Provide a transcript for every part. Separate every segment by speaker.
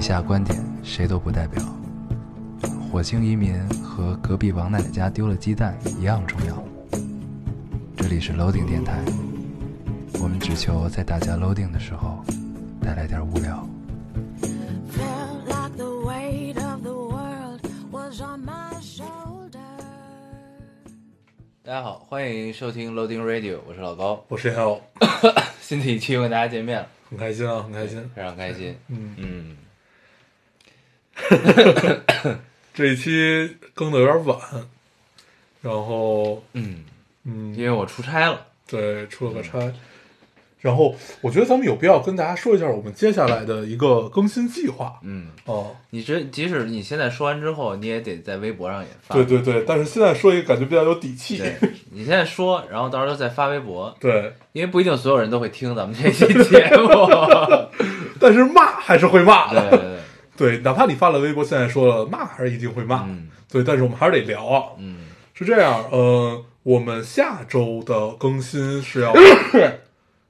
Speaker 1: 下观点谁都不代表。火星移民和隔壁王奶奶家丢了鸡蛋一样重要。这里是 Loading 电台，我们只求在大家 Loading 的时候带来点无聊。
Speaker 2: Felt like the weight of the world was on my shoulders.
Speaker 1: 大家好，欢迎收听 Loading Radio，我是老高，
Speaker 3: 我是还有，
Speaker 1: 新的一期又跟大家见面了，
Speaker 3: 很开心啊，很开心。
Speaker 1: 非常开心。
Speaker 3: 嗯，
Speaker 1: 嗯，
Speaker 3: 这一期更的有点晚，然后
Speaker 1: 嗯，因
Speaker 3: 嗯，
Speaker 1: 为嗯我出差了，
Speaker 3: 对，出了个差。然后我觉得咱们有必要跟大家说一下我们接下来的一个更新计划
Speaker 1: 嗯，
Speaker 3: 哦。
Speaker 1: 你这即使你现在说完之后，你也得在微博上也发，
Speaker 3: 对对对，但是现在说一个感觉比较有底气。
Speaker 1: 嗯对，你现在说，然后到时候再发微博，
Speaker 3: 对，
Speaker 1: 因为不一定所有人都会听咱们这期节目。
Speaker 3: 但是骂还是会骂
Speaker 1: 对对
Speaker 3: 的。
Speaker 1: 对，
Speaker 3: 对，哪怕你发了微博，现在说了骂，还是一定会骂。
Speaker 1: 嗯
Speaker 3: 对，但是我们还是得聊啊。
Speaker 1: 嗯，
Speaker 3: 是这样，呃，我们下周的更新是要，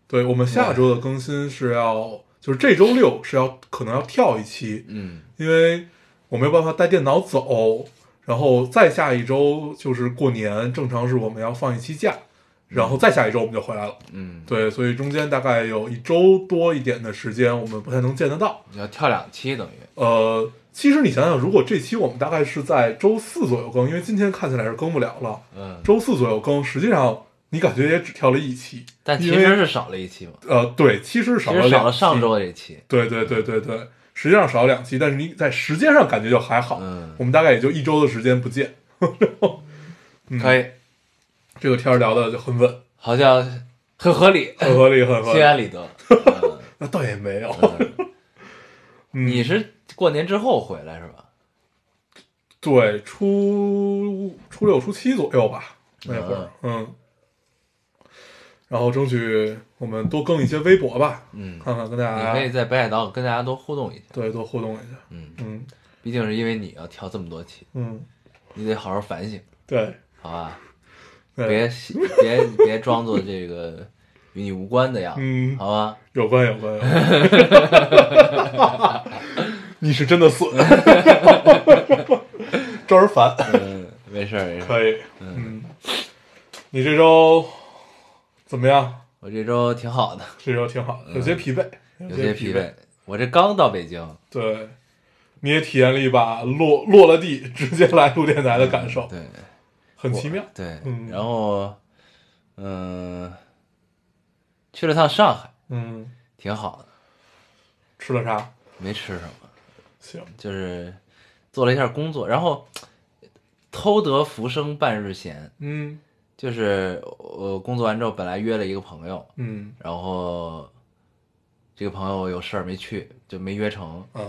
Speaker 3: 对，我们下周的更新是要，就是这周六是要可能要跳一期，
Speaker 1: 嗯
Speaker 3: 因为我没有办法带电脑走，然后再下一周就是过年，正常是我们要放一期假，然后再下一周我们就回来了，
Speaker 1: 嗯，
Speaker 3: 对，所以中间大概有一周多一点的时间，我们不太能见得到，
Speaker 1: 你要跳两期等于，
Speaker 3: 呃。其实你想想，如果这期我们大概是在周四左右更，因为今天看起来是更不了了，
Speaker 1: 嗯，
Speaker 3: 周四左右更，实际上你感觉也只跳了一期，
Speaker 1: 但其
Speaker 3: 因为
Speaker 1: 实是少了一期嘛，
Speaker 3: 呃，对，其实
Speaker 1: 其
Speaker 3: 少
Speaker 1: 实
Speaker 3: 了
Speaker 1: 少
Speaker 3: 两
Speaker 1: 了
Speaker 3: 期
Speaker 1: 上，周这期，
Speaker 3: 对对对对对，实际上少了两期，但是你在时间上感觉就还好，
Speaker 1: 嗯
Speaker 3: 我们大概也就一周的时间不见，嗯
Speaker 1: 可以，
Speaker 3: 这个天儿聊的就 很稳，
Speaker 1: 好像很合理，
Speaker 3: 很合理，很合
Speaker 1: 心
Speaker 3: 理，
Speaker 1: 安理得。
Speaker 3: 那倒也没有，
Speaker 1: 嗯
Speaker 3: 嗯
Speaker 1: 你是过年之后回来是吧？
Speaker 3: 对初初六初七左右吧，那会儿，嗯，然后争取我们多更一些微博吧，
Speaker 1: 嗯，
Speaker 3: 看看跟大
Speaker 1: 你可以
Speaker 3: 家
Speaker 1: 在北海道跟大家多互动一下，
Speaker 3: 对多互动一下，
Speaker 1: 嗯，
Speaker 3: 嗯
Speaker 1: 毕竟是因为你要跳这么多期，
Speaker 3: 嗯，
Speaker 1: 你得好好反省，
Speaker 3: 对。
Speaker 1: 好吧？
Speaker 3: 对
Speaker 1: 别戏别别装作这个与你无关的样子，
Speaker 3: 嗯，
Speaker 1: 好吧？
Speaker 3: 有关有关有关，你是真的损，招人烦。
Speaker 1: 嗯，没事儿没事儿，
Speaker 3: 可以，嗯，你这周怎么样？
Speaker 1: 我这周挺好的，
Speaker 3: 这周挺好的，有些疲惫，
Speaker 1: 有
Speaker 3: 些
Speaker 1: 些疲
Speaker 3: 惫哦
Speaker 1: 惫。。我这刚到北京，
Speaker 3: 对，你也体验了一把落落了地直接来录电台的感受，
Speaker 1: 嗯对，
Speaker 3: 很奇妙。
Speaker 1: 对，
Speaker 3: 嗯
Speaker 1: 然后，嗯、去了趟上海，
Speaker 3: 嗯，
Speaker 1: 挺好的，
Speaker 3: 吃了啥？
Speaker 1: 没吃什么，
Speaker 3: 行，
Speaker 1: 就是做了一下工作，然后偷得浮生半日闲，
Speaker 3: 嗯
Speaker 1: 就是我工作完之后，本来约了一个朋友，
Speaker 3: 嗯
Speaker 1: 然后这个朋友有事儿没去，就没约成。
Speaker 3: 啊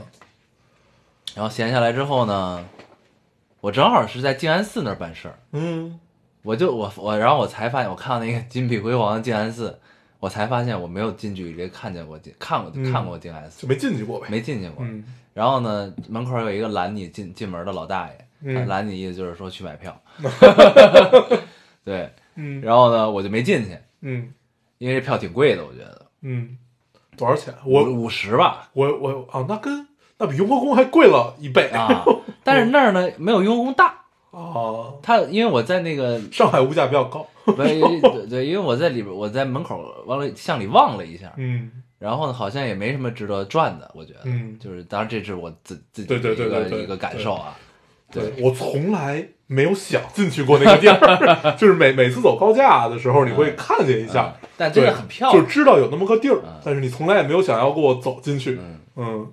Speaker 1: 然后闲下来之后呢，我正好是在静安寺那儿办事儿，
Speaker 3: 嗯
Speaker 1: 我就我我，然后我才发现，我看那个金碧辉煌的静安寺，我才发现我没有近距离看见过静看过
Speaker 3: 嗯
Speaker 1: 看过静安寺
Speaker 3: 就，没进去过呗。
Speaker 1: 没进去过。
Speaker 3: 嗯
Speaker 1: 然后呢，门口有一个拦你进进门的老大爷，
Speaker 3: 嗯
Speaker 1: 拦你意思就是说去买 票，对。
Speaker 3: 嗯
Speaker 1: 然后呢，我就没进去，
Speaker 3: 嗯
Speaker 1: 因为这票挺贵的，我觉得
Speaker 3: 嗯，多少钱？我
Speaker 1: 五十吧
Speaker 3: 我我啊，那跟那比雍和宫还贵了一倍
Speaker 1: 啊。但是那儿呢没有雍和宫大，
Speaker 3: 啊！
Speaker 1: 它因为我在那个
Speaker 3: 上海物价比较高，
Speaker 1: 不是对对，因为我在里边，我在门口往里向里望了一下，
Speaker 3: 嗯
Speaker 1: 然后呢好像也没什么值得转的，我觉得。
Speaker 3: 嗯，
Speaker 1: 就是当然这是我自自己的
Speaker 3: 对
Speaker 1: 一
Speaker 3: 对对
Speaker 1: 个
Speaker 3: 对对
Speaker 1: 一个感受啊。对，
Speaker 3: 我从来没有想进去过那个 地儿，就是每每次走高架的时候，你会看见一下，
Speaker 1: 嗯但真
Speaker 3: 对，
Speaker 1: 的很漂亮。
Speaker 3: 就知道有那么个地儿
Speaker 1: 嗯，
Speaker 3: 但是你从来也没有想要过走进去，
Speaker 1: 嗯，呃
Speaker 3: 嗯，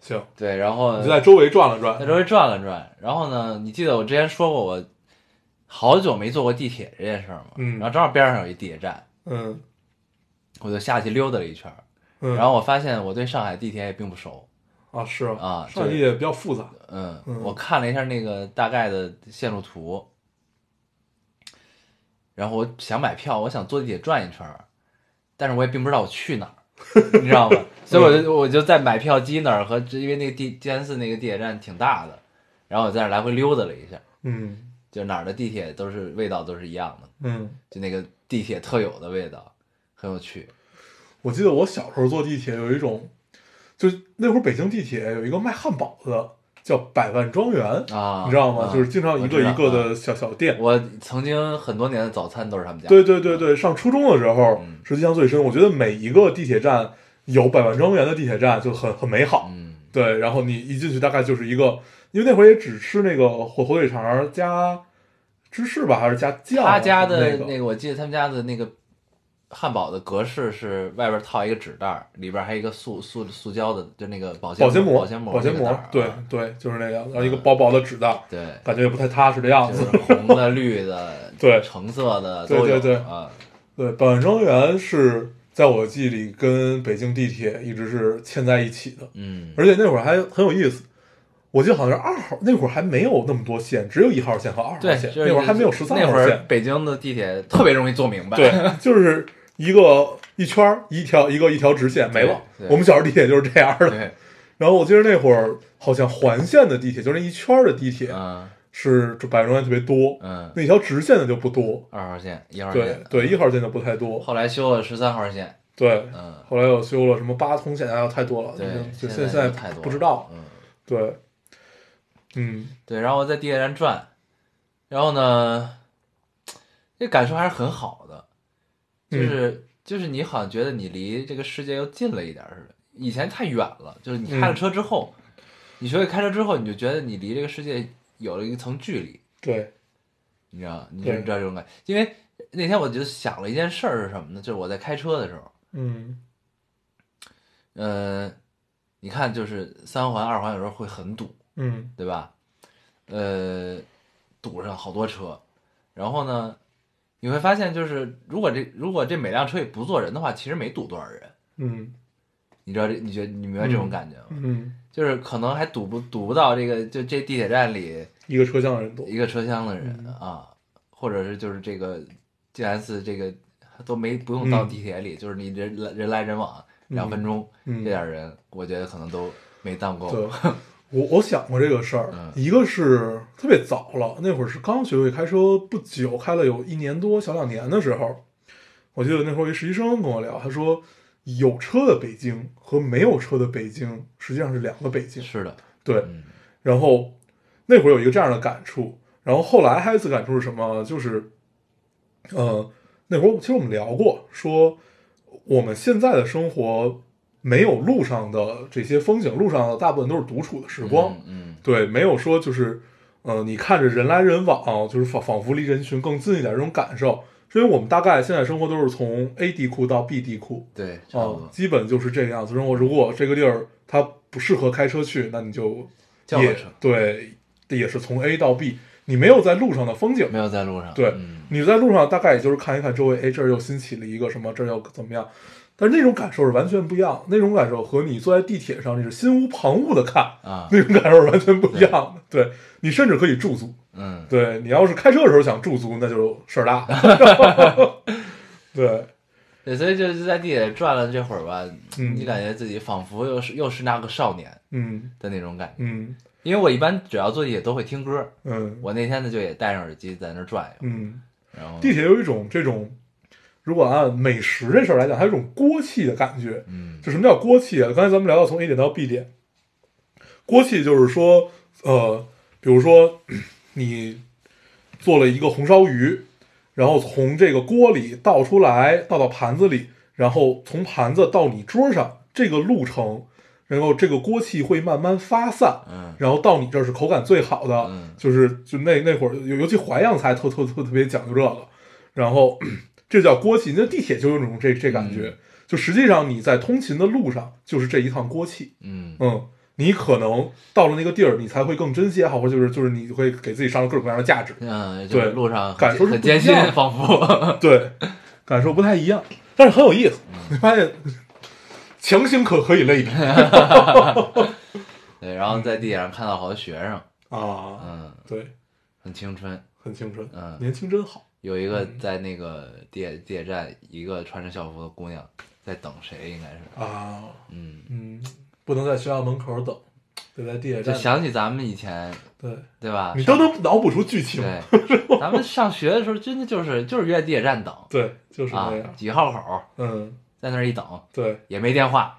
Speaker 3: 行，
Speaker 1: 对，然后
Speaker 3: 你就在周围转了转
Speaker 1: 在，周围转了转，然后呢，你记得我之前说过我好久没坐过地铁这件事儿吗？
Speaker 3: 嗯
Speaker 1: 然后正好边上有一地铁站，
Speaker 3: 嗯
Speaker 1: 我就下去溜达了一圈儿，
Speaker 3: 嗯，
Speaker 1: 然后我发现我对上海地铁也并不熟。
Speaker 3: 啊是
Speaker 1: 啊就
Speaker 3: 上
Speaker 1: 是
Speaker 3: 地也比较复杂，
Speaker 1: 嗯，
Speaker 3: 嗯
Speaker 1: 我看了一下那个大概的线路图，然后我想买票，我想坐地铁转一圈儿，但是我也并不知道我去哪儿， 你知道吗？所以我就我就在买票机那儿和因为那个地静安寺那个地铁站挺大的，然后我在那儿来回溜达了一下，
Speaker 3: 嗯
Speaker 1: 就哪儿的地铁都是味道都是一样的，
Speaker 3: 嗯。
Speaker 1: 就那个地铁特有的味道，很有趣。
Speaker 3: 我记得我小时候坐地铁有一种，就那会儿北京地铁有一个卖汉堡的叫百万庄园
Speaker 1: 啊
Speaker 3: 你知道吗？
Speaker 1: 啊
Speaker 3: 就是经常一个一个
Speaker 1: 我知道啊
Speaker 3: 的小小店。
Speaker 1: 我曾经很多年的早餐都是他们家。
Speaker 3: 对对对对，上初中的时候
Speaker 1: 嗯
Speaker 3: 是印象最深。我觉得每一个地铁站有百万庄园的地铁站就很很美好。
Speaker 1: 嗯，
Speaker 3: 对，然后你一进去大概就是一个，因为那会儿也只吃那个火火腿肠儿加芝士吧，还是加酱啊？
Speaker 1: 他家的
Speaker 3: 那个
Speaker 1: 那个，我记得他们家的那个汉堡的格式是外边套一个纸袋儿，里边还有一个塑塑塑胶的，就那个保鲜
Speaker 3: 保鲜
Speaker 1: 膜
Speaker 3: 膜，
Speaker 1: 保鲜
Speaker 3: 保鲜
Speaker 1: 那个袋
Speaker 3: 膜
Speaker 1: 儿啊，嗯
Speaker 3: 对对，就是那个，然后一个薄薄的纸袋，
Speaker 1: 对。
Speaker 3: 感觉也不太踏实的样
Speaker 1: 就
Speaker 3: 子
Speaker 1: 是。红的、绿的、
Speaker 3: 对
Speaker 1: 橙色的
Speaker 3: 对
Speaker 1: 都有
Speaker 3: 对对
Speaker 1: 啊，
Speaker 3: 对，百万庄园是在我记忆里跟北京地铁一直是嵌在一起的，
Speaker 1: 嗯，
Speaker 3: 而且那会儿还很有意思。我记得好像是二号，那会儿还没有那么多线，只有一号线和二号
Speaker 1: 对，
Speaker 3: 线。
Speaker 1: 就是
Speaker 3: 那会儿还没有十三
Speaker 1: 那会
Speaker 3: 号
Speaker 1: 儿
Speaker 3: 线。
Speaker 1: 北京的地铁特别容易坐明白，
Speaker 3: 对， 就是一个一圈儿一条一个一条直线没了
Speaker 1: 对。对
Speaker 3: 我们小时候地铁就是这样的。
Speaker 1: 对，
Speaker 3: 然后我记得那会儿好像环线的地铁，就是那一圈儿的地铁
Speaker 1: 嗯
Speaker 3: 是就百万庄园特别多，
Speaker 1: 嗯，
Speaker 3: 那条直线的就不多。
Speaker 1: 二号线、一号
Speaker 3: 对
Speaker 1: 线，嗯
Speaker 3: 对，一号线就不太多。
Speaker 1: 后来修了十三号线，
Speaker 3: 对，
Speaker 1: 嗯，
Speaker 3: 后来又修了什么八通线，哎呀，太多了，
Speaker 1: 对
Speaker 3: 就，
Speaker 1: 现
Speaker 3: 现
Speaker 1: 在
Speaker 3: 在
Speaker 1: 就太多了
Speaker 3: 不知道。
Speaker 1: 嗯，
Speaker 3: 对，嗯，
Speaker 1: 对，然后我在地铁站转，然后呢，这感受还是很好的，
Speaker 3: 嗯
Speaker 1: 就是、就是你好像觉得你离这个世界又近了一点儿似的，以前太远了，就是你开了
Speaker 3: 嗯
Speaker 1: 车之后，你学会开车之后，你就觉得你离这个世界有了一层距离，
Speaker 3: 对，
Speaker 1: 你知道吗，你知
Speaker 3: 对
Speaker 1: 道这种感因为那天我就想了一件事儿是什么呢？就是我在开车的时候，
Speaker 3: 嗯，
Speaker 1: 呃，你看就是三环、二环有时候会很堵，
Speaker 3: 嗯，
Speaker 1: 对吧？呃，堵上好多车，然后呢，你会发现就是如果这如果这每辆车也不坐人的话，其实没堵多少人。
Speaker 3: 嗯，
Speaker 1: 你知道这？你觉得你明白这种感觉吗？
Speaker 3: 嗯，
Speaker 1: 就是可能还堵不堵不到这个就这地铁站里
Speaker 3: 一个车厢的人多。
Speaker 1: 一个车厢的人
Speaker 3: 嗯
Speaker 1: 啊，或者是就是这个静安寺这个都没不用到
Speaker 3: 嗯
Speaker 1: 地铁里，就是你人来人来人往两分钟，
Speaker 3: 嗯
Speaker 1: 这点人我觉得可能都没当够。
Speaker 3: 对，我我想过这个事儿
Speaker 1: 嗯，
Speaker 3: 一个是特别早了，那会儿是刚学会开车不久，开了有一年多小两年的时候，我记得那会儿一实习生跟我聊，他说有车的北京和没有车的北京实际上是两个北京。
Speaker 1: 是的，
Speaker 3: 对，
Speaker 1: 嗯
Speaker 3: 然后那会儿有一个这样的感触，然后后来还有一次感触是什么？就是，呃，那会儿其实我们聊过，说我们现在的生活没有路上的这些风景，路上的大部分都是独处的时光，
Speaker 1: 嗯，
Speaker 3: 对，没有说就是，呃，你看着人来人往，就是仿仿佛离人群更近一点这种感受。所以我们大概现在生活都是从 A 地库到 B 地库，
Speaker 1: 嗯对，差不
Speaker 3: 哦，
Speaker 1: 多
Speaker 3: 基本就是这个样子。然后如果这个地儿它不适合开车去，那你就
Speaker 1: 叫个
Speaker 3: 也
Speaker 1: 车
Speaker 3: 对，也是从 A 到 B，你没有在路上的风景
Speaker 1: 没，有在路上。
Speaker 3: 对
Speaker 1: 嗯
Speaker 3: 你在路上大概也就是看一看周围，哎，这儿又新起了一个什么，这儿又怎么样。但是那种感受是完全不一样，那种感受和你坐在地铁上，你是心无旁骛的看，
Speaker 1: 啊，
Speaker 3: 那种感受是完全不一样的。对你甚至可以驻足，
Speaker 1: 嗯，
Speaker 3: 对你要是开车的时候想驻足，那就事儿大。对，
Speaker 1: 对，所以就是在地铁转了这会儿吧，
Speaker 3: 嗯
Speaker 1: 你感觉自己仿佛又是又是那个少年
Speaker 3: 嗯
Speaker 1: 的那种感觉。
Speaker 3: 嗯
Speaker 1: 因为我一般只要坐地铁都会听歌，
Speaker 3: 嗯
Speaker 1: 我那天呢就也戴上耳机在那儿转悠，
Speaker 3: 嗯，
Speaker 1: 然后
Speaker 3: 地铁有一种这种，如果按美食这事儿来讲，它有一种锅气的感觉。
Speaker 1: 嗯
Speaker 3: 就什么叫锅气啊？刚才咱们聊到从 A 点到 B 点，锅气就是说，呃，比如说你做了一个红烧鱼，然后从这个锅里倒出来，倒到盘子里，然后从盘子到你桌上，这个路程，然后这个锅气会慢慢发散，
Speaker 1: 嗯
Speaker 3: 然后到你这儿是口感最好的，
Speaker 1: 嗯
Speaker 3: 就是就那那会儿，尤尤其淮扬菜特特特特别讲究这个，然后这叫锅气。那地铁就有种这这感觉，就实际上你在通勤的路上就是这一趟锅气，
Speaker 1: 嗯
Speaker 3: 嗯。你可能到了那个地儿，你才会更珍惜也好，或者就是就是你会给自己上各种各样的价值，
Speaker 1: 嗯，就是
Speaker 3: 对
Speaker 1: 路上很
Speaker 3: 感受是
Speaker 1: 很
Speaker 3: 不一
Speaker 1: 艰辛
Speaker 3: 样，的
Speaker 1: 仿 佛
Speaker 3: 对，感受不太一样，但是很有意思。你发现强行可可以类比
Speaker 1: 对，然后在地铁上看到好多学生，
Speaker 3: 啊，
Speaker 1: 嗯，
Speaker 3: 对，
Speaker 1: 很青春，
Speaker 3: 很青春，
Speaker 1: 嗯
Speaker 3: 年轻真好。
Speaker 1: 有一
Speaker 3: 嗯
Speaker 1: 个在那个地铁地铁站，一个穿着校服的姑娘在等谁，应该是，
Speaker 3: 啊，
Speaker 1: 嗯，
Speaker 3: 嗯，不能在学校门口等，得在地铁
Speaker 1: 就
Speaker 3: 站。
Speaker 1: 想起咱们以前，
Speaker 3: 对，
Speaker 1: 对吧？
Speaker 3: 你都能脑补出剧情。
Speaker 1: 对，咱们上学的时候真的就是就是约地铁站等
Speaker 3: 对，就是
Speaker 1: 啊
Speaker 3: 那样，。
Speaker 1: 几号口
Speaker 3: 嗯，
Speaker 1: 在那儿一等，
Speaker 3: 对
Speaker 1: 也没电话，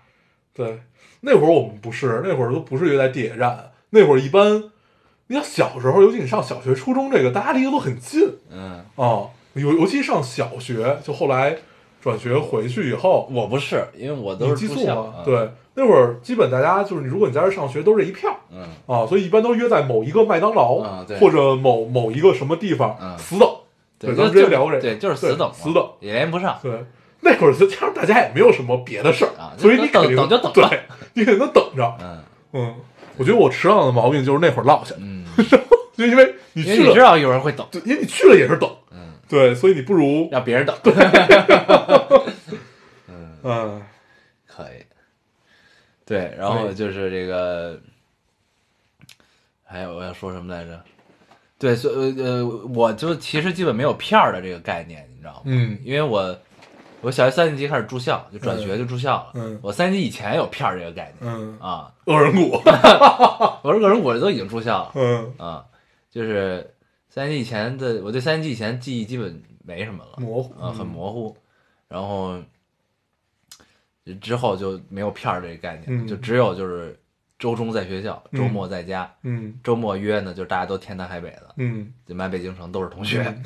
Speaker 3: 对，那会儿我们不是，那会儿都不是约在地铁站，那会儿一般，你像小时候，尤其你上小学、初中这个，大家离得都很近
Speaker 1: 嗯，
Speaker 3: 啊。尤尤其上小学，就后来转学回去以后，
Speaker 1: 我不是，因为我
Speaker 3: 你
Speaker 1: 都是
Speaker 3: 寄
Speaker 1: 住
Speaker 3: 宿
Speaker 1: 校
Speaker 3: 嘛，
Speaker 1: 嗯，
Speaker 3: 对，那会儿基本大家就是，你如果你在这儿上学，都是这一票
Speaker 1: 嗯，
Speaker 3: 啊，所以一般都约在某一个麦当劳、
Speaker 1: 啊对
Speaker 3: 或者某某一个什么地方、
Speaker 1: 嗯
Speaker 3: 死等。
Speaker 1: 对，
Speaker 3: 咱
Speaker 1: 就
Speaker 3: 们之
Speaker 1: 就
Speaker 3: 前聊过这个，
Speaker 1: 对，就是死等嘛，
Speaker 3: 死等。
Speaker 1: 也连不上，
Speaker 3: 对，那会儿就加上大家也没有什么别的事儿
Speaker 1: 啊
Speaker 3: 所以
Speaker 1: 就
Speaker 3: 你
Speaker 1: 等
Speaker 3: 肯定
Speaker 1: 等就等吧
Speaker 3: 对，你肯定能等着。
Speaker 1: 嗯
Speaker 3: 嗯，我觉得我迟到的毛病就是那会儿落下的，
Speaker 1: 嗯，
Speaker 3: 就因为 你啊
Speaker 1: 因为
Speaker 3: 去
Speaker 1: 你知
Speaker 3: 了，
Speaker 1: 道有人会等，
Speaker 3: 对，因为你去了也是等，
Speaker 1: 嗯，
Speaker 3: 对，所以你不如，
Speaker 1: 让别人等，
Speaker 3: 嗯，
Speaker 1: 可以，对，然后
Speaker 3: 对
Speaker 1: 就是这个，还有我要说什么来着？对，所以呃呃，我就其实基本没有片儿的这个概念，你知道吗？
Speaker 3: 嗯
Speaker 1: 因为我我小学三年级开始住校，就转学就住校了。
Speaker 3: 嗯
Speaker 1: 我三年级以前有片儿这个概念
Speaker 3: 嗯，
Speaker 1: 啊，
Speaker 3: 恶 人谷，
Speaker 1: 我是个人我都已经住校了
Speaker 3: 嗯，
Speaker 1: 啊，就是三年级以前的，我对三年级以前记忆基本没什么了，
Speaker 3: 模嗯糊，
Speaker 1: 啊，很模糊。然后就之后就没有片儿这个概念，
Speaker 3: 嗯
Speaker 1: 就只有就是周中在学校，周末在家，
Speaker 3: 嗯
Speaker 1: 周末约呢，就是大家都天南海北的，
Speaker 3: 嗯
Speaker 1: 就满北京城都是同学，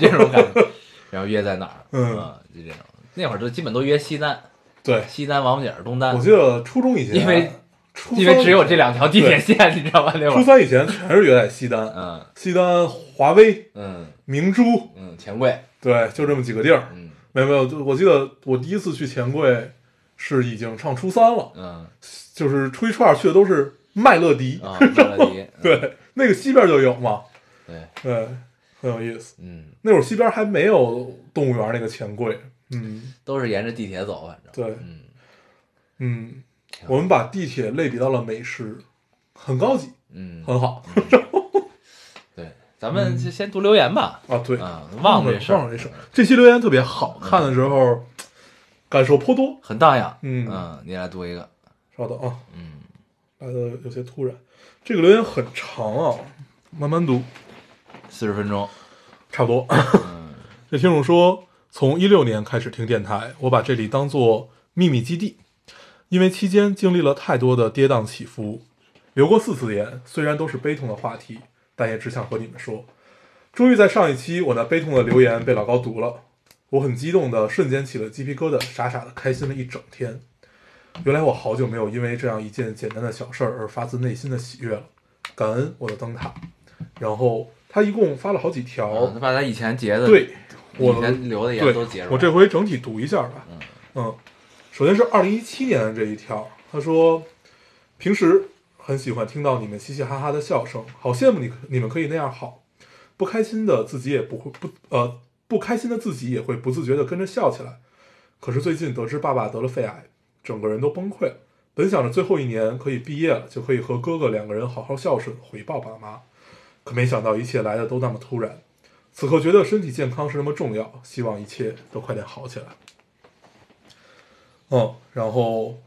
Speaker 1: 这种感觉。然后约在哪儿？
Speaker 3: 嗯
Speaker 1: 啊就这种。那会儿就基本都约西单，
Speaker 3: 对，
Speaker 1: 西单、王府井、东单
Speaker 3: 我，记得初中以
Speaker 1: 嗯
Speaker 3: 前，
Speaker 1: 因为
Speaker 3: 初
Speaker 1: 因为
Speaker 3: 三
Speaker 1: 只有这两条地铁线，你知道吧？那会
Speaker 3: 初
Speaker 1: 儿，
Speaker 3: 三以前全是约在西单，
Speaker 1: 嗯
Speaker 3: 西单、华威、
Speaker 1: 嗯
Speaker 3: 明珠，
Speaker 1: 嗯，钱柜，
Speaker 3: 对，就这么几个地儿，
Speaker 1: 嗯
Speaker 3: 没有没有，就我记得我第一次去钱柜是已经上初三了，
Speaker 1: 嗯
Speaker 3: 就是出去串儿去的都是麦乐迪，
Speaker 1: 啊，麦乐迪，嗯
Speaker 3: 对，那个西边就有嘛，
Speaker 1: 对，
Speaker 3: 对，很有意思。
Speaker 1: 嗯，
Speaker 3: 那会儿西边还没有动物园那个钱柜，嗯，
Speaker 1: 都是沿着地铁走，反正，
Speaker 3: 对，
Speaker 1: 嗯，
Speaker 3: 嗯，
Speaker 1: 啊
Speaker 3: 我们把地铁类比到了美食，很高级，
Speaker 1: 嗯，
Speaker 3: 很好
Speaker 1: 对，咱们就先读留言吧。
Speaker 3: 啊。对，
Speaker 1: 啊，忘了这事
Speaker 3: 忘
Speaker 1: 儿，嗯
Speaker 3: 了这事儿。这期留言特别好看的时候，感受颇多。
Speaker 1: 很荡漾。啊
Speaker 3: 嗯
Speaker 1: 你来读一个。
Speaker 3: 稍等啊，
Speaker 1: 嗯
Speaker 3: 来的有些突然。这个留言很长啊，慢慢读。
Speaker 1: 四十分钟。
Speaker 3: 差不多。 这听众说，从一六年开始听电台，我把这里当做秘密基地，因为期间经历了太多的跌宕起伏，留过四次言，虽然都是悲痛的话题，但也只想和你们说，终于在上一期我那悲痛的留言被老高读了，我很激动的瞬间起了鸡皮疙瘩，傻傻的开心了一整天。原来我好久没有因为这样一件简单的小事儿而发自内心的喜悦了，感恩我的灯塔。然后他一共发了好几条，
Speaker 1: 哦，他把他以前截的，
Speaker 3: 对，我
Speaker 1: 以前留的也
Speaker 3: 对
Speaker 1: 都截出来了。
Speaker 3: 我这回整体读一下吧。嗯首先是二零一七年的这一条，他说平时很喜欢听到你们嘻嘻哈哈的笑声，好羡慕你，你们可以那样好。不开心的自己也不会不呃不开心的自己也会不自觉的跟着笑起来。可是最近得知爸爸得了肺癌，整个人都崩溃了。本想着最后一年可以毕业了，就可以和哥哥两个人好好孝顺，回报爸妈。可没想到一切来的都那么突然，此刻觉得身体健康是那么重要，希望一切都快点好起来。嗯，然后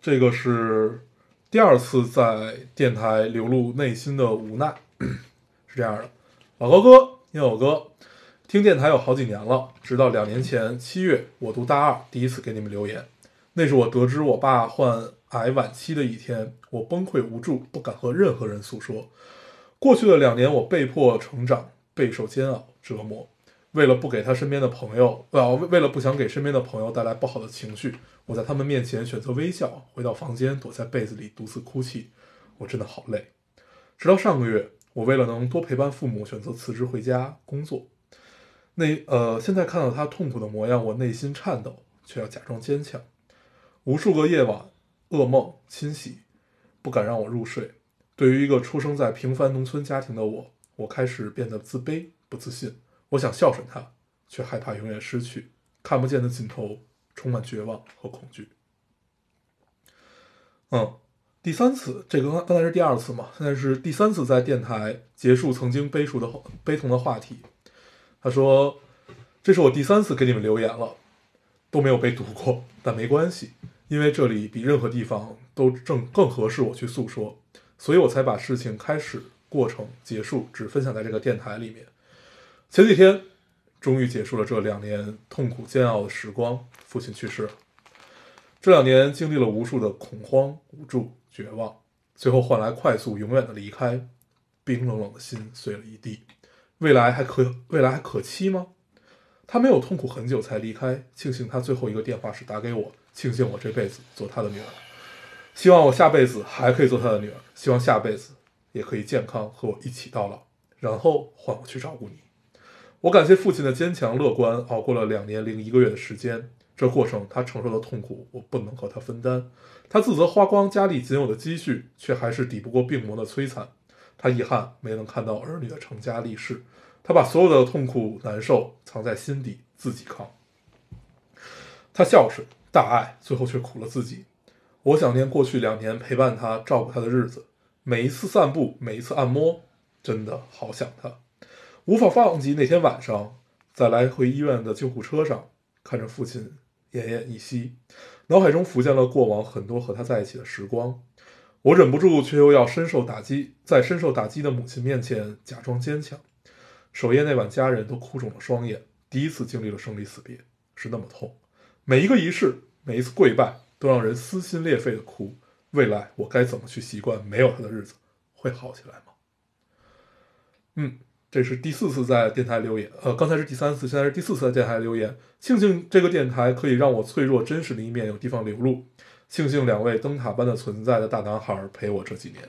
Speaker 3: 这个是第二次在电台流露内心的无奈，是这样的。老高哥，烟友哥，听电台有好几年了，直到两年前七月，我读大二，第一次给你们留言。那是我得知我爸患癌晚期的一天，我崩溃无助，不敢和任何人诉说。过去的两年，我被迫成长，备受煎熬折磨。为了不给他身边的朋友，呃，为为了不想给身边的朋友带来不好的情绪，我在他们面前选择微笑，回到房间躲在被子里独自哭泣。我真的好累。直到上个月，我为了能多陪伴父母，选择辞职回家工作。那呃，现在看到他痛苦的模样，我内心颤抖，却要假装坚强。无数个夜晚，噩梦侵袭，不敢让我入睡。对于一个出生在平凡农村家庭的我，我开始变得自卑、不自信。我想孝顺他，却害怕永远失去。看不见的尽头，充满绝望和恐惧。嗯，第三次，这个刚刚才是第二次嘛，现在是第三次在电台结束曾经悲述的话悲痛的话题。他说：“这是我第三次给你们留言了，都没有被读过，但没关系，因为这里比任何地方都正更合适我去诉说，所以我才把事情开始、过程、结束只分享在这个电台里面。前几天，终于结束了这两年痛苦煎熬的时光，父亲去世了。这两年经历了无数的恐慌、无助、绝望，最后换来快速、永远的离开，冰冷冷的心碎了一地。未来还可未来还可期吗？他没有痛苦很久才离开，庆幸他最后一个电话是打给我，庆幸我这辈子做他的女儿，希望我下辈子还可以做他的女儿，希望下辈子也可以健康和我一起到老，然后换我去照顾你。我感谢父亲的坚强乐观，熬过了两年零一个月的时间。这过程他承受的痛苦，我不能和他分担。他自责花光家里仅有的积蓄，却还是抵不过病魔的摧残。他遗憾没能看到儿女的成家立室，他把所有的痛苦难受藏在心底，自己扛。他孝顺大爱，最后却苦了自己。我想念过去两年陪伴他、照顾他的日子，每一次散步，每一次按摩，真的好想他。无法忘记那天晚上，在来回医院的救护车上，看着父亲奄奄一息，脑海中浮现了过往很多和他在一起的时光。我忍不住，却又要深受打击，在深受打击的母亲面前假装坚强。守夜那晚，家人都哭肿了双眼，第一次经历了生离死别，是那么痛。每一个仪式，每一次跪拜，都让人撕心裂肺的哭。未来我该怎么去习惯没有他的日子？会好起来吗？嗯，这是第四次在电台留言，呃，刚才是第三次，现在是第四次在电台留言。庆幸这个电台可以让我脆弱真实的一面有地方流露，庆幸两位灯塔般的存在的大男孩陪我这几年。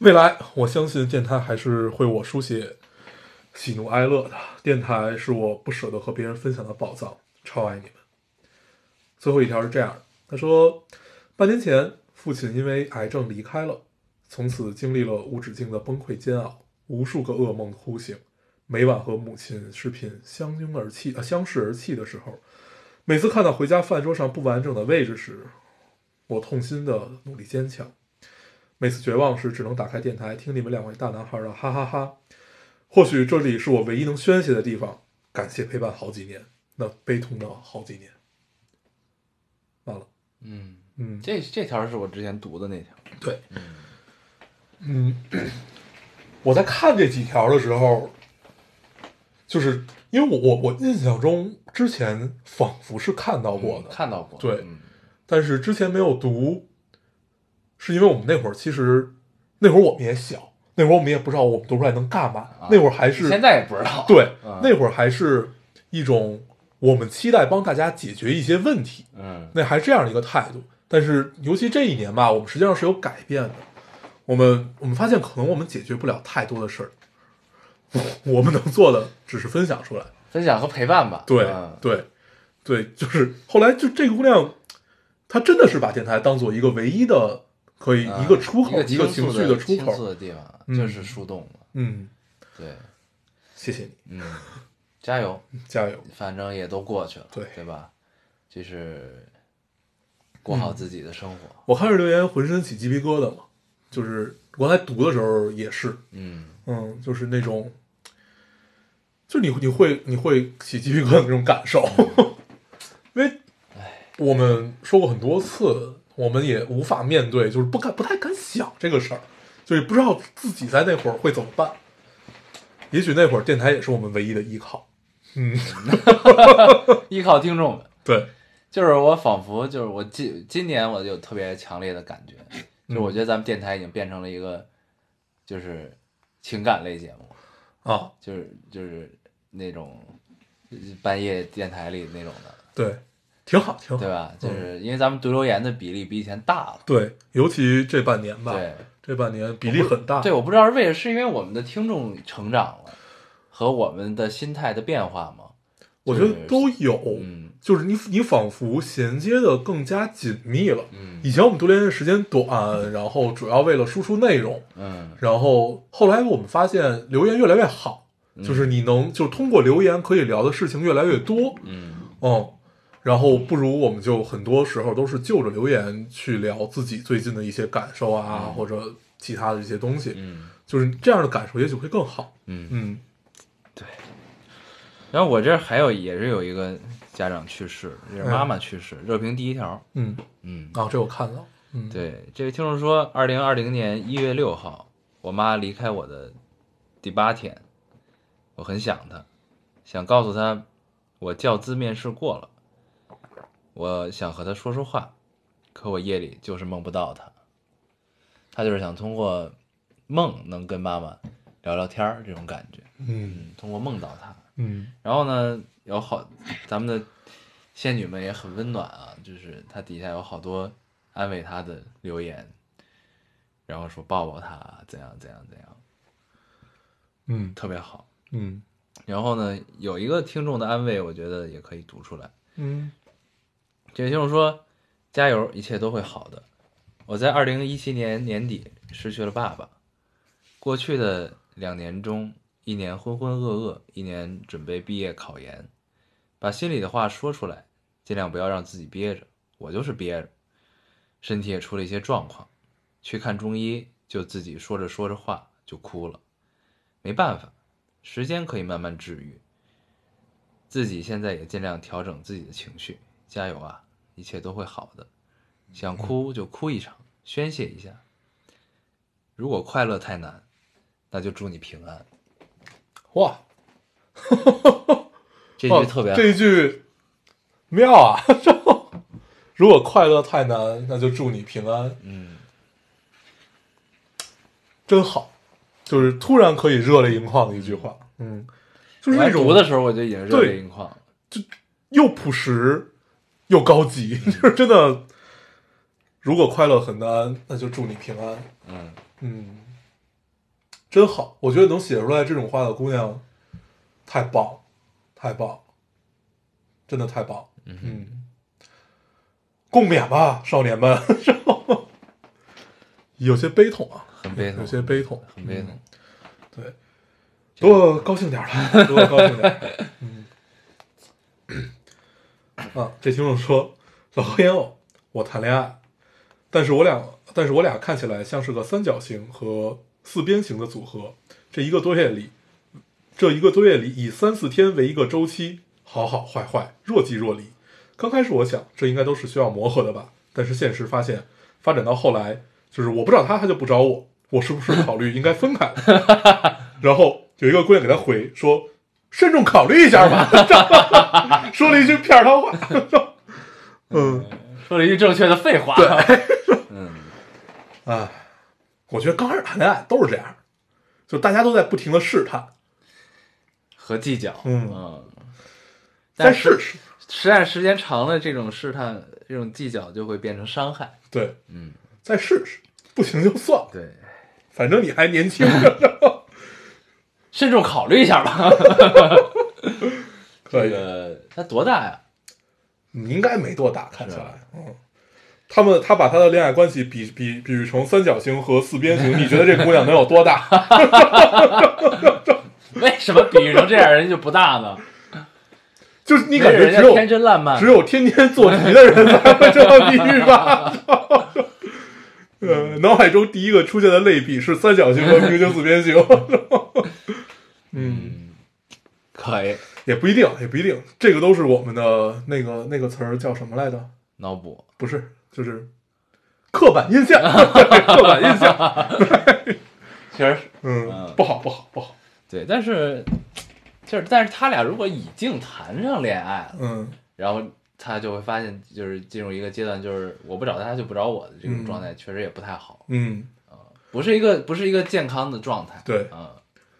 Speaker 3: 未来，我相信电台还是会我书写喜怒哀乐的。电台是我不舍得和别人分享的宝藏，超爱你们。最后一条是这样的，他说，半年前父亲因为癌症离开了，从此经历了无止境的崩溃煎熬，无数个噩梦的哭醒。每晚和母亲视频相拥而泣，呃，相视而泣的时候，每次看到回家饭桌上不完整的位置时，我痛心的努力坚强。每次绝望时，只能打开电台听你们两位大男孩的哈哈哈或许这里是我唯一能宣泄的地方。感谢陪伴好几年，那悲痛的好几年。完了，
Speaker 1: 嗯，
Speaker 3: 嗯，
Speaker 1: 这这条是我之前读的那条，
Speaker 3: 对，嗯，我在看这几条的时候，就是因为我我我印象中之前仿佛是看到过的，
Speaker 1: 看到过，
Speaker 3: 对
Speaker 1: 嗯
Speaker 3: 但是之前没有读，是因为我们那会儿其实那会儿我们也小，那会儿我们也不知道我们读出来能干嘛，
Speaker 1: 啊
Speaker 3: 那会儿还是
Speaker 1: 现在也不知道，
Speaker 3: 对，
Speaker 1: 嗯
Speaker 3: 那会儿还是一种我们期待帮大家解决一些问题，
Speaker 1: 嗯
Speaker 3: 那还是这样的一个态度。但是尤其这一年吧，我们实际上是有改变的。我们我们发现，可能我们解决不了太多的事儿， 我们能做的只是分享出来。
Speaker 1: 分享和陪伴吧，
Speaker 3: 对、
Speaker 1: 嗯
Speaker 3: 对对，就是后来就这个姑娘，她真的是把电台当做一个唯一的可以
Speaker 1: 嗯
Speaker 3: 一个出口、一
Speaker 1: 一
Speaker 3: 个
Speaker 1: 倾
Speaker 3: 情
Speaker 1: 诉
Speaker 3: 绪
Speaker 1: 的
Speaker 3: 出
Speaker 1: 倾诉
Speaker 3: 口。
Speaker 1: 的地方
Speaker 3: 嗯
Speaker 1: 就是树洞嘛，
Speaker 3: 嗯，
Speaker 1: 对，
Speaker 3: 谢谢你，
Speaker 1: 嗯，加油，
Speaker 3: 加油。
Speaker 1: 反正也都过去了，
Speaker 3: 对
Speaker 1: 对吧？就是过
Speaker 3: 嗯
Speaker 1: 好自己的生活，
Speaker 3: 我看着留言浑身起鸡皮疙瘩了，就是我刚才读的时候也是，
Speaker 1: 嗯，
Speaker 3: 嗯，就是那种，就是你你会你会起鸡皮疙瘩的那种感受， 因为我们说过很多次，我们也无法面对，就是不敢不太敢想这个事儿，就是不知道自己在那会儿会怎么办。也许那会儿电台也是我们唯一的依靠。嗯，
Speaker 1: 依靠听众们。
Speaker 3: 对，
Speaker 1: 就是我仿佛就是我今今年我有特别强烈的感觉，就是
Speaker 3: 嗯
Speaker 1: 我觉得咱们电台已经变成了一个就是情感类节目，
Speaker 3: 啊，
Speaker 1: 就是就是那种就是半夜电台里那种的，
Speaker 3: 对，挺好，挺
Speaker 1: 对
Speaker 3: 好。
Speaker 1: 吧？就是因为咱们读留言的比例比以前大了，
Speaker 3: 对，尤其这半年吧，
Speaker 1: 对
Speaker 3: 这半年比例很大。
Speaker 1: 对，我不知道是为了是因为我们的听众成长了和我们的心态的变化吗？
Speaker 3: 我觉得
Speaker 1: 就是
Speaker 3: 都有。
Speaker 1: 嗯
Speaker 3: 就是你你仿佛衔接的更加紧密了。
Speaker 1: 嗯
Speaker 3: 以前我们读联的时间短，然后主要为了输出内容，
Speaker 1: 嗯
Speaker 3: 然后后来我们发现留言越来越好，
Speaker 1: 嗯
Speaker 3: 就是你能就通过留言可以聊的事情越来越多，
Speaker 1: 嗯，
Speaker 3: 嗯，然后不如我们就很多时候都是就着留言去聊自己最近的一些感受啊，或者其他的一些东西，
Speaker 1: 嗯
Speaker 3: 就是这样的感受也许会更好。
Speaker 1: 嗯
Speaker 3: 嗯
Speaker 1: 然后我这儿还有也是有一个家长去世，也是妈妈去世，热评第一条，
Speaker 3: 嗯，
Speaker 1: 嗯，
Speaker 3: 啊，这我看到，嗯，，
Speaker 1: 对，这位听众说，二零二零年一月六号，我妈离开我的第八天，我很想她，想告诉她，我教资面试过了，我想和他说说话，可我夜里就是梦不到他。他就是想通过梦能跟妈妈聊聊天儿这种感觉，
Speaker 3: 嗯
Speaker 1: 通过梦到他。
Speaker 3: 嗯
Speaker 1: 然后呢，有好咱们的仙女们也很温暖啊，就是她底下有好多安慰她的留言，然后说抱抱她，啊怎样怎样怎样，
Speaker 3: 嗯
Speaker 1: 特别好。
Speaker 3: 嗯
Speaker 1: 然后呢，有一个听众的安慰，我觉得也可以读出来。
Speaker 3: 嗯
Speaker 1: 这位听众说：“加油，一切都会好的。”我在二零一七年年底失去了爸爸，过去的两年中，一年浑浑噩噩，一年准备毕业考研，把心里的话说出来，尽量不要让自己憋着。我就是憋着，身体也出了一些状况，去看中医，就自己说着说着话就哭了，没办法，时间可以慢慢治愈。自己现在也尽量调整自己的情绪，加油啊，一切都会好的。想哭就哭一场，宣泄一下。如果快乐太难，那就祝你平安。
Speaker 3: 哇，
Speaker 1: 这
Speaker 3: 哇
Speaker 1: 句特别好，
Speaker 3: 这句妙啊！ 如果快乐太难，那就祝你平安。
Speaker 1: 嗯，
Speaker 3: 真好，就是突然可以热泪盈眶的一句话。嗯，就是
Speaker 1: 我还
Speaker 3: 那种
Speaker 1: 读的时候我就已经热
Speaker 3: 对
Speaker 1: 泪盈眶了。
Speaker 3: 又朴实又高级， 就是真的。如果快乐很难，那就祝你平安。
Speaker 1: 嗯，
Speaker 3: 嗯，真好，我觉得能写出来这种话的姑娘，太棒，太棒，真的太棒。嗯， 共勉吧，少年们。 有些悲痛啊，
Speaker 1: 很悲痛
Speaker 3: 有，些悲痛，
Speaker 1: 很悲痛。
Speaker 3: 对，多高兴点儿了， 多高兴点儿。嗯，啊，这听众说，老何烟偶，我谈恋爱，但是我俩，但是我俩看起来像是个三角形和四边形的组合。这一个多月里，这一个多月里以三四天为一个周期，好好坏坏，若即若离。刚开始我想，这应该都是需要磨合的吧，但是现实发现，发展到后来，就是我不找他，他就不找我，我是不是考虑应该分开了？然后有一个姑娘给他回说：“慎重考虑一下吧。” 说了一句片儿汤话。 嗯，
Speaker 1: 说了一句正确的废话。嗯，
Speaker 3: 啊，我觉得刚开始谈恋爱都是这样，就大家都在不停的试探，
Speaker 1: 和计较。
Speaker 3: 嗯
Speaker 1: 嗯，
Speaker 3: 再
Speaker 1: 但嗯
Speaker 3: 试试。
Speaker 1: 实在时间长了，这种试探、这种计较就会变成伤害。
Speaker 3: 对，
Speaker 1: 嗯，
Speaker 3: 再试试，不行就算了，
Speaker 1: 对，
Speaker 3: 反正你还 年轻。
Speaker 1: 慎重考虑一下吧。
Speaker 3: 可
Speaker 1: 这
Speaker 3: 以，
Speaker 1: 个他多大呀？
Speaker 3: 你应该没多大，看起来，嗯。他们他把他的恋爱关系比比比喻成三角形和四边 形，你觉得这姑娘能有多大？
Speaker 1: 为什么比喻成这样人就不大呢？
Speaker 3: 就是你
Speaker 1: 你
Speaker 3: 感觉
Speaker 1: 人
Speaker 3: 只
Speaker 1: 家
Speaker 3: 有
Speaker 1: 天真烂漫，
Speaker 3: 只有天天做题的人才会这么比喻吧。 呃，脑海中第一个出现的类比是三角形和平行四边形。 嗯，
Speaker 1: 可以
Speaker 3: 也不一定，也不一定，这个都是我们的那个那个词儿叫什么来着？
Speaker 1: 脑补。
Speaker 3: 不是，就是刻板印象，刻板印象。
Speaker 1: 确实
Speaker 3: 嗯
Speaker 1: 嗯，
Speaker 3: 不好，不好，不好。
Speaker 1: 对，但是就是，但是他俩如果已经谈上恋爱了，
Speaker 3: 嗯
Speaker 1: 然后他就会发现，就是进入一个阶段，就是我不找他，他就不找我的这种状态，确实也不太好，
Speaker 3: 嗯，
Speaker 1: 不是一个不是一个健康的状态。
Speaker 3: 对
Speaker 1: 嗯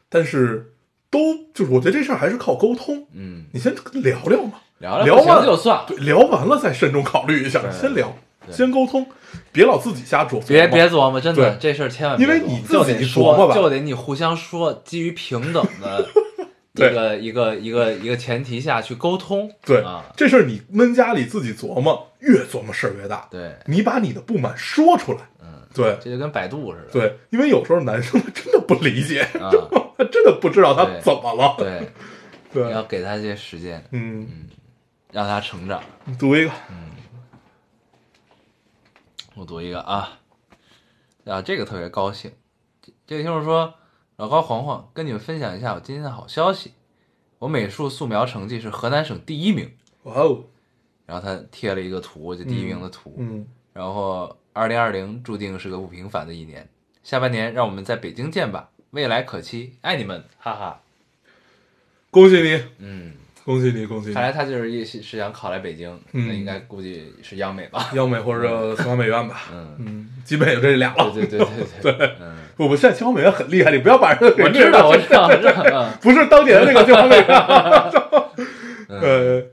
Speaker 3: 但是都就是，我觉得这事儿还是靠沟通。
Speaker 1: 嗯，
Speaker 3: 你先聊聊嘛，
Speaker 1: 聊聊
Speaker 3: 聊
Speaker 1: 不行
Speaker 3: 完
Speaker 1: 就算了
Speaker 3: 对，，聊完了再慎重考虑一下，
Speaker 1: 对
Speaker 3: 先聊，
Speaker 1: 对
Speaker 3: 先沟通，别老自己瞎琢磨。
Speaker 1: 别别琢磨，真的
Speaker 3: 对
Speaker 1: 这事儿千万
Speaker 3: 因
Speaker 1: 别琢磨，
Speaker 3: 为你自
Speaker 1: 就
Speaker 3: 己
Speaker 1: 得
Speaker 3: 琢磨
Speaker 1: 说，
Speaker 3: 吧
Speaker 1: 就得你互相说，基于平等 的一个一个一个一个前提下去沟通。
Speaker 3: 对
Speaker 1: 啊，，
Speaker 3: 这事儿你闷家里自己琢磨，越琢磨事儿越大。
Speaker 1: 对，
Speaker 3: 你把你的不满说出来，
Speaker 1: 嗯，
Speaker 3: 对
Speaker 1: 这就跟百度似的。
Speaker 3: 对，因为有时候男生他真的不理解，
Speaker 1: 啊，
Speaker 3: 他真的不知道他
Speaker 1: 对
Speaker 3: 怎么了。
Speaker 1: 对，你要
Speaker 3: 对，
Speaker 1: 给他一些时间，
Speaker 3: 嗯，
Speaker 1: 让他成长。
Speaker 3: 你读一个，
Speaker 1: 我读一个啊，啊，这个特别高兴。这这个听众说，老高、黄黄，跟你们分享一下我今天的好消息，我美术素描成绩是河南省第一名。
Speaker 3: 哇哦，
Speaker 1: 然后他贴了一个图，就第一名的图。
Speaker 3: 嗯，
Speaker 1: 然后，二零二零注定是个不平凡的一年，下半年让我们在北京见吧，未来可期，爱你们，哈哈。
Speaker 3: 恭喜你，
Speaker 1: 嗯，
Speaker 3: 恭喜你，恭喜
Speaker 1: 看来
Speaker 3: 你！
Speaker 1: 他就是一是是想考来北京，
Speaker 3: 嗯
Speaker 1: 那应该估计是央美吧？
Speaker 3: 央美或者清华美院吧，
Speaker 1: 嗯，
Speaker 3: 嗯，基本有这俩了。
Speaker 1: 对对对对对，嗯，
Speaker 3: 不，我现在清华美院很厉害，你不要把人给
Speaker 1: 我知道，我知道，我知 道，嗯
Speaker 3: 不是当年那个清华美院。
Speaker 1: 嗯，
Speaker 3: 呃，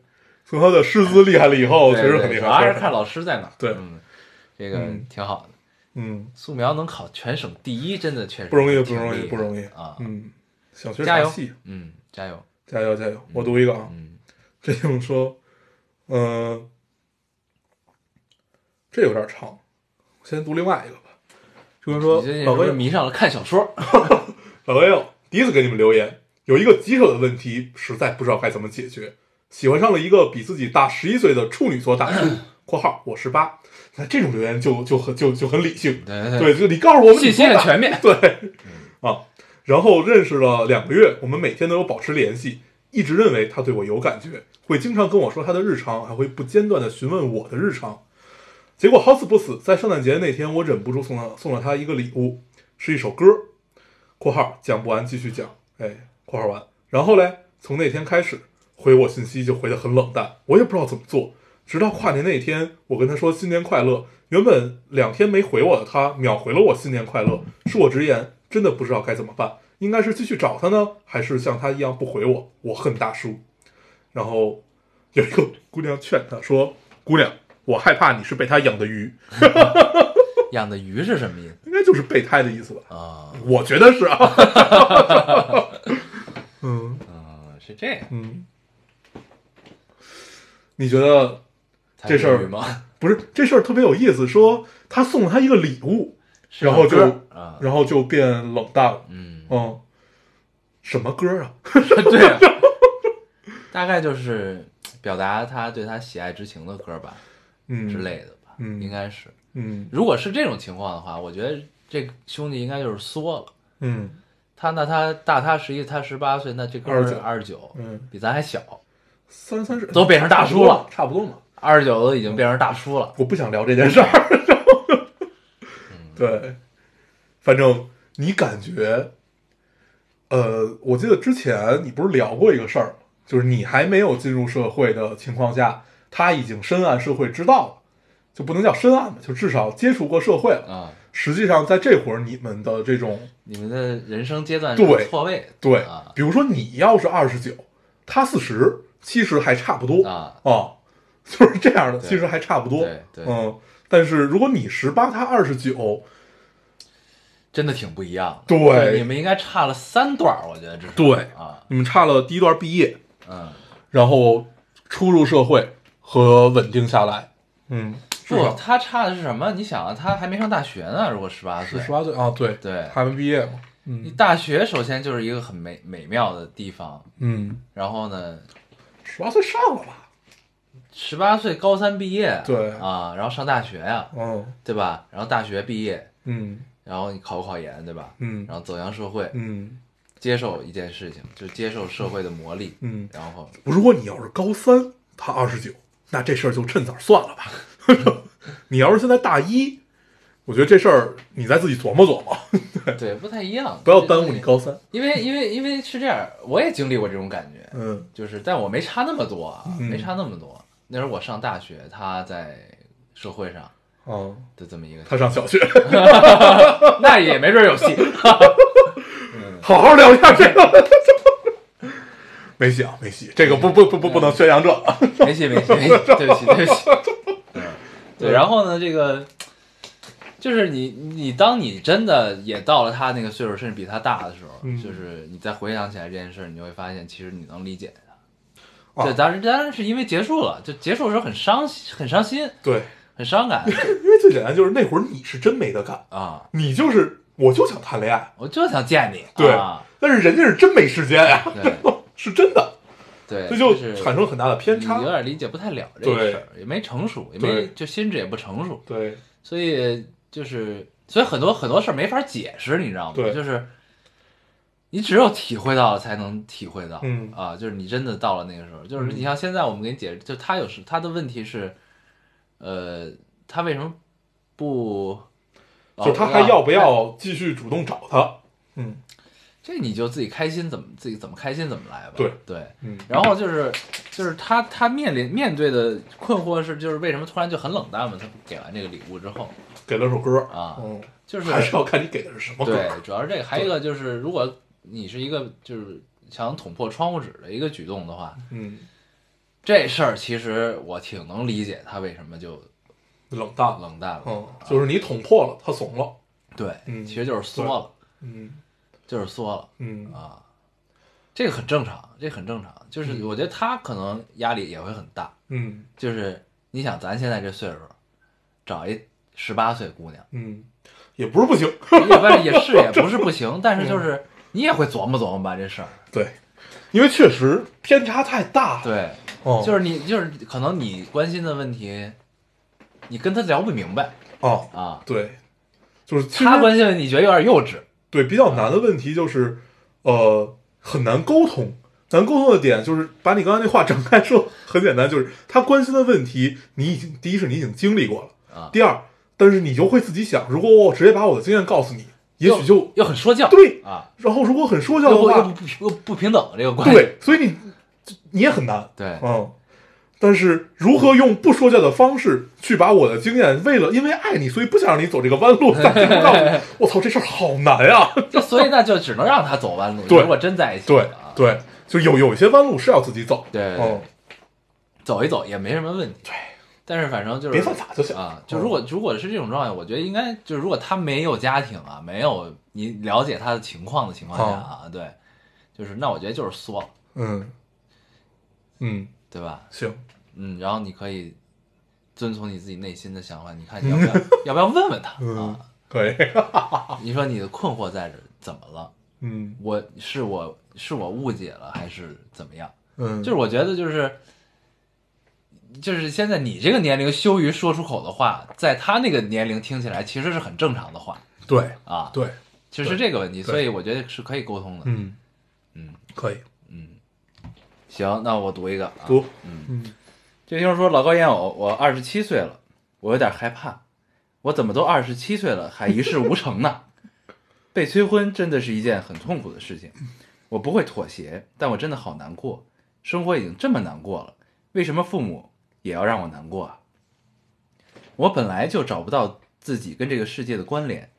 Speaker 3: 从他的师资厉害了以后，确
Speaker 1: 对
Speaker 3: 实
Speaker 1: 对
Speaker 3: 很厉
Speaker 1: 主要还是
Speaker 3: 害。
Speaker 1: 看老师在哪儿。
Speaker 3: 对
Speaker 1: 嗯，这个
Speaker 3: 嗯
Speaker 1: 挺好的。
Speaker 3: 嗯，
Speaker 1: 素描能考全省第一，真的确实
Speaker 3: 不容易，不
Speaker 1: 挺
Speaker 3: 容易，
Speaker 1: 厉
Speaker 3: 不
Speaker 1: 害
Speaker 3: 容易
Speaker 1: 啊！
Speaker 3: 嗯，想学
Speaker 1: 加
Speaker 3: 啥
Speaker 1: 油
Speaker 3: 戏？
Speaker 1: 嗯，加油，
Speaker 3: 加油，加油！我读一个啊，
Speaker 1: 嗯
Speaker 3: 这就是说，嗯，这有点长，我先读另外一个吧。这个说
Speaker 1: 你最近是
Speaker 3: 老
Speaker 1: 不是
Speaker 3: 魏
Speaker 1: 迷上了看小说？
Speaker 3: 老朋友，第一次给你们留言，有一个棘手的问题，实在不知道该怎么解决。喜欢上了一个比自己大十一岁的处女座大叔（括号我十八），那这种留言就就很就就很理性，
Speaker 1: 对对
Speaker 3: 对，就你告诉我们
Speaker 1: 信息
Speaker 3: 你
Speaker 1: 很
Speaker 3: 多大
Speaker 1: 全面。
Speaker 3: 对，啊，然后认识了两个月，我们每天都有保持联系，一直认为他对我有感觉，会经常跟我说他的日常，还会不间断的询问我的日常。结果好死不死，在圣诞节那天，我忍不住送了送了他一个礼物，是一首歌（括号讲不完继续讲），哎，括号完。然后嘞，从那天开始，回我信息就回得很冷淡，我也不知道怎么做。直到跨年那天，我跟他说新年快乐，原本两天没回我的他秒回了我新年快乐，恕我直言，真的不知道该怎么办，应该是继续找他呢，还是像他一样不回我？我恨大叔。然后有一个姑娘劝他说：“姑娘，我害怕你是被他养的鱼，
Speaker 1: 养的鱼是什么意思
Speaker 3: 应该就是备胎的意思吧？
Speaker 1: 啊？
Speaker 3: 我觉得是啊。 嗯
Speaker 1: 嗯，是这样。”
Speaker 3: 嗯，你觉得
Speaker 1: 它
Speaker 3: 这
Speaker 1: 是
Speaker 3: 事儿
Speaker 1: 鱼 吗？
Speaker 3: 不是这事儿特别有意思？说他送了他一个礼物，
Speaker 1: 是
Speaker 3: 然后
Speaker 1: 首
Speaker 3: 就
Speaker 1: 歌啊，
Speaker 3: 然后就变冷淡了。
Speaker 1: 嗯，
Speaker 3: 嗯，什么歌啊？
Speaker 1: 对啊，大概就是表达他对他喜爱之情的歌吧
Speaker 3: 嗯
Speaker 1: 之。类的吧，
Speaker 3: 嗯
Speaker 1: 应该是。
Speaker 3: 嗯
Speaker 1: 如果是这种情况的话，我觉得这个兄弟应该就是缩了。
Speaker 3: 嗯
Speaker 1: 他那他大他十一，他十八岁，那这哥们
Speaker 3: 29
Speaker 1: 儿二十九，
Speaker 3: 嗯，
Speaker 1: 比咱还小，
Speaker 3: 三三十
Speaker 1: 都变成大叔了，
Speaker 3: 差不多嘛。
Speaker 1: 二十九都已经变成大叔了。
Speaker 3: 我不想聊这件事儿。对，反正你感觉，呃，我记得之前你不是聊过一个事儿吗，就是你还没有进入社会的情况下，他已经深谙社会之道了，就不能叫深谙吧，就至少接触过社会了。
Speaker 1: 啊，
Speaker 3: 实际上，在这会儿，你们的这种
Speaker 1: 你们的人生阶段
Speaker 3: 对
Speaker 1: 是错位，
Speaker 3: 对
Speaker 1: 啊，
Speaker 3: 比如说你要是二十九，他四十，其实还差不多
Speaker 1: 啊
Speaker 3: 就是这样的，
Speaker 1: 对
Speaker 3: 其实还差不多。
Speaker 1: 对对
Speaker 3: 嗯，但是如果你十八，他二十九，
Speaker 1: 真的挺不一样的。
Speaker 3: 对
Speaker 1: 就你们应该差了三段儿，我觉得这是
Speaker 3: 对
Speaker 1: 啊，
Speaker 3: 你们差了第一段毕业，
Speaker 1: 嗯，
Speaker 3: 然后初入社会和稳定下来，嗯，是
Speaker 1: 不，
Speaker 3: 吧？
Speaker 1: 他差的是什么？你想啊，他还没上大学呢，如果十八岁
Speaker 3: 十，八岁啊，对
Speaker 1: 对
Speaker 3: 还没毕业嘛，
Speaker 1: 你
Speaker 3: 嗯
Speaker 1: 大学首先就是一个很美美妙的地方，
Speaker 3: 嗯，
Speaker 1: 然后呢，
Speaker 3: 十八岁上了吧？
Speaker 1: 十八岁高三毕业，
Speaker 3: 对
Speaker 1: 啊，然后上大学呀、
Speaker 3: 嗯
Speaker 1: 对吧？然后大学毕业，
Speaker 3: 嗯
Speaker 1: 然后你考不考研，对吧？
Speaker 3: 嗯
Speaker 1: 然后走向社会，
Speaker 3: 嗯
Speaker 1: 接受一件事情，就是接受社会的磨砺，
Speaker 3: 嗯，
Speaker 1: 然 后
Speaker 3: 如果你要是高三，他二十九，那这事儿就趁早算了吧。 你要是现在大一，我觉得这事儿你再自己琢磨琢磨，
Speaker 1: 对不太一样，
Speaker 3: 不要耽误你
Speaker 1: 这东西
Speaker 3: 高三。
Speaker 1: 因为因为因为是这样，我也经历过这种感觉，
Speaker 3: 嗯
Speaker 1: 就是但我没差那么多啊，
Speaker 3: 嗯
Speaker 1: 没差那么多。那时候我上大学，他在社会上
Speaker 3: 哦，
Speaker 1: 的这么一个，
Speaker 3: 他上小学，
Speaker 1: 那也没准有 戏。
Speaker 3: 好好聊一下这个。 没戏啊，没戏，这个不不不不不能宣扬这个。
Speaker 1: 没戏没戏没戏，对不起对不 起。嗯，对，然后呢，这个就是你你当你真的也到了他那个岁数，甚至比他大的时候，
Speaker 3: 嗯
Speaker 1: 就是你再回想起来这件事儿，你会发现其实你能理解他。
Speaker 3: 啊
Speaker 1: 对，当然当然是因为结束了，就结束的时候很伤心很伤心，
Speaker 3: 对，
Speaker 1: 很伤感
Speaker 3: 因为最简单就是那会儿你是真没得干，
Speaker 1: 啊！
Speaker 3: 你就是我就想谈恋爱，
Speaker 1: 我就想见你，
Speaker 3: 对
Speaker 1: 啊、
Speaker 3: 但是人家是真没时间呀、 哦
Speaker 1: 对
Speaker 3: 是真的，
Speaker 1: 对，
Speaker 3: 这哎就是产生了很大的偏
Speaker 1: 你
Speaker 3: 差
Speaker 1: 有。点理解不太了这个
Speaker 3: 对
Speaker 1: 事儿，也没成熟，也
Speaker 3: 对
Speaker 1: 没就心智也不成熟，
Speaker 3: 对，
Speaker 1: 所以就是，所以很多很多事儿没法解释，你知道吗？
Speaker 3: 对
Speaker 1: 就是你只有体会到了，才能体会到。
Speaker 3: 嗯
Speaker 1: 啊，就是你真的到了那个时候，就是你像现在我们给你解释，就他有时他的问题是，呃，他为什么不？
Speaker 3: 哦
Speaker 1: 哦
Speaker 3: 啊就是他还要不要继续主动找他？嗯，
Speaker 1: 这你就自己开心怎么自己怎么开心怎么来吧。
Speaker 3: 对
Speaker 1: 对，
Speaker 3: 嗯
Speaker 1: 然后就是就是他他面临面对的困惑是，就是为什么突然就很冷淡嘛？他给完这个礼物之后
Speaker 3: 给了首歌
Speaker 1: 啊
Speaker 3: 嗯，
Speaker 1: 就是
Speaker 3: 还是要看你给的是什么歌。
Speaker 1: 对，主要是这个，还有一个就是，如果你是一个就是想捅破窗户纸的一个举动的话，
Speaker 3: 嗯，
Speaker 1: 这事儿其实我挺能理解他为什么就
Speaker 3: 冷淡了，
Speaker 1: 冷淡了。
Speaker 3: 嗯，就是你捅破了，他怂了，
Speaker 1: 对，
Speaker 3: 嗯
Speaker 1: 其实就是缩了，
Speaker 3: 嗯
Speaker 1: 就是缩了
Speaker 3: 嗯
Speaker 1: 啊，这个很正常，这个很正常。就是我觉得他可能压力也会很大，
Speaker 3: 嗯
Speaker 1: 就是你想咱现在这岁数，找一十八岁姑娘，
Speaker 3: 嗯，也不是不 行，
Speaker 1: 也不是也是也不是不行，但
Speaker 3: 嗯
Speaker 1: 是就是你也会琢磨琢磨吧这事儿。
Speaker 3: 对，因为确实偏差太大了，
Speaker 1: 对，
Speaker 3: 哦，
Speaker 1: 就是你，就是可能你关心的问题，你跟他聊不明白
Speaker 3: 哦，
Speaker 1: 啊。
Speaker 3: 对，就是其实
Speaker 1: 他关心的你觉得有点幼稚，
Speaker 3: 对比较难的问题就是，呃，很难沟通。难沟通的点就是把你刚才那话展开说，很简单，就是他关心的问题，你已经第一是你已经经历过了，
Speaker 1: 啊
Speaker 3: 第二，但是你就会自己想，如果我直接把我的经验告诉你，也许就
Speaker 1: 又又很说教，
Speaker 3: 对
Speaker 1: 啊，
Speaker 3: 然后如果很说教
Speaker 1: 又
Speaker 3: 的
Speaker 1: 会又
Speaker 3: 话，
Speaker 1: 不又不平等这个关系，
Speaker 3: 对，所以你你也很难，
Speaker 1: 对
Speaker 3: 嗯。但是如何用不说教的方式去把我的经验，为了因为爱你，所以不想让你走这个弯路，但这个 道路，我操，这事儿好难呀、
Speaker 1: 就所以那就只能让他走弯路。
Speaker 3: 对
Speaker 1: 如果真在一起
Speaker 3: 对
Speaker 1: 了啊，
Speaker 3: 对，就有有一些弯路是要自己走，
Speaker 1: 对对对
Speaker 3: 嗯，
Speaker 1: 走一走也没什么问题。对，但是反正就是
Speaker 3: 别犯法就行
Speaker 1: 啊。就如果如果是这种状态，我觉得应该就是如果他没有家庭啊，没有你了解他的情况的情况下啊，对，就是那我觉得就是缩了，
Speaker 3: 嗯嗯，
Speaker 1: 对吧？
Speaker 3: 行，
Speaker 1: 嗯，然后你可以遵从你自己内心的想法，你看你要不要要不要问问他
Speaker 3: 嗯
Speaker 1: 啊？，
Speaker 3: 可以，
Speaker 1: 你说你的困惑在这儿，怎么了？
Speaker 3: 嗯
Speaker 1: 我是我是我误解了还是怎么样？
Speaker 3: 嗯，
Speaker 1: 就是我觉得就是就是现在你这个年龄羞于说出口的话，在他那个年龄听起来其实是很正常的话
Speaker 3: 对
Speaker 1: 啊。，
Speaker 3: 对，
Speaker 1: 其实是这个问题，
Speaker 3: 对
Speaker 1: 所以我觉得是可以沟通的。
Speaker 3: 嗯
Speaker 1: 啊嗯，
Speaker 3: 可以
Speaker 1: 行，那我读一个啊，
Speaker 3: 读，
Speaker 1: 嗯
Speaker 3: 嗯
Speaker 1: 这听说老高烟偶，我二十七岁了，我有点害怕，我怎么都二十七岁了，还一事无成呢？ 被催婚真的是一件很痛苦的事情，我不会妥协，但我真的好难过，生活已经这么难过了，为什么父母也要让我难过啊？我本来就找不到自己跟这个世界的关联，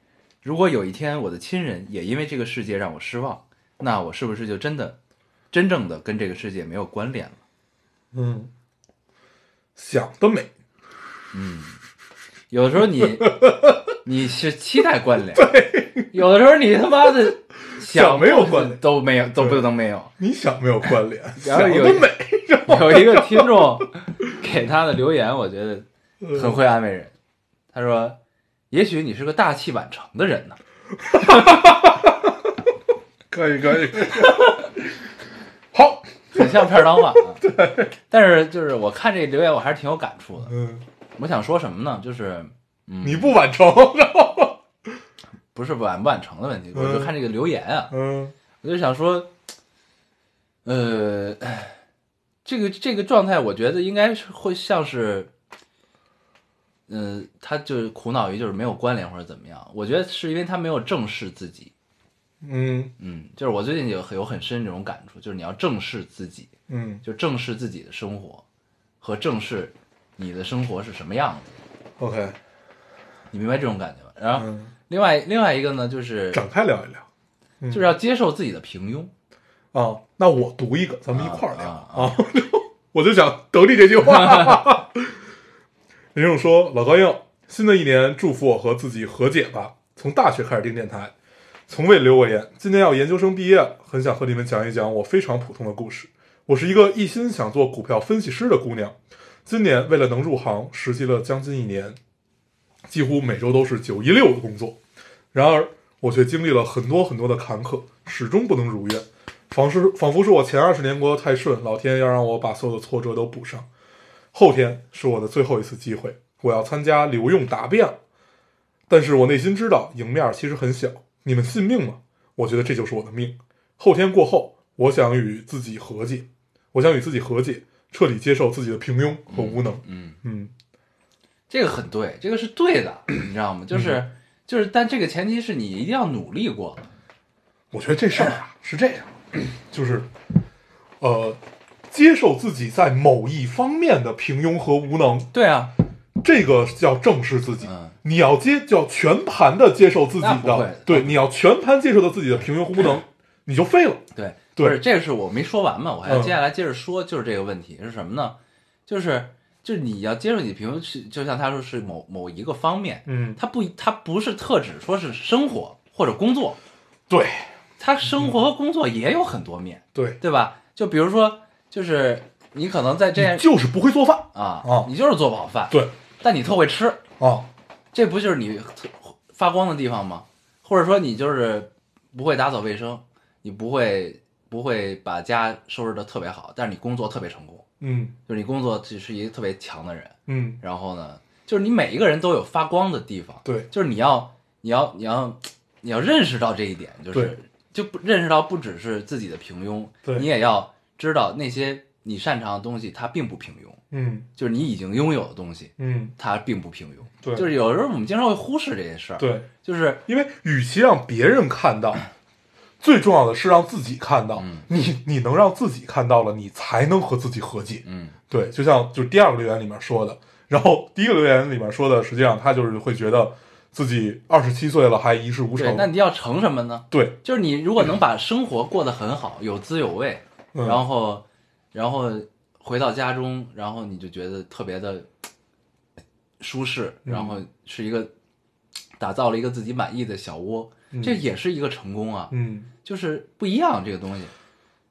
Speaker 1: 如果有一天我的亲人也因为这个世界让我失望，那我是不是就真的真正的跟这个世界没有关联了？
Speaker 3: 嗯，想得美，
Speaker 1: 有的时候 你你是期待关联，有的时候你他妈 的
Speaker 3: 想没有关联
Speaker 1: 都没有，都不能没有。
Speaker 3: 你想没有关联，
Speaker 1: 然
Speaker 3: 想
Speaker 1: 后
Speaker 3: 得
Speaker 1: 有
Speaker 3: 美，
Speaker 1: 有一个听众给他的留言，我觉得很会安慰人。他说：“也许你是个大器晚成的人呢。
Speaker 3: 可以 可以，好，”
Speaker 1: 很像片儿汤话 啊。但是就是我看这留言，我还是挺有感触的。
Speaker 3: 嗯，
Speaker 1: 我想说什么呢？就是嗯，
Speaker 3: 你不完成，
Speaker 1: 不是晚不晚成的问题，我就
Speaker 3: 嗯
Speaker 1: 看这个留言啊，
Speaker 3: 嗯
Speaker 1: 我就想说，呃，这个这个状态，我觉得应该是会像是，嗯、他就是苦恼于就是没有关联或者怎么样。我觉得是因为他没有正视自己，
Speaker 3: 嗯
Speaker 1: 嗯，就是我最近有有很深这种感触，就是你要正视自己，
Speaker 3: 嗯
Speaker 1: 就正视自己的生活和正视你的生活是什么样子，
Speaker 3: ，OK，
Speaker 1: 你明白这种感觉吗？然后
Speaker 3: 嗯，
Speaker 1: 另外另外一个呢，就是
Speaker 3: 展开聊一聊
Speaker 1: 就是要接受自己的平庸。
Speaker 3: 啊，那我读一个，咱们一块儿聊
Speaker 1: 啊
Speaker 3: 啊。 我就想得力这句话。 林正说：“老高应，新的一年祝福我和自己和解吧。从大学开始听电台，从未留过言。今年要研究生毕业了，很想和你们讲一讲我非常普通的故事。我是一个一心想做股票分析师的姑娘，今年为了能入行，实习了将近一年，几乎每周都是九一六的工作。然而，我却经历了很多很多的坎坷，始终不能如愿。仿是仿佛是我前二十年过得太顺，老天要让我把所有的挫折都补上。后天是我的最后一次机会，我要参加留用答辩了。但是我内心知道赢面其实很小，你们信命吗？我觉得这就是我的命。后天过后，我想与自己和解，我想与自己和解，彻底接受自己的平庸和无能。
Speaker 1: 嗯
Speaker 3: 嗯
Speaker 1: 这个很对，这个是
Speaker 3: 嗯
Speaker 1: 对的，你知道吗？就是就是，但这个前提是你一定要努力过了，
Speaker 3: 我觉得这事儿啊是这样，就是，呃，接受自己在某一方面的平庸和无能，
Speaker 1: 对啊，
Speaker 3: 这个叫正视自己。
Speaker 1: 嗯
Speaker 3: 你要接，就要全盘的接受自己
Speaker 1: 那不会
Speaker 3: 的，对，你要全盘接受到自己的平庸和 无能，你就废了。
Speaker 1: 对，
Speaker 3: 对
Speaker 1: 不是这个是我没说完嘛，我还
Speaker 3: 嗯
Speaker 1: 接下来接着说，就是这个问题是什么呢？就是就是你要接受你平时就像他说是某某一个方面，
Speaker 3: 嗯，
Speaker 1: 它不它不是特指说是生活或者工作，
Speaker 3: 对
Speaker 1: 它生活和工作也有很多面，
Speaker 3: 对，
Speaker 1: 对吧？就比如说，就是你可能在这样
Speaker 3: 你就是不会做饭。
Speaker 1: 啊
Speaker 3: 啊
Speaker 1: 你就是做不好饭，
Speaker 3: 对
Speaker 1: 但你特会吃，
Speaker 3: 啊，
Speaker 1: 这不就是你特发光的地方吗？或者说你就是不会打扫卫生，你不会不会把家收拾的特别好，但是你工作特别成功，
Speaker 3: 嗯
Speaker 1: 就是你工作只是一个特别强的人。
Speaker 3: 嗯，
Speaker 1: 然后呢，就是你每一个人都有发光的地方，
Speaker 3: 对
Speaker 1: 就是你要你要你要你要认识到这一点，就是
Speaker 3: 对
Speaker 1: 就不认识到不只是自己的平庸，
Speaker 3: 对
Speaker 1: 你也要知道那些你擅长的东西它并不平庸，
Speaker 3: 嗯
Speaker 1: 就是你已经拥有的东西
Speaker 3: 嗯，
Speaker 1: 它并不平庸。
Speaker 3: 对
Speaker 1: 就是有时候我们经常会忽视这些事儿，，
Speaker 3: 对，
Speaker 1: 就是
Speaker 3: 因为与其让别人看到，最重要的是让自己看到
Speaker 1: 嗯。
Speaker 3: 你你能让自己看到了，你才能和自己和解。
Speaker 1: 嗯
Speaker 3: 对，就像就是第二个留言里面说的，然后第一个留言里面说的，实际上他就是会觉得自己二十七岁了还一事无
Speaker 1: 对，
Speaker 3: 成。
Speaker 1: 那你要成什么呢？
Speaker 3: 对，
Speaker 1: 就是你如果能把生活过得很好，有滋有味，
Speaker 3: 嗯
Speaker 1: 然后然后回到家中，然后你就觉得特别的舒适，
Speaker 3: 嗯
Speaker 1: 然后是一个打造了一个自己满意的小窝，这也是一个成功啊，
Speaker 3: 嗯，
Speaker 1: 就是不一样这个东西，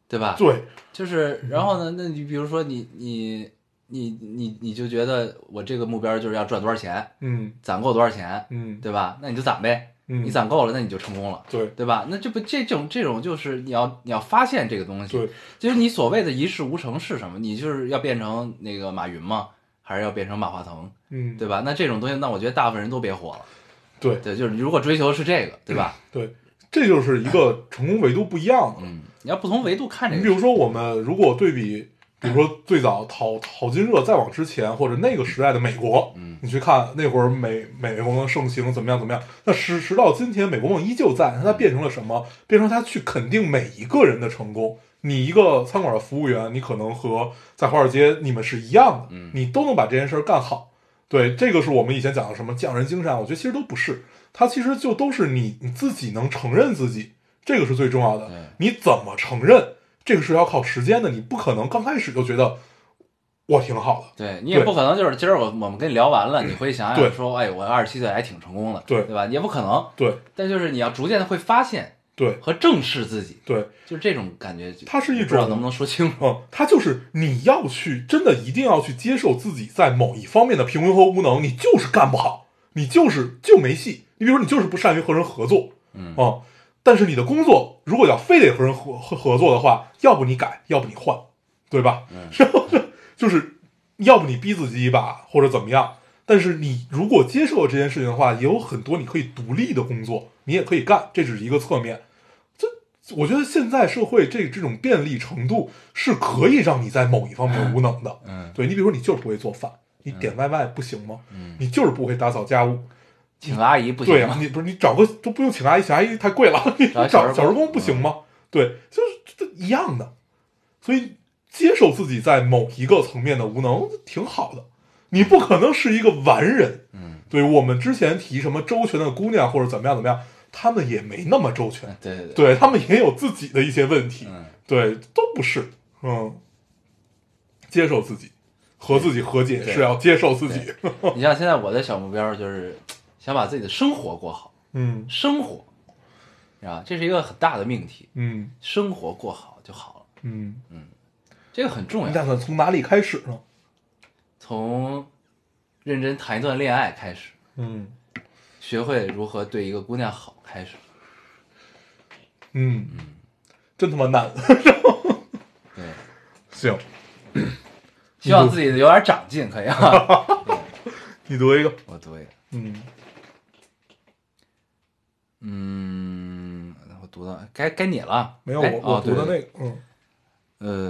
Speaker 1: 对吧？
Speaker 3: 对，
Speaker 1: 就是
Speaker 3: 嗯
Speaker 1: 然后呢，那你比如说你你你你你就觉得我这个目标就是要赚多少钱，
Speaker 3: 嗯
Speaker 1: 攒够多少钱，
Speaker 3: 嗯，
Speaker 1: 对吧？那你就攒呗，
Speaker 3: 嗯
Speaker 1: 你攒够了，那你就成功了。
Speaker 3: 对
Speaker 1: 对吧？那这不这种这种就是你要你要发现这个东西，
Speaker 3: 对，
Speaker 1: 就是你所谓的一事无成是什么？你就是要变成那个马云吗？还是要变成马化腾，
Speaker 3: 嗯
Speaker 1: 对吧？那这种东西，那我觉得大部分人都别火了。
Speaker 3: 对
Speaker 1: 对，就是你如果追求的是这个，对吧？
Speaker 3: 对，这就是一个成功维度不一样的。
Speaker 1: 嗯，你要不同维度看这
Speaker 3: 你
Speaker 1: 个事，
Speaker 3: 比如说，我们如果对比，比如说最早淘淘金热再往之前，或者那个时代的美国，
Speaker 1: 嗯
Speaker 3: 你去看那会儿美美国梦盛行怎么样怎么样，那时时到今天，美国梦依旧在，那它变成了什么？变成它去肯定每一个人的成功。你一个餐馆的服务员，你可能和在华尔街你们是一样的，
Speaker 1: 嗯
Speaker 3: 你都能把这件事儿干好。对，这个是我们以前讲的什么匠人精神啊，我觉得其实都不是，它其实就都是你你自己能承认自己，这个是最重要的
Speaker 1: 对。
Speaker 3: 你怎么承认，这个是要靠时间的，你不可能刚开始就觉得我挺好的。
Speaker 1: 对你也不可能就是今儿我我们跟你聊完了，你回想想
Speaker 3: 对
Speaker 1: 说，哎，我二十七岁还挺成功的，
Speaker 3: 对
Speaker 1: 对吧？也不可能，
Speaker 3: 对
Speaker 1: 但就是你要逐渐的会发现
Speaker 3: 对
Speaker 1: 和正视自己，
Speaker 3: 对，
Speaker 1: 就是这种感觉就。
Speaker 3: 它是一
Speaker 1: 不知道
Speaker 3: 种
Speaker 1: 能不能说清楚。
Speaker 3: 嗯，它就是你要去真的一定要去接受自己在某一方面的平庸和无能，你就是干不好，你就是就没戏。你比如说你就是不善于和人合作，
Speaker 1: 嗯
Speaker 3: 啊、但是你的工作如果要非得和人合合合作的话，要不你改，要不你换，对吧？
Speaker 1: 嗯
Speaker 3: 然后呢 就是要不你逼自己一把或者怎么样。但是你如果接受了这件事情的话，也有很多你可以独立的工作，你也可以干，这只是一个侧面。我觉得现在社会这这种便利程度是可以让你在某一方面无能的。
Speaker 1: 嗯
Speaker 3: 对你，比如说你就是不会做饭，你点外卖不行吗？
Speaker 1: 嗯，
Speaker 3: 你就是不会打扫家务，
Speaker 1: 请阿姨不行
Speaker 3: 对呀、
Speaker 1: 吗？
Speaker 3: 你不是你找个都不用请阿姨，请阿姨太贵了，你
Speaker 1: 找
Speaker 3: 找
Speaker 1: 小时工嗯
Speaker 3: 小时工不行吗？对，就是这一样的，所以接受自己在某一个层面的无能挺好的。你不可能是一个完人，
Speaker 1: 嗯，
Speaker 3: 对我们之前提什么周全的姑娘或者怎么样怎么样，他们也没那么周全，
Speaker 1: 嗯对对对，
Speaker 3: 对他们也有自己的一些问题，
Speaker 1: 嗯，
Speaker 3: 对，都不是，嗯，接受自己，和自己和解
Speaker 1: 对
Speaker 3: 是要接受自己，
Speaker 1: 你像现在我的小目标就是想把自己的生活过好，
Speaker 3: 嗯
Speaker 1: 生活，啊，这是一个很大的命题，
Speaker 3: 嗯
Speaker 1: 生活过好就好了，
Speaker 3: 嗯，
Speaker 1: 这个很重
Speaker 3: 你
Speaker 1: 要。
Speaker 3: 打算从哪里开始呢？
Speaker 1: 从认真谈一段恋爱开始，
Speaker 3: 嗯
Speaker 1: 学会如何对一个姑娘好开始，
Speaker 3: 嗯，真他妈难，
Speaker 1: 对，
Speaker 3: 行，
Speaker 1: 希望自己有点长进，可以啊。
Speaker 3: 你读一个，
Speaker 1: 我读一个，
Speaker 3: 嗯
Speaker 1: 嗯，我读到该该你了，
Speaker 3: 没有
Speaker 1: 哎
Speaker 3: 我
Speaker 1: 哦
Speaker 3: 我读的
Speaker 1: 对
Speaker 3: 那个，嗯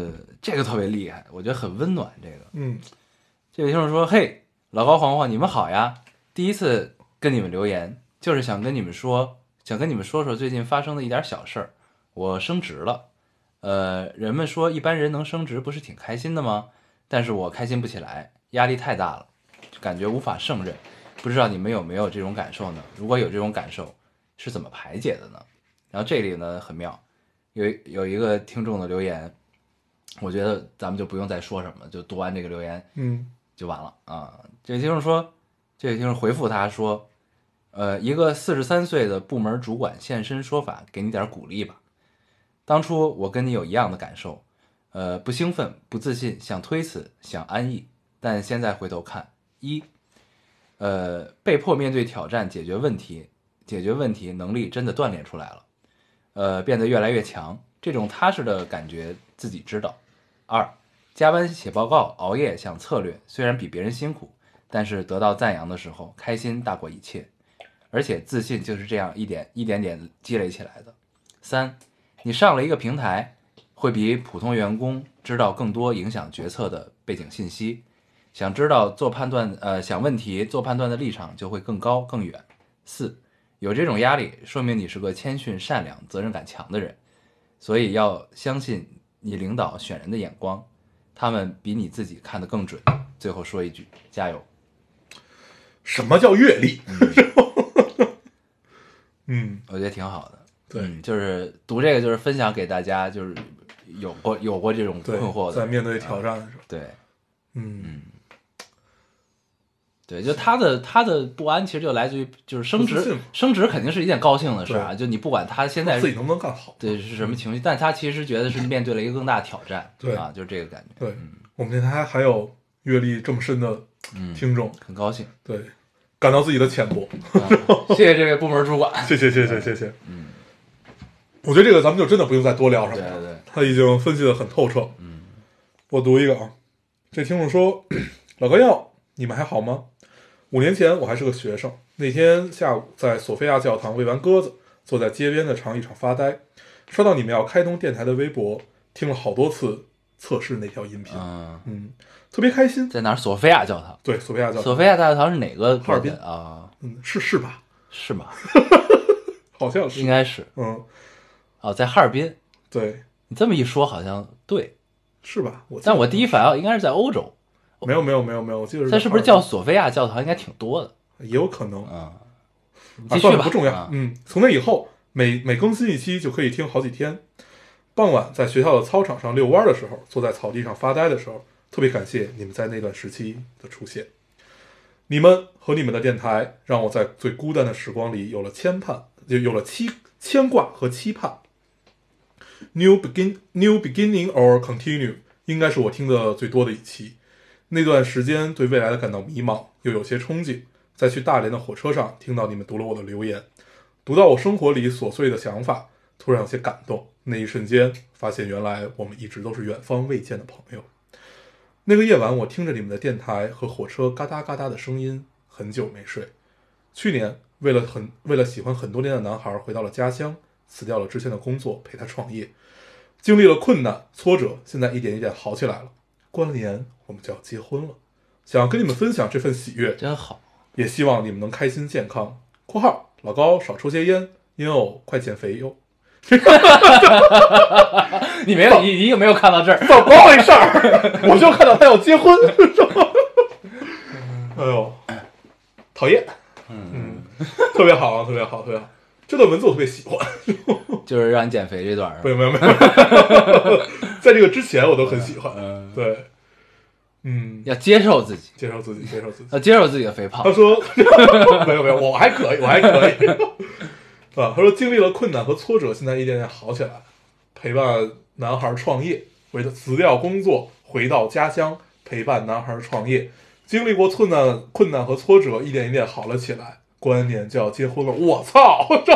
Speaker 1: 呃，这个特别厉害，我觉得很温暖。这个
Speaker 3: 嗯
Speaker 1: 这位听众说：“嘿，老高、黄黄，你们好呀！第一次跟你们留言，就是想跟你们说，想跟你们说说最近发生的一点小事儿。我升职了。呃，人们说一般人能升职不是挺开心的吗？但是我开心不起来，压力太大了，就感觉无法胜任。不知道你们有没有这种感受呢？如果有这种感受，是怎么排解的呢？然后这里呢很妙，有有一个听众的留言，我觉得咱们就不用再说什么了，就读完这个留言
Speaker 3: 嗯
Speaker 1: 就完了啊。这位听众说，这位听众回复他说，呃，一个四十三岁的部门主管现身说法，给你点鼓励吧。当初我跟你有一样的感受，呃，不兴奋，不自信，想推辞，想安逸，但现在回头看，一，呃，被迫面对挑战，解决问题，解决问题能力真的锻炼出来了，呃，变得越来越强，这种踏实的感觉自己知道。二，加班写报告，熬夜想策略，虽然比别人辛苦，但是得到赞扬的时候，开心大过一切，而且自信就是这样一点一点点积累起来的。三，你上了一个平台，会比普通员工知道更多影响决策的背景信息，想知道做判断，呃，想问题做判断的立场就会更高更远。四，有这种压力，说明你是个谦逊、善良、责任感强的人，所以要相信你领导选人的眼光，他们比你自己看得更准。最后说一句，加 油！
Speaker 3: 什么叫阅历？嗯，
Speaker 1: 我觉得挺好的。
Speaker 3: 对
Speaker 1: 嗯就是读这个，就是分享给大家，就是有过有过这种
Speaker 3: 对
Speaker 1: 困惑，的，
Speaker 3: 在面对挑战的时候，
Speaker 1: 对。
Speaker 3: 嗯，
Speaker 1: 对，就他的他的不安其实就来自于就是升
Speaker 3: 不自信
Speaker 1: 职
Speaker 3: 嘛，
Speaker 1: 升职肯定是一件高兴的事啊。就你不管他现在
Speaker 3: 自己能不能干好？
Speaker 1: 对是什么情绪，但他其实觉得是面对了一个更大的挑战，
Speaker 3: 对
Speaker 1: 啊，就是这个感觉，
Speaker 3: 对，我们电台还有阅历这么深的
Speaker 1: 嗯，
Speaker 3: 听众，
Speaker 1: 很高 兴。
Speaker 3: 对，感到自己的浅薄。
Speaker 1: 啊谢谢这位部门主管，
Speaker 3: 谢谢谢谢谢谢。嗯，我觉得这个咱们就真的不用再多聊什
Speaker 1: 对
Speaker 3: 么
Speaker 1: 对
Speaker 3: 了，
Speaker 1: 对，
Speaker 3: 他已经分析的很透彻。嗯，我读一个啊，这听众说：“老高要，你们还好吗？五年前我还是个学生，那天下午在索菲亚教堂喂完鸽子，坐在街边的长椅上发呆，刷到你们要开通电台的微博，听了好多次测试那条音频，
Speaker 1: 嗯，
Speaker 3: 嗯，特别开心。
Speaker 1: 在哪儿？索菲亚教堂，
Speaker 3: 对，索菲亚教
Speaker 1: 索
Speaker 3: 堂，
Speaker 1: 菲亚大教堂是哪个？
Speaker 3: 哈尔滨
Speaker 1: 啊，
Speaker 3: 嗯，是是吧？
Speaker 1: 是吗？
Speaker 3: 好 像
Speaker 1: 应
Speaker 3: 是，
Speaker 1: 该是
Speaker 3: 嗯，
Speaker 1: 哦，在哈尔滨。
Speaker 3: 对，
Speaker 1: 你这么一说，好像对，
Speaker 3: 是吧？我记得
Speaker 1: 但我第一反应应该是在欧洲，
Speaker 3: 没有没有没有没有，我记得
Speaker 1: 但
Speaker 3: 在
Speaker 1: 是不是
Speaker 3: 哈
Speaker 1: 叫
Speaker 3: 尔
Speaker 1: 索菲亚教堂应该挺多的，
Speaker 3: 滨也有可能？
Speaker 1: 嗯，你
Speaker 3: 啊，
Speaker 1: 继
Speaker 3: 算
Speaker 1: 续
Speaker 3: 了，
Speaker 1: 吧，
Speaker 3: 不重要。
Speaker 1: 啊
Speaker 3: 嗯，从那以后，每每更新一期就可以听好几天。傍晚在学校的操场上遛弯的时候，坐在草地上发呆的时候，特别感谢你们在那段时期的出现。你们和你们的电台，让我在最孤单的时光里有了牵盼，有有了期牵挂和期盼。New begin, new beginning or continue，应该是我听的最多的一期。那段时间对未来的感到迷茫，又有些憧憬。在去大连的火车上，听到你们读了我的留言，读到我生活里琐碎的想法，突然有些感动。那一瞬间，发现原来我们一直都是远方未见的朋友。那个夜晚，我听着你们的电台和火车嘎哒嘎哒的声音，很久没睡。去年，为了很为了喜欢很多年的男孩，回到了家乡，辞掉了之前的工作，陪他创业，经历了困难挫折，现在一点一点好起来了。过了年，我们就要结婚了，想要跟你们分享这份喜悦，
Speaker 1: 真好，
Speaker 3: 也希望你们能开心健康。（括号老高少抽些烟，因我快减肥哟。
Speaker 1: 你没有，你你有没有看到这儿？
Speaker 3: 怎么回事儿？ 我就看到他要结婚，是吧？ 哎呦，讨厌。嗯，特别好啊，特别好，特别好。这段文字我特别喜欢。
Speaker 1: 就是让你减肥这段儿
Speaker 3: 没有没有没有， 在这个之前我都很喜欢。
Speaker 1: 嗯，
Speaker 3: 对，嗯，
Speaker 1: 要接受自己，
Speaker 3: 接受自己，接受自己。
Speaker 1: 要接受自己的肥胖
Speaker 3: 他。说没有没有，我还可以，我还可以。啊，他说经历了困难和挫折，现在一点点好起来，陪伴男孩创业，回到辞掉工作，回到家乡陪伴男孩创业，经历过困难困难和挫折，一点一点好了起来。过完年就要结婚了，我操，这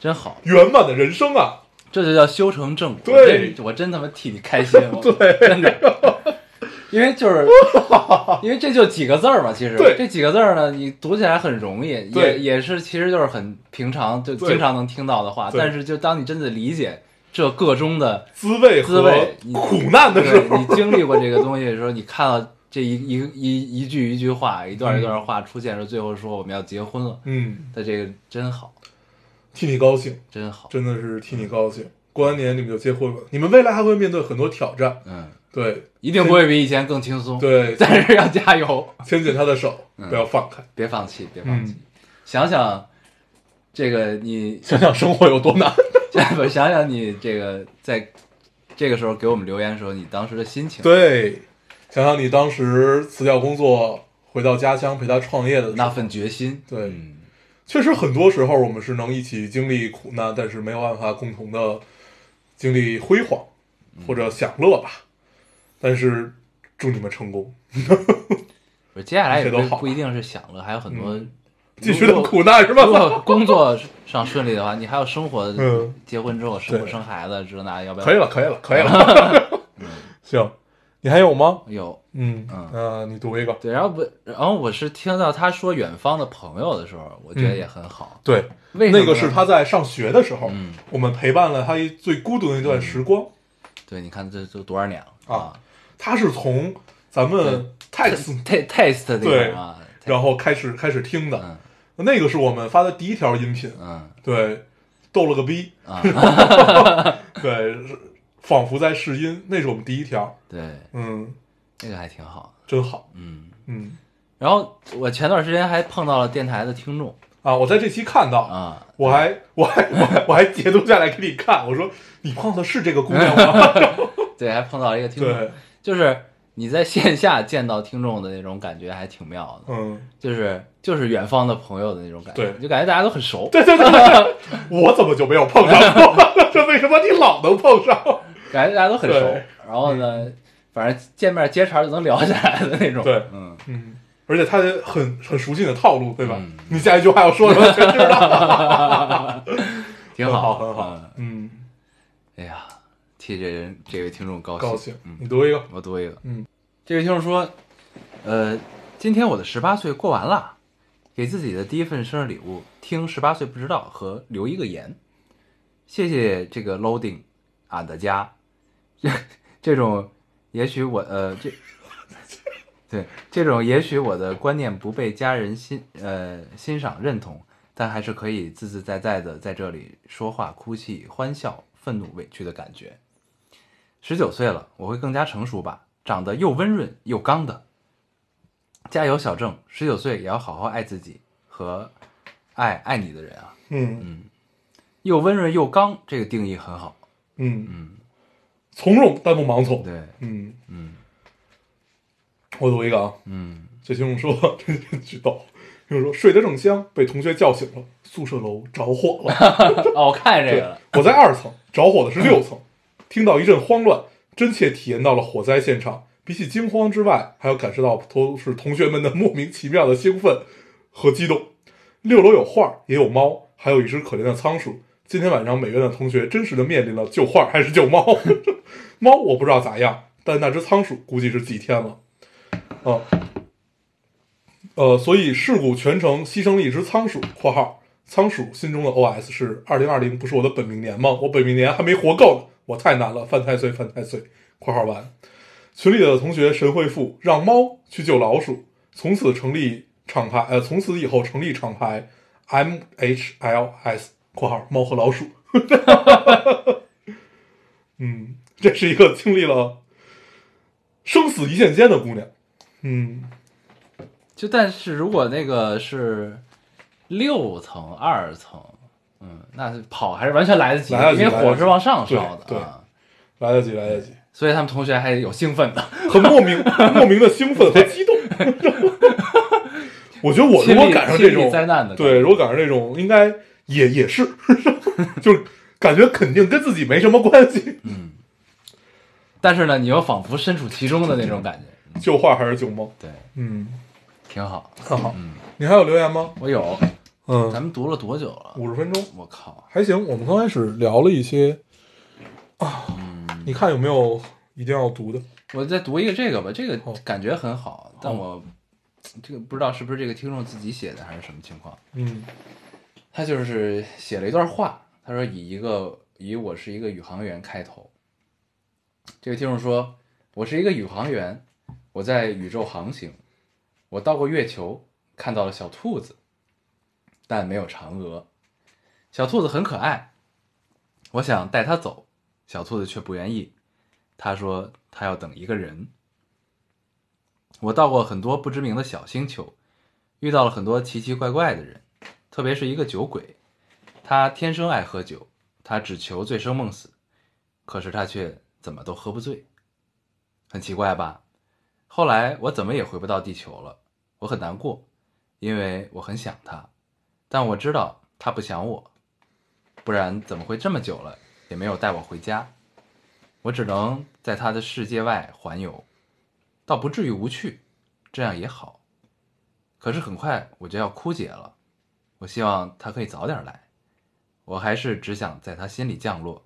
Speaker 1: 真好，
Speaker 3: 圆满的人生啊！
Speaker 1: 这就叫修成正果。
Speaker 3: 对
Speaker 1: 我真我真他妈替你开心， 我真的。因为就是，因为这就几个字儿嘛，其实
Speaker 3: 对
Speaker 1: 这几个字儿呢，你读起来很容易，也
Speaker 3: 对
Speaker 1: 也是其实就是很平常，就
Speaker 3: 对
Speaker 1: 经常能听到的话。
Speaker 3: 对
Speaker 1: 但是就当你真的理解这个中的，
Speaker 3: 滋味
Speaker 1: 滋
Speaker 3: 和
Speaker 1: 味你
Speaker 3: 苦难的时
Speaker 1: 对
Speaker 3: 候
Speaker 1: 你，经历过这个东西的时候，你看到这一一一一句一句话，一段一段话出现的时候，最后说我们要结婚了，
Speaker 3: 嗯，
Speaker 1: 的这个真好，
Speaker 3: 替你高兴，
Speaker 1: 真好，
Speaker 3: 真的是替你高兴。过完年你们就结婚了，你们未来还会面对很多挑战，
Speaker 1: 嗯，
Speaker 3: 对
Speaker 1: 一定不会比以前更轻松，，
Speaker 3: 对，
Speaker 1: 但是要加油，
Speaker 3: 牵紧他的手，不要放开。
Speaker 1: 别放弃，别放弃，
Speaker 3: 嗯，
Speaker 1: 想想这个你，
Speaker 3: 想想生活有多难。
Speaker 1: 我想想你这个在这个时候给我们留言的时候，你当时的心情，，
Speaker 3: 对，想想你当时辞掉工作，回到家乡陪他创业的时
Speaker 1: 那
Speaker 3: 候，
Speaker 1: 份决心，
Speaker 3: 对
Speaker 1: 嗯
Speaker 3: 确实很多时候我们是能一起经历苦难，但是没有办法共同的经历辉煌或者享乐吧。但是祝你们成功，
Speaker 1: 不是接下来也
Speaker 3: 这都好
Speaker 1: 不不一定是享乐，还有很多
Speaker 3: 嗯继续的苦难是
Speaker 1: 如
Speaker 3: 吧？
Speaker 1: 果工作上顺利的话，你还有生活，
Speaker 3: 嗯
Speaker 1: 结婚之后生活
Speaker 3: 对
Speaker 1: 生孩子，这那要不要？
Speaker 3: 可以了，可以了，可以了。 行，你还有吗？
Speaker 1: 有
Speaker 3: 嗯
Speaker 1: 嗯
Speaker 3: 那你读一个。
Speaker 1: 对，然后不，然后我是听到他说远方的朋友的时候，我觉得也很好。
Speaker 3: 对，
Speaker 1: 为什么
Speaker 3: 那个
Speaker 1: 呢
Speaker 3: 是他在上学的时候，
Speaker 1: 嗯
Speaker 3: 我们陪伴了他一最孤独的一段时光。
Speaker 1: 对，你看这都多少年了
Speaker 3: 啊？他是从咱们 text，
Speaker 1: t taste 那种啊，
Speaker 3: 然后开始开始听的，
Speaker 1: 嗯
Speaker 3: 那个是我们发的第一条音频，
Speaker 1: 嗯
Speaker 3: 对，逗了个逼，
Speaker 1: 啊，
Speaker 3: 对，是仿佛在试音，那是我们第一条，
Speaker 1: 对，
Speaker 3: 嗯，
Speaker 1: 那个还挺好的。
Speaker 3: 真好，
Speaker 1: 嗯，
Speaker 3: 嗯，
Speaker 1: 然后我前段时间还碰到了电台的听众
Speaker 3: 啊，我在这期看到，
Speaker 1: 啊，
Speaker 3: 我还我还我还我还截图下来给你看，我说你碰的是这个姑 娘吗？
Speaker 1: 对，还碰到了一个听众，
Speaker 3: 对，
Speaker 1: 就是你在线下见到听众的那种感觉还挺妙的。
Speaker 3: 嗯，
Speaker 1: 就是就是远方的朋友的那种感觉，
Speaker 3: 对
Speaker 1: 就感觉大家都很熟。
Speaker 3: 对对对对， 我怎么就没有碰上过？ 这为什么你老能碰上？
Speaker 1: 感觉大家都很熟
Speaker 3: 对。嗯
Speaker 1: 然后呢，反正见面接茬儿就能聊起来的那种。
Speaker 3: 对
Speaker 1: 嗯，
Speaker 3: 嗯，而且他很很熟悉你的套路，对吧？
Speaker 1: 嗯
Speaker 3: 你下一句话要说什么，全知 道。
Speaker 1: 挺
Speaker 3: 好，
Speaker 1: 很
Speaker 3: 很好。嗯，
Speaker 1: 哎呀，替这人这位听众高
Speaker 3: 高兴。
Speaker 1: 嗯，
Speaker 3: 你读一个，
Speaker 1: 我读一个。
Speaker 3: 嗯，
Speaker 1: 这位听众说，呃，今天我的十八岁过完了，给自己的第一份生日礼物，听十八岁不知道和留一个言，谢谢这个 loading 俺的家， 这呃这种也许我呃这。对，这种也许我的观念不被家人欣呃欣赏认同，但还是可以自自在在的在这里说话、哭泣、欢笑、愤怒、委屈的感觉。十九岁了，我会更加成熟吧，长得又温润又刚的。加油，小郑！十九岁也要好好爱自己和爱爱你的人啊。
Speaker 3: 嗯
Speaker 1: 又温润又刚，这个定义很好。
Speaker 3: 嗯嗯，从容但不盲从。
Speaker 1: 对，
Speaker 3: 嗯，
Speaker 1: 嗯
Speaker 3: 我读一个啊，
Speaker 1: 嗯，
Speaker 3: 这听众说， 这举报。听众说睡得正香，被同学叫醒了，宿舍楼着火了。
Speaker 1: 哦，我看见这个了，
Speaker 3: 我在二层，着火的是六层，听到一阵慌乱，真切体验到了火灾现场。比起惊慌之外，还有感受到都是同学们的莫名其妙的兴奋和激动。六楼有画，也有猫，还有一只可怜的仓鼠。今天晚上，美院的同学真实的面临了救画还是救猫。 猫我不知道咋样，但那只仓鼠估计是几天了。啊，呃，所以事故全程牺牲了一只仓鼠（括号仓鼠心中的 OS 是二零二零不是我的本命年吗？我本命年还没活够呢，我太难了，犯太岁，犯太岁。）（括号完）群里的同学神回复让猫去救老鼠，从此成立厂牌，呃，从此以后成立厂牌 MHLS（ 括号猫和老鼠）。嗯，这是一个经历了生死一线间的姑娘。嗯，
Speaker 1: 就但是如果那个是六层、二层，嗯，那跑还是完全来得及
Speaker 3: 来
Speaker 1: 的，
Speaker 3: 得
Speaker 1: 因
Speaker 3: 及
Speaker 1: 为火是往上
Speaker 3: 对
Speaker 1: 烧的
Speaker 3: 对
Speaker 1: 啊。
Speaker 3: 来得及，来得及，
Speaker 1: 所以他们同学还有兴奋的，
Speaker 3: 很莫名莫名的兴奋和激动。 我觉得我如
Speaker 1: 心
Speaker 3: 果
Speaker 1: 理
Speaker 3: 赶上这
Speaker 1: 心
Speaker 3: 种
Speaker 1: 理灾难的
Speaker 3: 对，如果赶上这种，应该也也是， 就是感觉肯定跟自己没什么关系。
Speaker 1: 但是呢，你又仿佛身处其中的那种感觉，
Speaker 3: 救画还是救猫？
Speaker 1: 对，
Speaker 3: 嗯，
Speaker 1: 挺好。
Speaker 3: 很好。你还有留言吗？
Speaker 1: 我有，咱
Speaker 3: 嗯，
Speaker 1: 们读了多久了？
Speaker 3: 五十分钟
Speaker 1: 我靠，
Speaker 3: 还行。我们刚开始聊了一些啊，你看有没有一定要读的？
Speaker 1: 我再读一个这个吧，这个
Speaker 3: 好
Speaker 1: 感觉很好，但我这个不知道是不是这个听众自己写的还是什么情况。
Speaker 3: 嗯
Speaker 1: 他就是写了一段话，他说以一个以我是一个宇航员开头。这个听众说，我是一个宇航员，我在宇宙航行，我到过月球，看到了小兔子，但没有嫦娥。小兔子很可爱，我想带它走，小兔子却不愿意。他说他要等一个人。我到过很多不知名的小星球，遇到了很多奇奇怪怪的人，特别是一个酒鬼，他天生爱喝酒，他只求醉生梦死，可是他却怎么都喝不醉，很奇怪吧？后来我怎么也回不到地球了，我很难过，因为我很想他，但我知道他不想我，不然怎么会这么久了也没有带我回家？我只能在他的世界外环游，倒不至于无趣，这样也好。可是很快我就要枯竭了，我希望他可以早点来。我还是只想在他心里降落，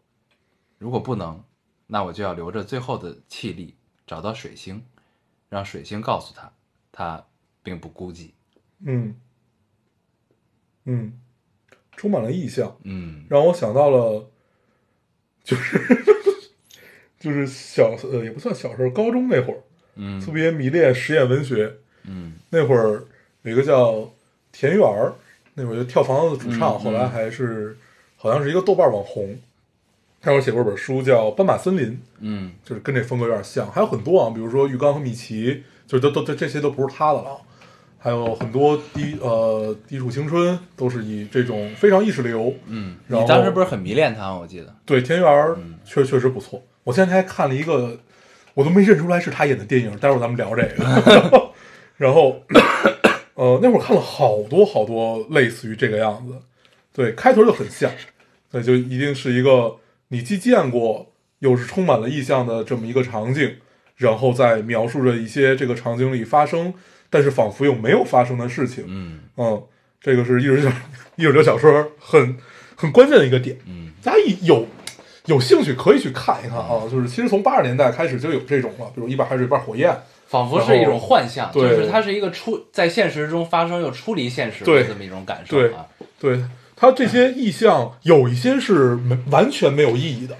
Speaker 1: 如果不能，那我就要留着最后的气力找到水星，让水星告诉他，他并不孤寂。
Speaker 3: 嗯，嗯，充满了意象，
Speaker 1: 嗯
Speaker 3: 让我想到了，就是就是小呃也不算小时候，高中那会儿特
Speaker 1: 嗯
Speaker 3: 别迷恋实验文学，
Speaker 1: 嗯
Speaker 3: 那会儿有一个叫田园儿，那会儿就跳房子的主唱，
Speaker 1: 嗯嗯
Speaker 3: 后来还是好像是一个豆瓣网红，他有写过一本书叫《斑马森林》，
Speaker 1: 嗯
Speaker 3: 就是跟这风格有点像，还有很多啊，比如说浴缸和米奇，就是都都这这些都不是他的了啊，还有很多低呃低处青春都是以这种非常意识流，
Speaker 1: 嗯，
Speaker 3: 然后
Speaker 1: 你当时不是很迷恋他吗？我记得。
Speaker 3: 对田园儿确确实不错。我现在还看了一个，我都没认出来是他演的电影，待会儿咱们聊这个。然后，呃，那会儿看了好多好多类似于这个样子，对，开头就很像，对，就一定是一个你既见过又是充满了意象的这么一个场景，然后再描述着一些这个场景里发生，但是仿佛又没有发生的事情。
Speaker 1: 嗯
Speaker 3: 嗯，这个是艺术 小艺术流小说很很关键的一个点。
Speaker 1: 嗯
Speaker 3: 大家有有兴趣可以去看一看啊，就是其实从八十年代开始就有这种了，比如一半海水一半火焰，
Speaker 1: 仿佛是一种幻象，
Speaker 3: 对
Speaker 1: 就是它是一个出在现实中发生又出离现实
Speaker 3: 对
Speaker 1: 的这么一种感受
Speaker 3: 对
Speaker 1: 啊。
Speaker 3: 对它这些意象有一些是没完全没有意义的，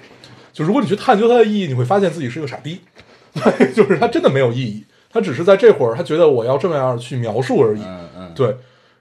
Speaker 3: 就如果你去探究它的意义，你会发现自己是一个傻逼， 对，就是它真的没有意义，它只是在这会儿他觉得我要这么样去描述而已，
Speaker 1: 嗯嗯，
Speaker 3: 对。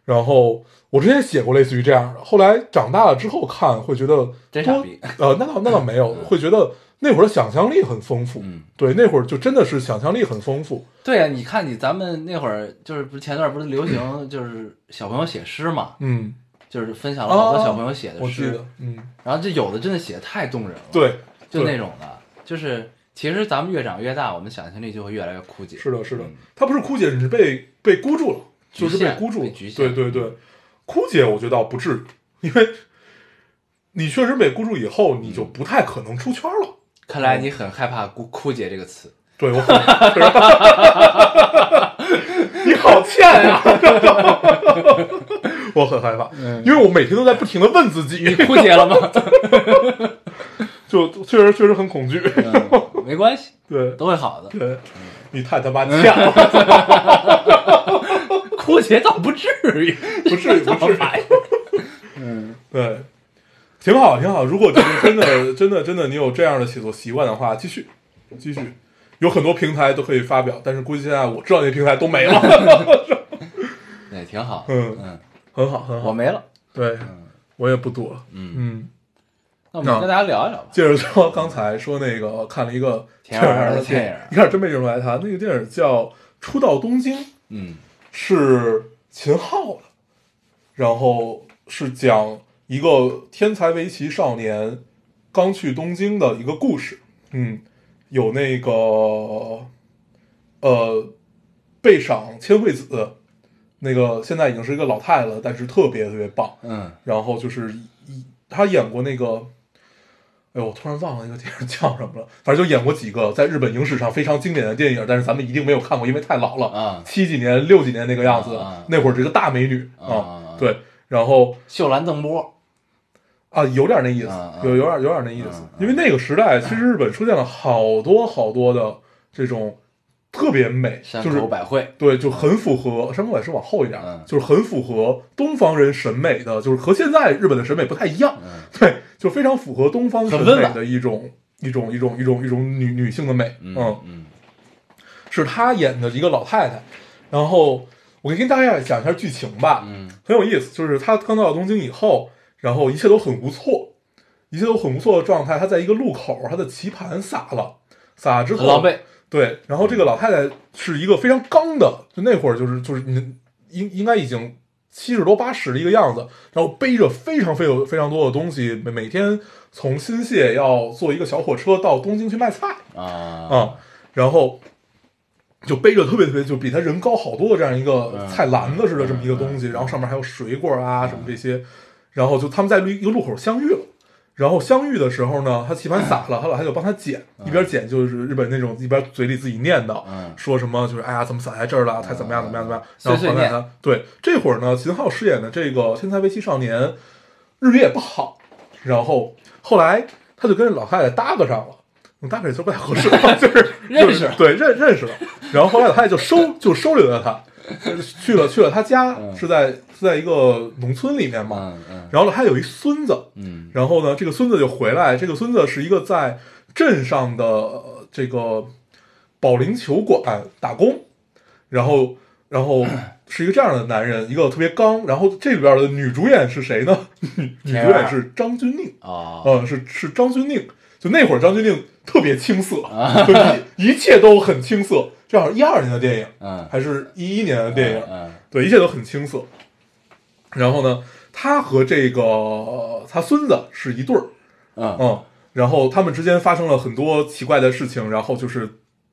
Speaker 3: 然后我之前写过类似于这样的，后来长大了之后看会觉得
Speaker 1: 真
Speaker 3: 多
Speaker 1: 傻逼
Speaker 3: 呃，那倒那倒没有，会觉得那会儿的想象力很丰富，
Speaker 1: 嗯
Speaker 3: 对，那会儿就真的是想象力很丰富，
Speaker 1: 对啊，你看你咱们那会儿就是不是前段不是流行就是小朋友写诗嘛，
Speaker 3: 嗯，
Speaker 1: 就是分享了好多小朋友写的
Speaker 3: 哦我记
Speaker 1: 诗，
Speaker 3: 得，嗯，
Speaker 1: 然后这有的真的写的太动人了，，
Speaker 3: 对，
Speaker 1: 就
Speaker 3: 对
Speaker 1: 那种的，就是其实咱们越长越大，我们想象力就会越来越枯竭。
Speaker 3: 是的，是的
Speaker 1: 嗯，
Speaker 3: 他不是枯竭，你是被被孤注了，
Speaker 1: 局
Speaker 3: 就是被
Speaker 1: 限
Speaker 3: 孤注
Speaker 1: 被
Speaker 3: 了，
Speaker 1: 局
Speaker 3: 对
Speaker 1: 限嗯
Speaker 3: 对对，枯竭我觉得倒不至于，因为你确实被孤注以后，你
Speaker 1: 嗯
Speaker 3: 就不太可能出圈了。
Speaker 1: 看来
Speaker 3: 嗯
Speaker 1: 你很害怕枯枯竭这个词，
Speaker 3: 对我很，你好欠呀、我很害怕，因为我每天都在不停的问自己，
Speaker 1: 枯竭了吗？
Speaker 3: 就确实确实很恐惧。
Speaker 1: 嗯 没关系，
Speaker 3: 对
Speaker 1: 都会好的。
Speaker 3: 对，你太他妈欠了，
Speaker 1: 枯竭倒不至于，
Speaker 3: 不至于不至于。
Speaker 1: 于。
Speaker 3: 对，挺好，挺好。如果就是真的、 真的、真的，你有这样的写作习惯的话，继续，继续。有很多平台都可以发表，但是估计现在我知道那平台都没了。
Speaker 1: 对，挺好。
Speaker 3: 嗯
Speaker 1: 嗯，
Speaker 3: 很好，很
Speaker 1: 我
Speaker 3: 好。
Speaker 1: 没了。
Speaker 3: 对，我也不多了。
Speaker 1: 嗯，
Speaker 3: 嗯，
Speaker 1: 那
Speaker 3: 啊
Speaker 1: 我们跟大家聊一聊吧。
Speaker 3: 接着说刚才说那个看了一个
Speaker 1: 田园儿的
Speaker 3: 的电
Speaker 1: 电影
Speaker 3: 一开始真没认出来他。那个电影叫《初到东京》，
Speaker 1: 嗯
Speaker 3: 是秦昊的，然后是讲一个天才围棋少年刚去东京的一个故事。嗯，有那个呃背赏千惠子，那个现在已经是一个老太太了，但是特别特别棒。
Speaker 1: 嗯
Speaker 3: 然后就是一他演过那个，哎呦，我突然忘了那个电影叫什么了，反正就演过几个在日本影史上非常经典的电影，但是咱们一定没有看过，因为太老了
Speaker 1: 啊
Speaker 3: 七几年、六几年那个样子，
Speaker 1: 啊啊
Speaker 3: 那会儿是个大美女
Speaker 1: 啊啊啊
Speaker 3: 哦对，然后
Speaker 1: 秀兰邓波。
Speaker 3: 啊，有点那意思，
Speaker 1: 啊啊
Speaker 3: 有有点有点那意思，
Speaker 1: 啊啊
Speaker 3: 因为那个时代其实日本出现了好多好多的这种特别美，
Speaker 1: 山
Speaker 3: 就是
Speaker 1: 口百惠，
Speaker 3: 对，就很符合山口百是往后一点儿，
Speaker 1: 嗯
Speaker 3: 就是很符合东方人审美的，就是和现在日本的审美不太一样，
Speaker 1: 嗯
Speaker 3: 对，就非常符合东方审
Speaker 1: 很温
Speaker 3: 美
Speaker 1: 婉
Speaker 3: 的一种一种一种一种一种女女性的美，
Speaker 1: 嗯嗯
Speaker 3: 是她演的一个老太太，然后我可以跟大家讲一下剧情吧，
Speaker 1: 嗯
Speaker 3: 很有意思，就是她刚到东京以后，然后一切都很不错，一切都很不错的状态。他在一个路口，他的棋盘撒了，撒了之后
Speaker 1: 很狼狈。
Speaker 3: 对，然后这个老太太是一个非常刚的，就那会儿就是就是你应应该已经七十多八十的一个样子，然后背着非常非常非常多的东西，每每天从新泻要坐一个小火车到东京去卖菜
Speaker 1: 啊
Speaker 3: 啊、然后就背着特别特别就比他人高好多的这样一个
Speaker 1: 嗯
Speaker 3: 菜篮子似的这么一个东西，然后上面还有水果啊什么这些，然后就他们在一个路口相遇了。然后相遇的时候呢，他棋盘撒了，他老太就帮他捡，一边捡就是日本那种一边嘴里自己念叨，
Speaker 1: 嗯
Speaker 3: 说什么就是哎呀怎么撒在这儿了，他怎么样怎么样怎么样，
Speaker 1: 碎
Speaker 3: 然后
Speaker 1: 碎
Speaker 3: 放在他对这会儿呢，秦昊饰演的这个天才围棋少年日语也不好，然后后来他就跟这老太太搭个上了。嗯搭个也就不太合适了， 就是
Speaker 1: 认
Speaker 3: 就是
Speaker 1: 识
Speaker 3: 对认认识了，然后后来老太太就收就收留了他，去了去了他家，
Speaker 1: 嗯
Speaker 3: 是在是在一个农村里面嘛，
Speaker 1: 嗯嗯
Speaker 3: 然后呢他有一孙子，
Speaker 1: 嗯
Speaker 3: 然后呢，这个孙子就回来，这个孙子是一个在镇上的呃这个保龄球馆打工，然后然后是一个这样的男人，一个特别刚。然后这里边的女主演是谁呢？ 女女主
Speaker 1: 田儿
Speaker 3: 演是张钧甯，
Speaker 1: 啊
Speaker 3: 嗯，是是张钧甯。就那会儿张钧甯特别青涩，就一一切都很青涩。这好像一二年的电影，
Speaker 1: 嗯
Speaker 3: 还是一一年的电影，
Speaker 1: 嗯
Speaker 3: 对，一切都很青涩。然后呢，他和这个呃他孙子是一对儿，
Speaker 1: 嗯
Speaker 3: 嗯，然后他们之间发生了很多奇怪的事情，然后就是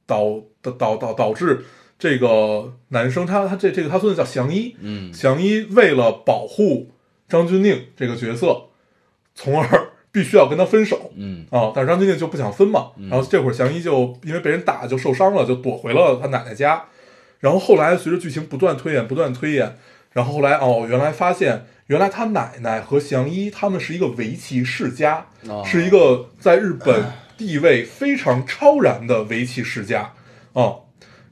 Speaker 3: 导导导导导致这个男生他他这这个他孙子叫祥一，
Speaker 1: 嗯
Speaker 3: 祥一为了保护张钧甯这个角色，从而必须要跟他分手
Speaker 1: 嗯
Speaker 3: 啊，但是张钧甯就不想分嘛，然后这会儿祥一就因为被人打就受伤了，就躲回了他奶奶家，然后后来随着剧情不断推演，不断推演，然后后来哦，原来发现原来他奶奶和祥一他们是一个围棋世家，
Speaker 1: 哦
Speaker 3: 是一个在日本地位非常超然的围棋世家啊。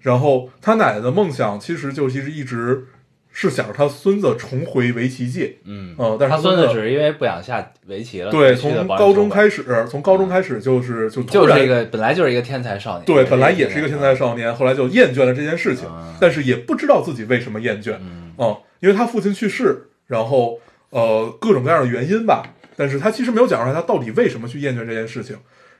Speaker 3: 然后他奶奶的梦想其实就其实一直是想让他孙子重回围棋界，
Speaker 1: 嗯
Speaker 3: 呃，但是
Speaker 1: 他孙子
Speaker 3: 子
Speaker 1: 只是因为不想下围棋了，
Speaker 3: 对
Speaker 1: 才去的
Speaker 3: 从
Speaker 1: 保龄
Speaker 3: 高
Speaker 1: 球
Speaker 3: 中
Speaker 1: 馆
Speaker 3: 开始，从高中开始就是就突
Speaker 1: 就
Speaker 3: 然
Speaker 1: 是一个本来就是一个天才少年，
Speaker 3: 对，本来也是一个天才少年，后来就厌倦了这件事情
Speaker 1: 啊，
Speaker 3: 但是也不知道自己为什么厌倦。
Speaker 1: 嗯
Speaker 3: 嗯，因为他父亲去世，然后呃各种各样的原因吧，但是他其实没有讲出来他到底为什么去厌倦这件事情。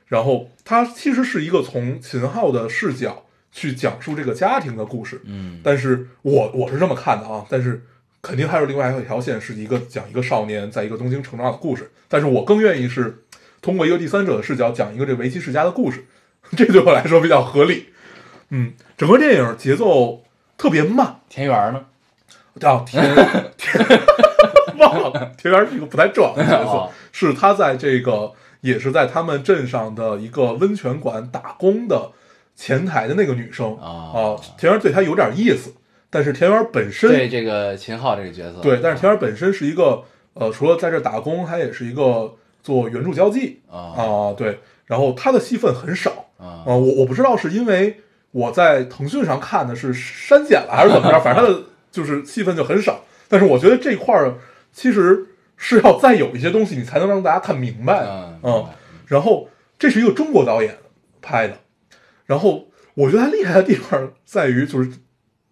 Speaker 3: 然后他其实是一个从秦昊的视角去讲述这个家庭的故事，
Speaker 1: 嗯
Speaker 3: 但是我我是这么看的啊，但是肯定还有另外还有一条线是一个讲一个少年在一个东京成长的故事，但是我更愿意是通过一个第三者的视角讲一个这围棋世家的故事， 这对我来说比较合理。嗯，整个电影节奏特别慢，
Speaker 1: 田园呢？
Speaker 3: 叫田 田，忘了田园是一个不太重要的角 色
Speaker 1: 哦，
Speaker 3: 是他在这个也是在他们镇上的一个温泉馆打工的前台的那个女生啊
Speaker 1: 哦，
Speaker 3: 田园对她有点意思，但是田园本身
Speaker 1: 对这个秦昊这个角色，
Speaker 3: 对，但是田园本身是一个呃，除了在这打工，他也是一个做援助交际
Speaker 1: 啊
Speaker 3: 啊，对，然后他的戏份很少，
Speaker 1: 啊
Speaker 3: 啊，我我不知道是因为我在腾讯上看的是删减了还是怎么着，反正它的就是戏份就很少。但是我觉得这块儿其实是要再有一些东西，你才能让大家看明白。
Speaker 1: 嗯
Speaker 3: 嗯，然后这是一个中国导演拍的，然后我觉得他厉害的地方在于，就是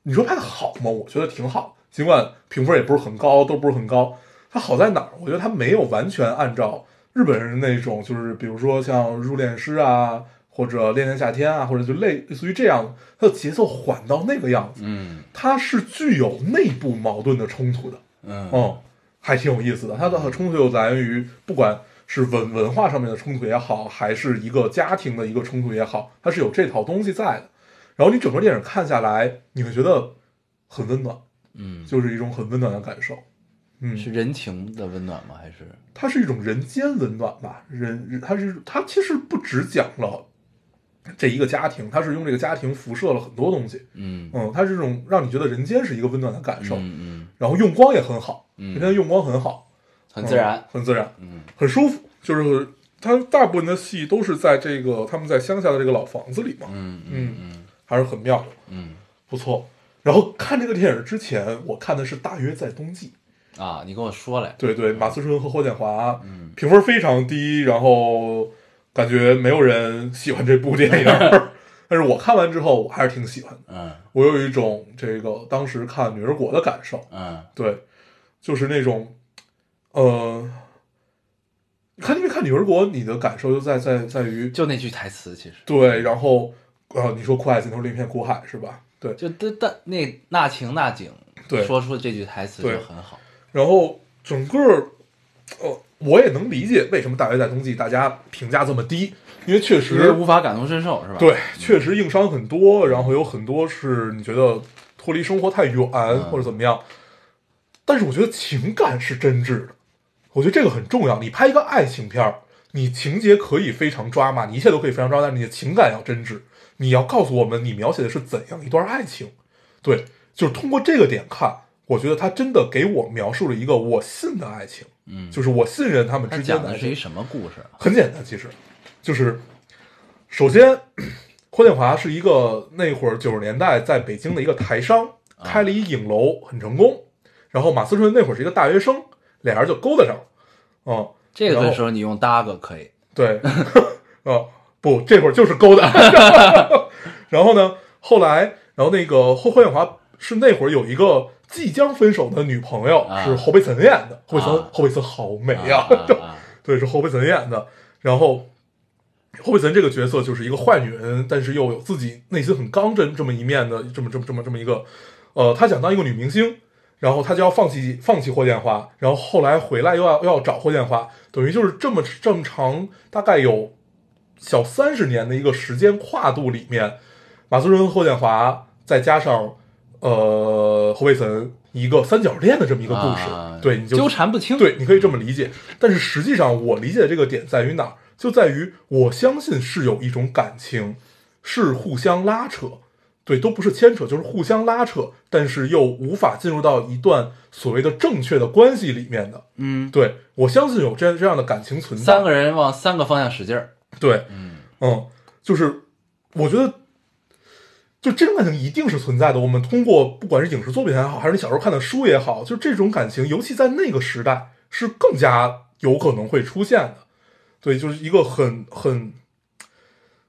Speaker 3: 你说拍的好吗？我觉得挺好，尽管评分也不是很高，都不是很高。它好在哪儿？我觉得它没有完全按照日本人那种，就是比如说像《入殓师》啊，或者《恋恋夏天》啊，或者就类类似于这样，它的节奏缓到那个样子，
Speaker 1: 嗯
Speaker 3: 它是具有内部矛盾的冲突的。
Speaker 1: 嗯
Speaker 3: 嗯，还挺有意思的。它的冲突就来源于不管是文文化上面的冲突也好，还是一个家庭的一个冲突也好，它是有这套东西在的。然后你整个电影看下来，你会觉得很温暖，
Speaker 1: 嗯，
Speaker 3: 就是一种很温暖的感受。嗯，
Speaker 1: 是人情的温暖吗？还是
Speaker 3: 它是一种人间温暖吧，人人它是它其实不只讲了这一个家庭，它是用这个家庭辐射了很多东西。
Speaker 1: 嗯
Speaker 3: 嗯，它是这种让你觉得人间是一个温暖的感受，
Speaker 1: 嗯
Speaker 3: 然后用光也很好，
Speaker 1: 嗯
Speaker 3: 这片用光很好，
Speaker 1: 嗯，很自然
Speaker 3: 嗯，很自然，
Speaker 1: 嗯
Speaker 3: 很舒服。就是他大部分的戏都是在这个他们在乡下的这个老房子里嘛，
Speaker 1: 嗯嗯
Speaker 3: 还是很妙的，
Speaker 1: 嗯
Speaker 3: 不错。然后看这个电影之前，我看的是《大约在冬季》，
Speaker 1: 嗯啊，你跟我说来，
Speaker 3: 对对，马思纯和霍建华，
Speaker 1: 嗯
Speaker 3: 评分非常低，然后感觉没有人喜欢这部电影。 但是我看完之后，我还是挺喜欢的，
Speaker 1: 嗯
Speaker 3: 我有一种这个当时看《女儿国》的感受，
Speaker 1: 嗯
Speaker 3: 对，就是那种，呃，看《女儿国》，你的感受就在在在于
Speaker 1: 就那句台词，其实
Speaker 3: 对，然后呃，你说酷爱尽头另一片苦海是吧？对，
Speaker 1: 就但但那那情那景
Speaker 3: 对
Speaker 1: 说出这句台词
Speaker 3: 对
Speaker 1: 就很好，
Speaker 3: 然后整个，呃，我也能理解为什么《大约在冬季》大家评价这么低，因为确
Speaker 1: 因为
Speaker 3: 实
Speaker 1: 无法感同身受，是吧？嗯
Speaker 3: 对，确实硬伤很多，然后有很多是你觉得脱离生活太远
Speaker 1: 嗯
Speaker 3: 或者怎么样，但是我觉得情感是真挚的，我觉得这个很重要。你拍一个爱情片儿，你情节可以非常抓马，你一切都可以非常抓马，但是你的情感要真挚，你要告诉我们你描写的是怎样一段爱情。对，就是通过这个点看，我觉得他真的给我描述了一个我信的爱情，
Speaker 1: 嗯，
Speaker 3: 就是我信任他们
Speaker 1: 他
Speaker 3: 之
Speaker 1: 讲
Speaker 3: 间的
Speaker 1: 的
Speaker 3: 爱
Speaker 1: 是
Speaker 3: 情
Speaker 1: 一。什么故事啊？
Speaker 3: 很简单，其实就是首先，霍建华是一个那会儿九十年代在北京的一个台商，开了一影楼，很成功。然后马思纯那会儿是一个大学生，俩人就勾搭上了。嗯，
Speaker 1: 这
Speaker 3: 然
Speaker 1: 个
Speaker 3: 后
Speaker 1: 时候你用搭个可以，
Speaker 3: 对， 啊，不，这会儿就是勾搭。然后呢，后来，然后那个霍霍建华是那会儿有一个即将分手的女朋友，
Speaker 1: 啊
Speaker 3: 是侯佩岑演的。侯佩岑
Speaker 1: 啊，
Speaker 3: 侯佩岑好美哎呀、
Speaker 1: 啊啊啊
Speaker 3: 对，是侯佩岑演的。然后侯佩岑这个角色就是一个坏女人，但是又有自己内心很刚正这么一面的，这么这么这么这么一个，呃，她想当一个女明星，然后她就要放弃放弃霍建华，然后后来回来又要又要找霍建华，等于就是这么这么长，大概有小三十年的一个时间跨度里面，马思纯和霍建华再加上呃侯佩岑。一个三角恋的这么一个故事，
Speaker 1: 啊
Speaker 3: 对，你就
Speaker 1: 纠缠不清，
Speaker 3: 对，你可以这么理解。但是实际上，我理解的这个点在于哪儿？就在于我相信是有一种感情，是互相拉扯，对，都不是牵扯，就是互相拉扯，但是又无法进入到一段所谓的正确的关系里面的。
Speaker 1: 嗯，
Speaker 3: 对我相信有这这样的感情存在。
Speaker 1: 三个人往三个方向使劲儿，
Speaker 3: 对，
Speaker 1: 嗯
Speaker 3: 嗯，就是我觉得，就这种感情一定是存在的。我们通过不管是影视作品也好，还是你小时候看的书也好，就这种感情，尤其在那个时代，是更加有可能会出现的。对，就是一个很很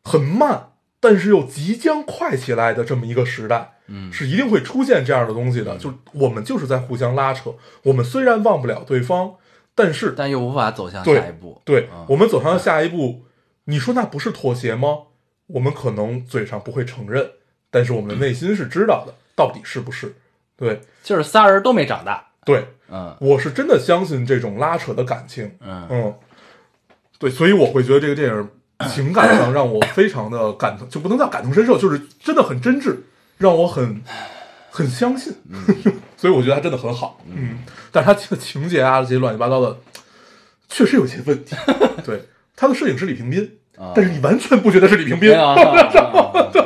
Speaker 3: 很慢，但是又即将快起来的这么一个时代。
Speaker 1: 嗯，
Speaker 3: 是一定会出现这样的东西的，就我们就是在互相拉扯。我们虽然忘不了对方，但是
Speaker 1: 但又无法走向
Speaker 3: 对
Speaker 1: 下一步，
Speaker 3: 对
Speaker 1: 嗯，
Speaker 3: 我们走向下一步，你说那不是妥协吗？我们可能嘴上不会承认，但是我们的内心是知道的，到底是不是？对
Speaker 1: 就是仨人都没长大，
Speaker 3: 对，
Speaker 1: 嗯
Speaker 3: 我是真的相信这种拉扯的感情，
Speaker 1: 嗯
Speaker 3: 嗯，对，所以我会觉得这个电影情感上让我非常的感同，就不能叫感同身受，就是真的很真挚，让我很很相信，
Speaker 1: 嗯
Speaker 3: 所以我觉得它真的很好，嗯，但是它这个情节啊，这些乱七八糟的，确实有些问 题，对，他的摄影师李平斌，
Speaker 1: 啊
Speaker 3: 但是你完全不觉得是李平
Speaker 1: 没
Speaker 3: 斌，
Speaker 1: 有啊啊啊 啊啊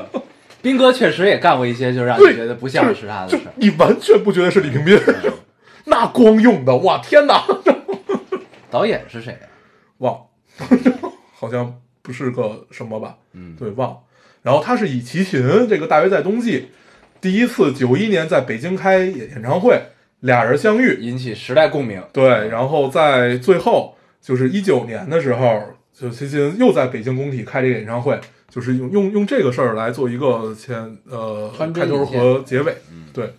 Speaker 1: 斌哥确实也干过一些就让你
Speaker 3: 对，
Speaker 1: 觉得不像是他的
Speaker 3: 就
Speaker 1: 事儿，嗯
Speaker 3: 你完全不觉得是李平斌， 那光用的，哇，天哪，
Speaker 1: 导演是谁啊？
Speaker 3: 忘 了，好像不是个什么吧？
Speaker 1: 嗯
Speaker 3: 对，忘了。然后他是以齐秦这个《大约在冬季》第一次九一年在北京开演演唱会，俩人相遇。
Speaker 1: 引起时代共鸣，
Speaker 3: 对，然后在最后就是一九年的时候，就齐秦又在北京工体开这个演唱会，就是用用用这个事儿来做一个前呃
Speaker 1: 穿针
Speaker 3: 开头
Speaker 1: 引线
Speaker 3: 和结尾。对，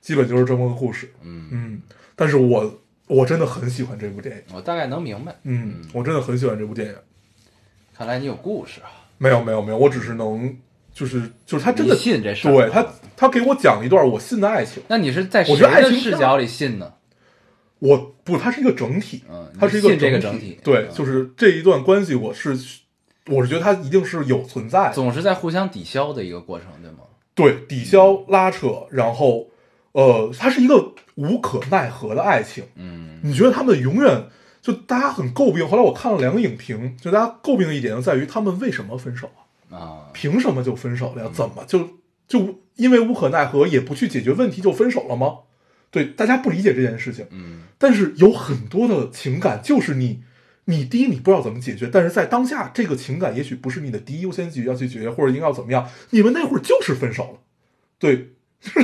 Speaker 3: 基本就是这么个故事。
Speaker 1: 嗯，
Speaker 3: 嗯，但是我我真的很喜欢这部电影。
Speaker 1: 我大概能明白，
Speaker 3: 嗯，我真的很喜欢这部电影。
Speaker 1: 看来你有故事啊，
Speaker 3: 没有没有没有，我只是能就是就是他真的
Speaker 1: 你信这事儿
Speaker 3: 对他他给我讲了一段我信的爱情，
Speaker 1: 那你是在谁
Speaker 3: 我觉得爱
Speaker 1: 的
Speaker 3: 情
Speaker 1: 视
Speaker 3: 片
Speaker 1: 角里信呢？
Speaker 3: 我不，它是一个整体，
Speaker 1: 嗯
Speaker 3: 它是一个
Speaker 1: 你信这个
Speaker 3: 整
Speaker 1: 整体
Speaker 3: 对，
Speaker 1: 嗯
Speaker 3: 就是这一段关系，我是我是觉得它一定是有存在的，
Speaker 1: 总是在互相抵消的一个过程，对吗？
Speaker 3: 对，抵消拉扯，然后呃，它是一个无可奈何的爱情，
Speaker 1: 嗯
Speaker 3: 你觉得他们永远就大家很诟病，后来我看了两个影评，就大家诟病的一点就在于他们为什么分手啊？
Speaker 1: 啊，
Speaker 3: 凭什么就分手了
Speaker 1: 嗯
Speaker 3: 呀？怎么就就因为无可奈何也不去解决问题就分手了吗？对，大家不理解这件事情，
Speaker 1: 嗯
Speaker 3: 但是有很多的情感就是你，你第一你不知道怎么解决，但是在当下这个情感也许不是你的第一优先级要去解决，或者应该要怎么样，你们那会儿就是分手了，对，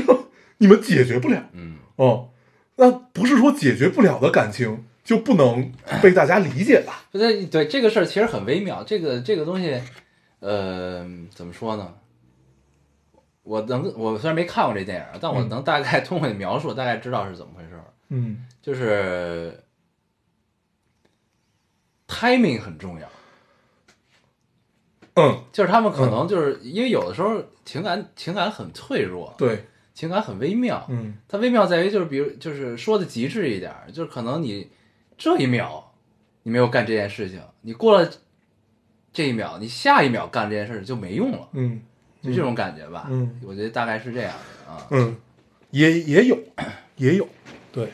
Speaker 3: 你们解决不了，
Speaker 1: 嗯，
Speaker 3: 哦、那不是说解决不了的感情就不能被大家理解吧？
Speaker 1: 不对，对这个事儿其实很微妙，这个这个东西，呃，怎么说呢？我能，我虽然没看过这电影，但我
Speaker 3: 嗯
Speaker 1: 能大概 通过你描述，大概知道是怎么回事儿。
Speaker 3: 嗯
Speaker 1: 就是 timing 很重要，
Speaker 3: 嗯，
Speaker 1: 就是他们可能就是因为有的时候情感情感很脆弱，
Speaker 3: 对，
Speaker 1: 情感很微妙，
Speaker 3: 嗯
Speaker 1: 它微妙在于就是比如就是说的极致一点儿，就是可能你这一秒你没有干这件事情，你过了这一秒，你下一秒干这件事就没用了，
Speaker 3: 嗯
Speaker 1: 就这种感觉吧。
Speaker 3: 嗯，
Speaker 1: 我觉得大概是这样的啊。
Speaker 3: 嗯，也也有，也有，对，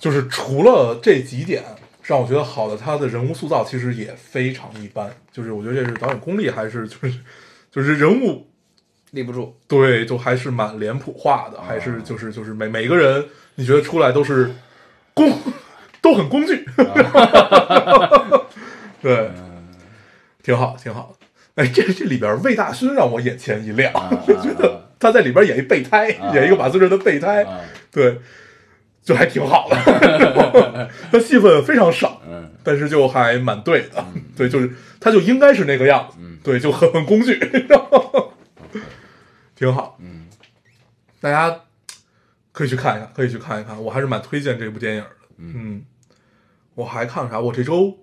Speaker 3: 就是除了这几点让我觉得好的，他的人物塑造其实也非常一般，就是我觉得这是导演功力还是就是就是人物
Speaker 1: 立不住，
Speaker 3: 对，就还是蛮脸谱化的，还是就是就是每每个人，你觉得出来都是工，都很工具， 对，挺好，挺好的。哎，这这里边魏大勋让我眼前一 亮，我觉得他在里边演一备胎，演一个马思纯的备胎，
Speaker 1: 啊，
Speaker 3: 对，就还挺好的。 他戏份非常少，
Speaker 1: 嗯，
Speaker 3: 但是就还蛮对的，对，就是他就应该是那个样子，
Speaker 1: 嗯
Speaker 3: 对，就很很工具， 然后挺好，嗯，大家可以去看一看，可以去看一看，我还是蛮推荐这部电影的，嗯，我还看啥？我这周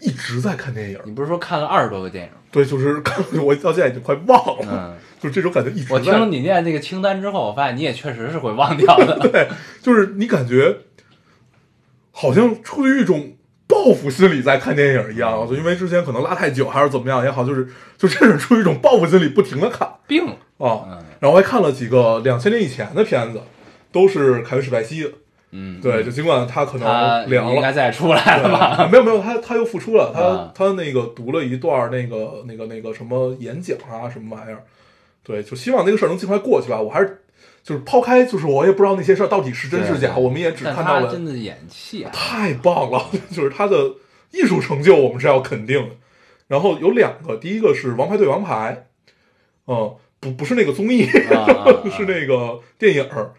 Speaker 3: 一直在看电影，
Speaker 1: 你不是说看了二十多个电影？
Speaker 3: 对，就是看， 我到现在已经快忘了，
Speaker 1: 嗯，
Speaker 3: 就这种感觉一直在。
Speaker 1: 我听了你念那个清单之后，我发现你也确实是会忘掉的。
Speaker 3: 对，就是你感觉好像出于一种报复心理在看电影一样，啊就因为之前可能拉太久还是怎么样也好，就是就这是出于一种报复心理，不停的看
Speaker 1: 病 了，
Speaker 3: 啊。
Speaker 1: 嗯
Speaker 3: 然后还看了几个两千年以前的片子，都是凯文史派西的。
Speaker 1: 嗯，
Speaker 3: 对，就尽管他可
Speaker 1: 他
Speaker 3: 能
Speaker 1: 你
Speaker 3: 凉
Speaker 1: 应该
Speaker 3: 了。
Speaker 1: 再出来了吧？
Speaker 3: 对没啊有没有，他他又复出了，他
Speaker 1: 啊
Speaker 3: 他那个读了一段那个那个那个什么演讲啊什么玩意儿，对，就希望那个事儿能尽快过去吧。我还是就是抛开，就是我也不知道那些事儿到底是真是假，
Speaker 1: 对
Speaker 3: 我们也只
Speaker 1: 但
Speaker 3: 看到
Speaker 1: 他
Speaker 3: 了
Speaker 1: 真的演 戏啊，
Speaker 3: 太棒了，就是他的艺术成就我们是要肯定的。然后有两个，第一个是《王牌对王牌》，嗯，不不是那个综艺，
Speaker 1: 啊啊啊
Speaker 3: 是那个电影儿，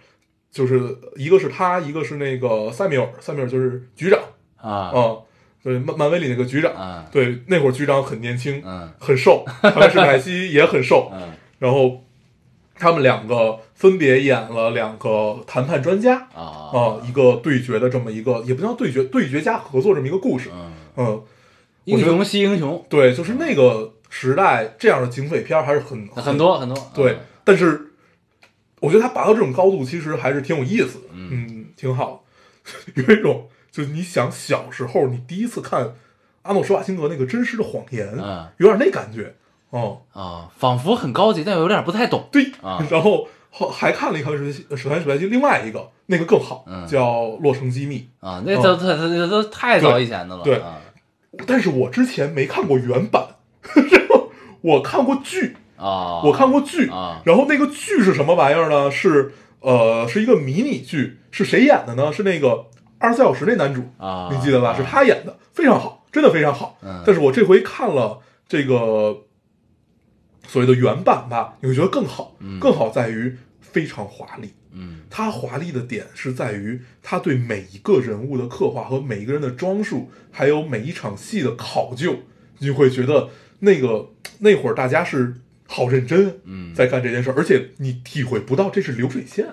Speaker 3: 就是一个是他，一个是那个塞缪尔，塞缪尔就是局长
Speaker 1: 啊
Speaker 3: 嗯，对，漫漫威里那个局长，
Speaker 1: 啊
Speaker 3: 对，那会儿局长很年轻，
Speaker 1: 嗯
Speaker 3: 很瘦，他们史凯西也很瘦，
Speaker 1: 嗯
Speaker 3: 然后他们两个分别演了两个谈判专家，
Speaker 1: 啊
Speaker 3: 啊、一个对决的这么一个，也不叫对决，对决加合作这么一个故事。
Speaker 1: 嗯，
Speaker 3: 嗯，
Speaker 1: 英雄惜英雄，
Speaker 3: 对，就是那个时代这样的警匪片儿还是很
Speaker 1: 很。多很多，
Speaker 3: 对，但是我觉得他拔到这种高度，其实还是挺有意思的，嗯，挺好。 有一种就是你想小时候你第一次看阿诺施瓦辛格那个《真实的谎言》
Speaker 1: 嗯，
Speaker 3: 有点那感觉，哦、
Speaker 1: 啊，仿佛很高级，但有点不太懂。
Speaker 3: 对，
Speaker 1: 啊
Speaker 3: 然后后还看了一个史史坦史派基另外一个，那个更好，
Speaker 1: 嗯
Speaker 3: 叫《洛城机密》。
Speaker 1: 啊，那都他他他都太早以前的了。
Speaker 3: 嗯对
Speaker 1: 啊
Speaker 3: 但是我之前没看过原版， 然后我看过剧，
Speaker 1: 啊，
Speaker 3: 我看过剧
Speaker 1: 啊
Speaker 3: 然后那个剧是什么玩意儿呢？是呃，是一个迷你剧，是谁演的呢？是那个二十四小时那男主
Speaker 1: 啊
Speaker 3: 你记得吧？
Speaker 1: 啊
Speaker 3: 是他演的，非常好，真的非常好。
Speaker 1: 嗯
Speaker 3: 但是我这回看了这个所谓的原版吧，你会觉得更好，更好在于非常华丽。
Speaker 1: 嗯
Speaker 3: 它华丽的点是在于它对每一个人物的刻画和每一个人的装束，还有每一场戏的考究，你会觉得那个那会儿大家是好认真，
Speaker 1: 嗯
Speaker 3: 在干这件事儿，而且你体会不到这是流水线，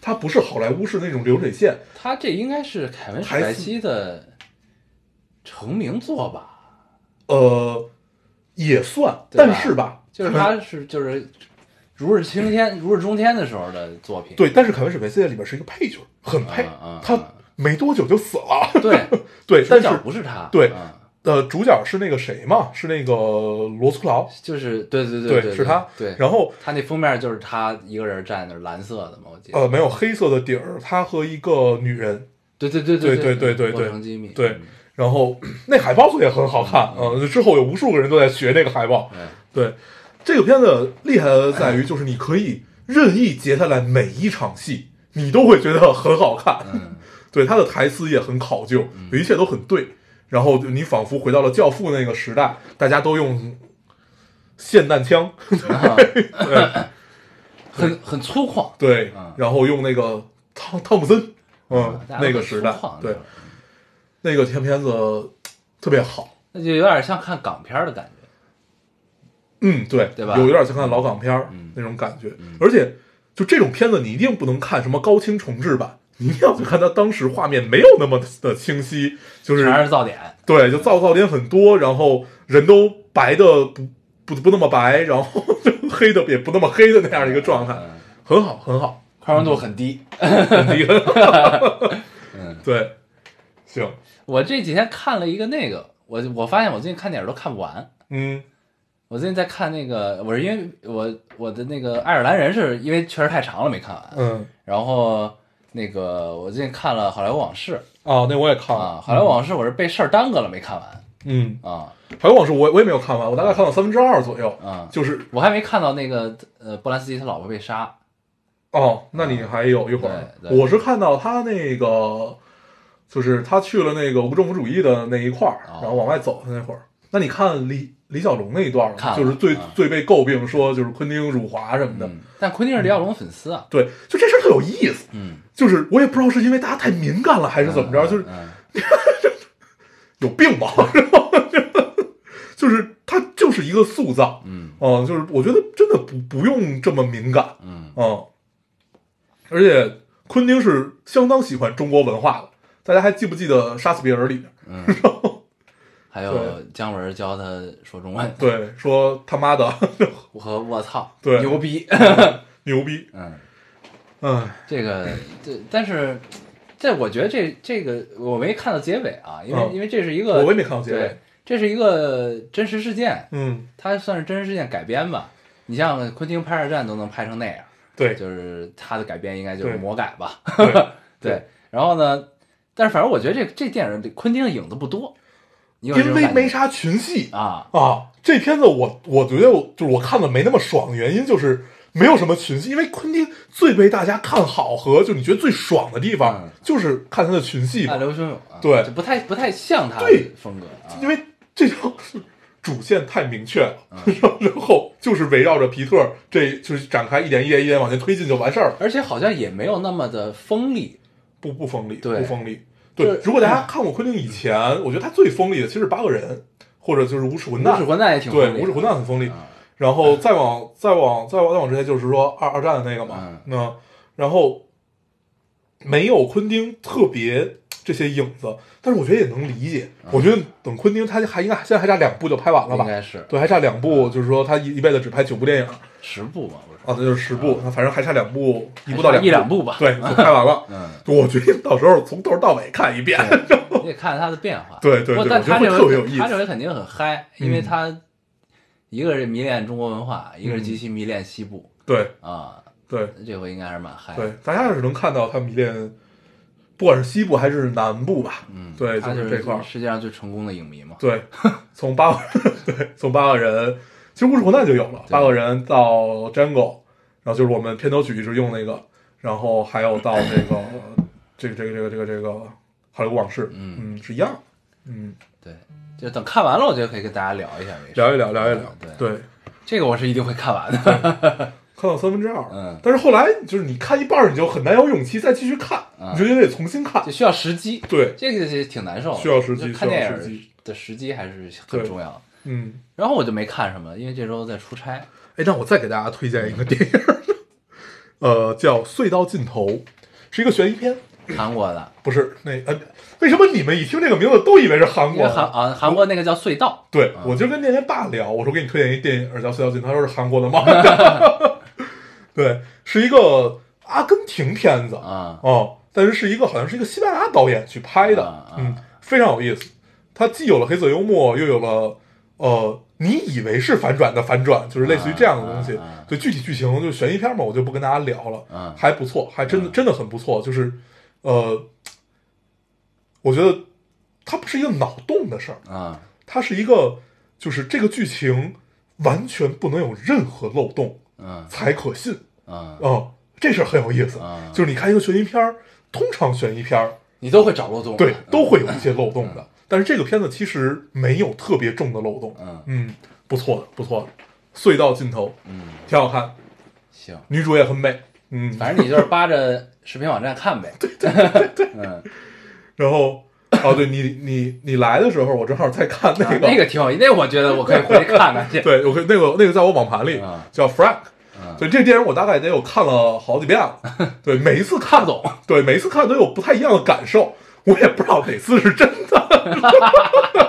Speaker 3: 它不是好莱坞式那种流水线，
Speaker 1: 他这应该是凯文史派西的成名作吧？
Speaker 3: 呃，也算，
Speaker 1: 对吧
Speaker 3: 但是吧，
Speaker 1: 就是
Speaker 3: 凯文
Speaker 1: 他是就是如日青天、如日中天的时候的作品。
Speaker 3: 对，但是凯文史派西在里边是一个配角，很配
Speaker 1: 啊啊啊，
Speaker 3: 他没多久就死了，
Speaker 1: 对，
Speaker 3: 对，
Speaker 1: 主
Speaker 3: 但是
Speaker 1: 角不是他，
Speaker 3: 对
Speaker 1: 啊
Speaker 3: 呃，主角是那个谁嘛，是那个罗斯库劳，
Speaker 1: 就是对对
Speaker 3: 对
Speaker 1: 对，
Speaker 3: 是他
Speaker 1: 对，
Speaker 3: 然后
Speaker 1: 他那封面就是他一个人站在那儿，蓝色的嘛，我记得。
Speaker 3: 呃，没有黑色的底儿，他和一个女人，
Speaker 1: 对对对
Speaker 3: 对
Speaker 1: 对
Speaker 3: 对对对
Speaker 1: 洛城机密，
Speaker 3: 对，然后那海报做得也很好看，嗯、呃，之后有无数个人都在学那个海报，
Speaker 1: 对
Speaker 3: 对，这个片子厉害的在于就是你可以任意截下来每一场戏，你都会觉得很好看，
Speaker 1: 嗯
Speaker 3: 对，他的台词也很考究，一切都很对，然后你仿佛回到了《教父》那个时代，大家都用霰弹枪，
Speaker 1: 啊 很很粗犷，
Speaker 3: 对
Speaker 1: 嗯，
Speaker 3: 然后用那个汤汤姆森，嗯
Speaker 1: 啊，大家
Speaker 3: 那
Speaker 1: 都
Speaker 3: 个
Speaker 1: 很
Speaker 3: 时
Speaker 1: 粗
Speaker 3: 代
Speaker 1: 犷，那
Speaker 3: 对
Speaker 1: 会儿，
Speaker 3: 那个片片子特别好，
Speaker 1: 那就有点像看港片儿的感觉。
Speaker 3: 嗯，对，
Speaker 1: 对吧
Speaker 3: 有有点像看老港片儿
Speaker 1: 嗯
Speaker 3: 那种感觉，而且就这种片子，你一定不能看什么高清重制版，你一定要去看它当时画面没有那么的清晰，就是
Speaker 1: 全是噪点，
Speaker 3: 对，就噪噪点很多，然后人都白的不不不那么白，然后就黑的也不那么黑的那样一个状态，
Speaker 1: 嗯
Speaker 3: 很好，很好，
Speaker 1: 宽容度很低。
Speaker 3: 很低，
Speaker 1: 嗯，
Speaker 3: 对，行，
Speaker 1: 我这几天看了一个那个，我我发现我最近看电影都看不完。
Speaker 3: 嗯
Speaker 1: 我最近在看那个，我是因为我我的那个爱尔兰人是因为确实太长了没看完，
Speaker 3: 嗯，
Speaker 1: 然后那个我最近看了《好莱坞往事
Speaker 3: 啊，那我也》看
Speaker 1: 啊，《
Speaker 3: 了，
Speaker 1: 好莱坞往事》我是被事儿耽搁了没看完
Speaker 3: 嗯，
Speaker 1: 啊
Speaker 3: 还有往事我我也没有看完，我大概看到三分之二左右，
Speaker 1: 啊，
Speaker 3: 就是
Speaker 1: 我还没看到那个呃波兰斯基他老婆被杀，
Speaker 3: 哦，那你还有一会儿，
Speaker 1: 对对
Speaker 3: 我是看到他那个，就是他去了那个无政府主义的那一块儿，
Speaker 1: 哦
Speaker 3: 然后往外走的那会儿。那你看李李小龙那一段
Speaker 1: 看
Speaker 3: 吗？
Speaker 1: 了
Speaker 3: 就是最、
Speaker 1: 嗯
Speaker 3: 最被诟病说就是昆汀辱华什么的。
Speaker 1: 嗯，但昆汀是李小龙的粉丝啊，
Speaker 3: 对，就这事儿特有意思。
Speaker 1: 嗯，
Speaker 3: 就是我也不知道是因为大家太敏感了还是怎么着，
Speaker 1: 嗯
Speaker 3: 就是
Speaker 1: 嗯
Speaker 3: 有病吧， 然后就就是他就是一个塑造，
Speaker 1: 嗯
Speaker 3: 嗯、就是我觉得真的不不用这么敏感，
Speaker 1: 嗯
Speaker 3: 嗯，而且昆汀是相当喜欢中国文化的，大家还记不记得《杀死比尔》里面？
Speaker 1: 嗯，还有姜文教他说中文
Speaker 3: 哎对，说他妈的
Speaker 1: 和我操，
Speaker 3: 对
Speaker 1: 牛逼，
Speaker 3: 牛逼，
Speaker 1: 嗯，
Speaker 3: 哎，
Speaker 1: 这个这但是。这我觉得这这个我没看到结尾啊，因为、
Speaker 3: 嗯
Speaker 1: 因为这是一个
Speaker 3: 我也没看到结
Speaker 1: 对
Speaker 3: 尾。，
Speaker 1: 这是一个真实事件，
Speaker 3: 嗯，
Speaker 1: 它算是真实事件改编吧。你像昆汀拍二战都能拍成那样，
Speaker 3: 对，
Speaker 1: 就是他的改编应该就是
Speaker 3: 对
Speaker 1: 魔改吧。
Speaker 3: 对
Speaker 1: 对，然后呢，但是反正我觉得这这电影里昆汀的影子不多，你有这
Speaker 3: 因
Speaker 1: 种
Speaker 3: 为
Speaker 1: 感觉
Speaker 3: 没啥群戏
Speaker 1: 啊，
Speaker 3: 啊，这片子我我觉得我就是我看的没那么爽的原因就是没有什么群戏，因为昆汀最被大家看好和就你觉得最爽的地方、
Speaker 1: 嗯
Speaker 3: 就是看他的群戏嘛
Speaker 1: 暗，流汹涌啊，
Speaker 3: 对
Speaker 1: 就不太不太像他的
Speaker 3: 对
Speaker 1: 风格啊，
Speaker 3: 因为这条主线太明确了， 然后就是围绕着皮特这就是展开一点一点一点往前推进就完事儿了，
Speaker 1: 而且好像也没有那么的锋利，
Speaker 3: 不不锋利，
Speaker 1: 对
Speaker 3: 不锋利。
Speaker 1: 就
Speaker 3: 对
Speaker 1: 是，
Speaker 3: 如果大家看过昆汀以前，我觉得他最锋利的其实是八个人，或者就是无耻混蛋
Speaker 1: 无耻，混蛋也挺
Speaker 3: 对
Speaker 1: 锋利，
Speaker 3: 无耻混蛋很锋利。
Speaker 1: 啊
Speaker 3: 然后再往再往再往再往之前就是说二二战的那个嘛
Speaker 1: 嗯，
Speaker 3: 那然后没有昆汀特别这些影子，但是我觉得也能理解。我觉得等昆汀他还应该现在还差两部就拍完了吧
Speaker 1: 嗯应？该是
Speaker 3: 对，还差两
Speaker 1: 嗯
Speaker 3: 部，就是说他一一辈子只拍九部电影啊，
Speaker 1: 十部吧，不是
Speaker 3: 那就是十部，那反正还差两部，哦一部到
Speaker 1: 嗯一两
Speaker 3: 部，
Speaker 1: 部吧，
Speaker 3: 对，就拍完了。
Speaker 1: 嗯。
Speaker 3: 我决定到时候从头到尾看一遍。
Speaker 1: 你得看他的变化。
Speaker 3: 对 对
Speaker 1: 不过
Speaker 3: 对
Speaker 1: 但
Speaker 3: 我觉
Speaker 1: 他
Speaker 3: 得会
Speaker 1: 这
Speaker 3: 特别有
Speaker 1: 回
Speaker 3: 意
Speaker 1: 他这
Speaker 3: 思
Speaker 1: 回肯定很嗨，因为
Speaker 3: 嗯
Speaker 1: 他一个是迷恋中国文化，一个是极其迷恋西部
Speaker 3: 对
Speaker 1: 啊，
Speaker 3: 对
Speaker 1: 这回应该还是蛮嗨。
Speaker 3: 对，，大家也是能看到他迷恋，不管是西部还是南部吧，
Speaker 1: 嗯，
Speaker 3: 对，
Speaker 1: 他
Speaker 3: 就是这块儿。
Speaker 1: 世界上最成功的影迷嘛。
Speaker 3: 对，从八个对，从八个人，其实《无耻混蛋》就有了，
Speaker 1: 对
Speaker 3: 八个人到 Django，然后就是我们片头曲一直用那个，然后还有到这个这个这个这个这个这个好莱坞往事，
Speaker 1: 嗯
Speaker 3: 嗯，是一样的，嗯，
Speaker 1: 对，就等看完了，我觉得可以跟大家聊一下这个。
Speaker 3: 聊一聊，聊一聊，
Speaker 1: 对
Speaker 3: 对，
Speaker 1: 这个我是一定会看完 的。
Speaker 3: 看到三分之二，
Speaker 1: 嗯
Speaker 3: 但是后来就是你看一半儿，你就很难有勇气再继续看，
Speaker 1: 啊
Speaker 3: 你就觉得得重新看
Speaker 1: 就，需要时机，
Speaker 3: 对，
Speaker 1: 这个是挺难受的。
Speaker 3: 需要时机
Speaker 1: 就看电
Speaker 3: 需要时
Speaker 1: 影
Speaker 3: 机
Speaker 1: 的时机还是很
Speaker 3: 对
Speaker 1: 重要的。
Speaker 3: 嗯，
Speaker 1: 然后我就没看什么，因为这周在出差。
Speaker 3: 哎，那我再给大家推荐一个电影儿，呃，叫《隧道尽头》，是一个悬疑片，
Speaker 1: 韩国的，
Speaker 3: 不是那呃，为什么你们一听这个名字都以为是韩
Speaker 1: 因
Speaker 3: 国
Speaker 1: 为
Speaker 3: 的？
Speaker 1: 韩啊，韩国那个叫隧道，
Speaker 3: 对，我就跟那天爸聊，我说给你推荐一电影叫《隧道尽头》，他说是韩国 的吗？ 对，是一个阿根廷片子
Speaker 1: 啊
Speaker 3: 哦，但是是一个好像是一个西班牙导演去拍的，
Speaker 1: 啊啊
Speaker 3: 嗯，非常有意思。它既有了黑色幽默，又有了呃，你以为是反转的反转，就是类似于这样的东西。
Speaker 1: 啊啊啊
Speaker 3: 对，具体剧情就悬疑片嘛，我就不跟大家聊了。
Speaker 1: 嗯
Speaker 3: 还不错，还真的真的很不错。就是呃，我觉得它不是一个脑洞的事儿，
Speaker 1: 啊
Speaker 3: 它是一个就是这个剧情完全不能有任何漏洞
Speaker 1: 嗯
Speaker 3: 才可信。
Speaker 1: 嗯，
Speaker 3: 哦，这事儿很有意思
Speaker 1: 啊，
Speaker 3: 就是你看一个悬疑片儿，通常悬疑片儿
Speaker 1: 你都会找漏洞，
Speaker 3: 对都会有一些漏洞的，但是这个片子其实没有特别重的漏洞，
Speaker 1: 嗯
Speaker 3: 嗯，不错的，不错的，隧道尽头
Speaker 1: 嗯，
Speaker 3: 挺好看，
Speaker 1: 行，
Speaker 3: 女主也很美，嗯，
Speaker 1: 反正你就是扒着视频网站看呗。对对对，嗯，
Speaker 3: 然后哦，对你 你你来的时候，我正好在看那
Speaker 1: 啊
Speaker 3: 个，
Speaker 1: 那个挺有意，那我觉得我可以回去看看去。
Speaker 3: 对，我可以那个那个在我网盘里
Speaker 1: 啊
Speaker 3: 叫 Frank，所以这电影我大概得有看了好几遍 了，对，每一次看懂， 对，每一次看都有不太一样的感受，我也不知道哪次是真的，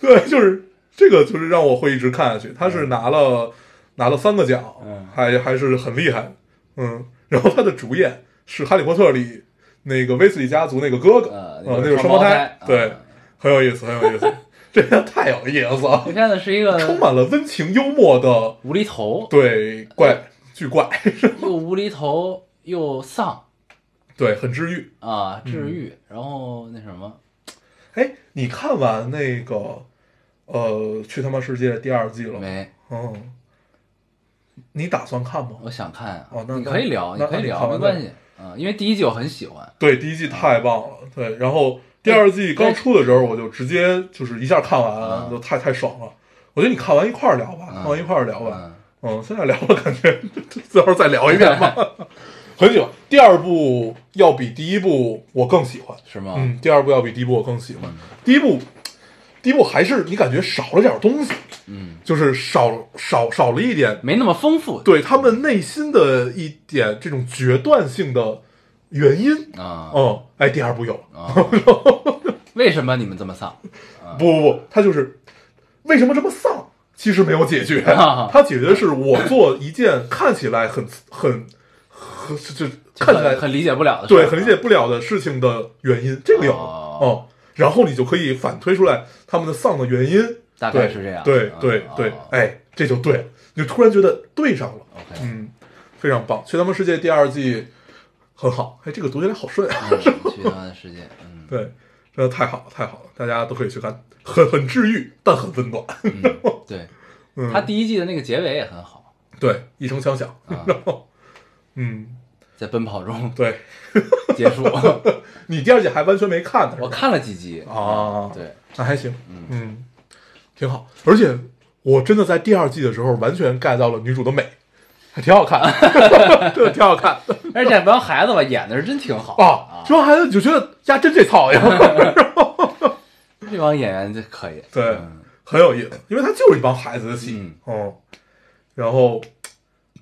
Speaker 3: 对，就是这个就是让我会一直看下去，他是拿了拿了三个奖，
Speaker 4: 嗯
Speaker 3: 还还是很厉害的，嗯，然后他的主演是《哈利波特》里那个威斯利家族那个哥哥，
Speaker 4: 呃
Speaker 3: 呃，
Speaker 4: 那个
Speaker 3: 那个双
Speaker 4: 双胞
Speaker 3: 胎嗯
Speaker 4: 胎，
Speaker 3: 对
Speaker 4: 啊，
Speaker 3: 很有意思，很有意思， 这个太有意思了
Speaker 1: 这，片子是一
Speaker 3: 充
Speaker 1: 个
Speaker 3: 满了温情幽默的。
Speaker 1: 无厘头，
Speaker 3: 对，怪巨 怪，
Speaker 1: 又无厘头又丧
Speaker 3: 对，很治愈。
Speaker 1: 啊，治愈，
Speaker 3: 嗯
Speaker 1: 然后那什么，
Speaker 3: 哎，你看完那个呃《去他妈世界》第二季了吗？
Speaker 1: 没，
Speaker 3: 嗯，你打算看吗？
Speaker 1: 我想看啊
Speaker 3: 哦，那
Speaker 1: 你可以聊，
Speaker 3: 那
Speaker 1: 可以
Speaker 3: 那你
Speaker 1: 聊，
Speaker 3: 看
Speaker 1: 没
Speaker 3: 完
Speaker 1: 关
Speaker 3: 再
Speaker 1: 系，嗯，因为第一季我很喜欢，
Speaker 3: 对，第一季太棒了，对，然后第二季刚出的时候，我就直接就是一下看
Speaker 1: 啊
Speaker 3: 完，就太太爽了。我觉得你看完一块儿聊吧，
Speaker 1: 嗯
Speaker 3: 看完一块儿聊吧。
Speaker 1: 嗯，
Speaker 3: 嗯，现在聊了，感觉 最后再聊一遍 吧。很喜欢第二部，要比第一部我更喜欢。
Speaker 1: 是吗？
Speaker 3: 嗯，第二部要比第一部我更喜欢。第一部，第一部还是你感觉少了点东西，
Speaker 1: 嗯，
Speaker 3: 就是少少少了一点，
Speaker 1: 没那么丰富，
Speaker 3: 对他们内心的一点这种决断性的原因。
Speaker 1: 啊
Speaker 3: 嗯，哎，第二部有了，
Speaker 1: 啊，为什么你们这么丧？啊
Speaker 3: 不不不，他就是为什么这么丧，其实没有解决，
Speaker 1: 啊
Speaker 3: 他解决的是我做一件看起来很很很就就
Speaker 1: 就
Speaker 3: 看起来
Speaker 1: 很很理解不了的事儿，
Speaker 3: 对，很理解不了的事情的原因，这个有
Speaker 1: 啊哦
Speaker 3: 哦、然后你就可以反推出来他们的丧的原因，
Speaker 1: 大概
Speaker 3: 对
Speaker 1: 是这样
Speaker 3: 对
Speaker 1: 啊
Speaker 3: 对
Speaker 1: 啊
Speaker 3: 对
Speaker 1: 啊，
Speaker 3: 哎，这就对了，你就突然觉得对上了，
Speaker 1: ，OK，
Speaker 3: 嗯，非常棒，《去他们世界》第二季很好，哎，这个读起来好顺啊，
Speaker 1: 嗯去他们的世界，嗯，
Speaker 3: 对，真的太好了，太好了，大家都可以去看，很很治愈，但很温暖，
Speaker 1: 嗯对，
Speaker 3: 嗯，
Speaker 1: 他第一季的那个结尾也很好，
Speaker 3: 对一声枪响，
Speaker 1: 啊
Speaker 3: 然后嗯，
Speaker 1: 在奔跑 中
Speaker 3: 对
Speaker 1: 结束。
Speaker 3: 你第二季还完全没看呢，是吧
Speaker 1: 我看了几集，
Speaker 3: 啊，
Speaker 1: 哦对，
Speaker 3: 那还行，嗯，挺好。而且我真的在第二季的时候完全 get 到了女主的美，还挺好看，真的挺 好看的
Speaker 1: 而且这帮孩子吧演的是真挺好
Speaker 3: 啊。这帮孩子就觉得呀，真这操呀，
Speaker 1: 这帮演员就可以，
Speaker 3: 对
Speaker 1: 嗯，
Speaker 3: 很有意思，因为它就是一帮孩子的戏，嗯，然后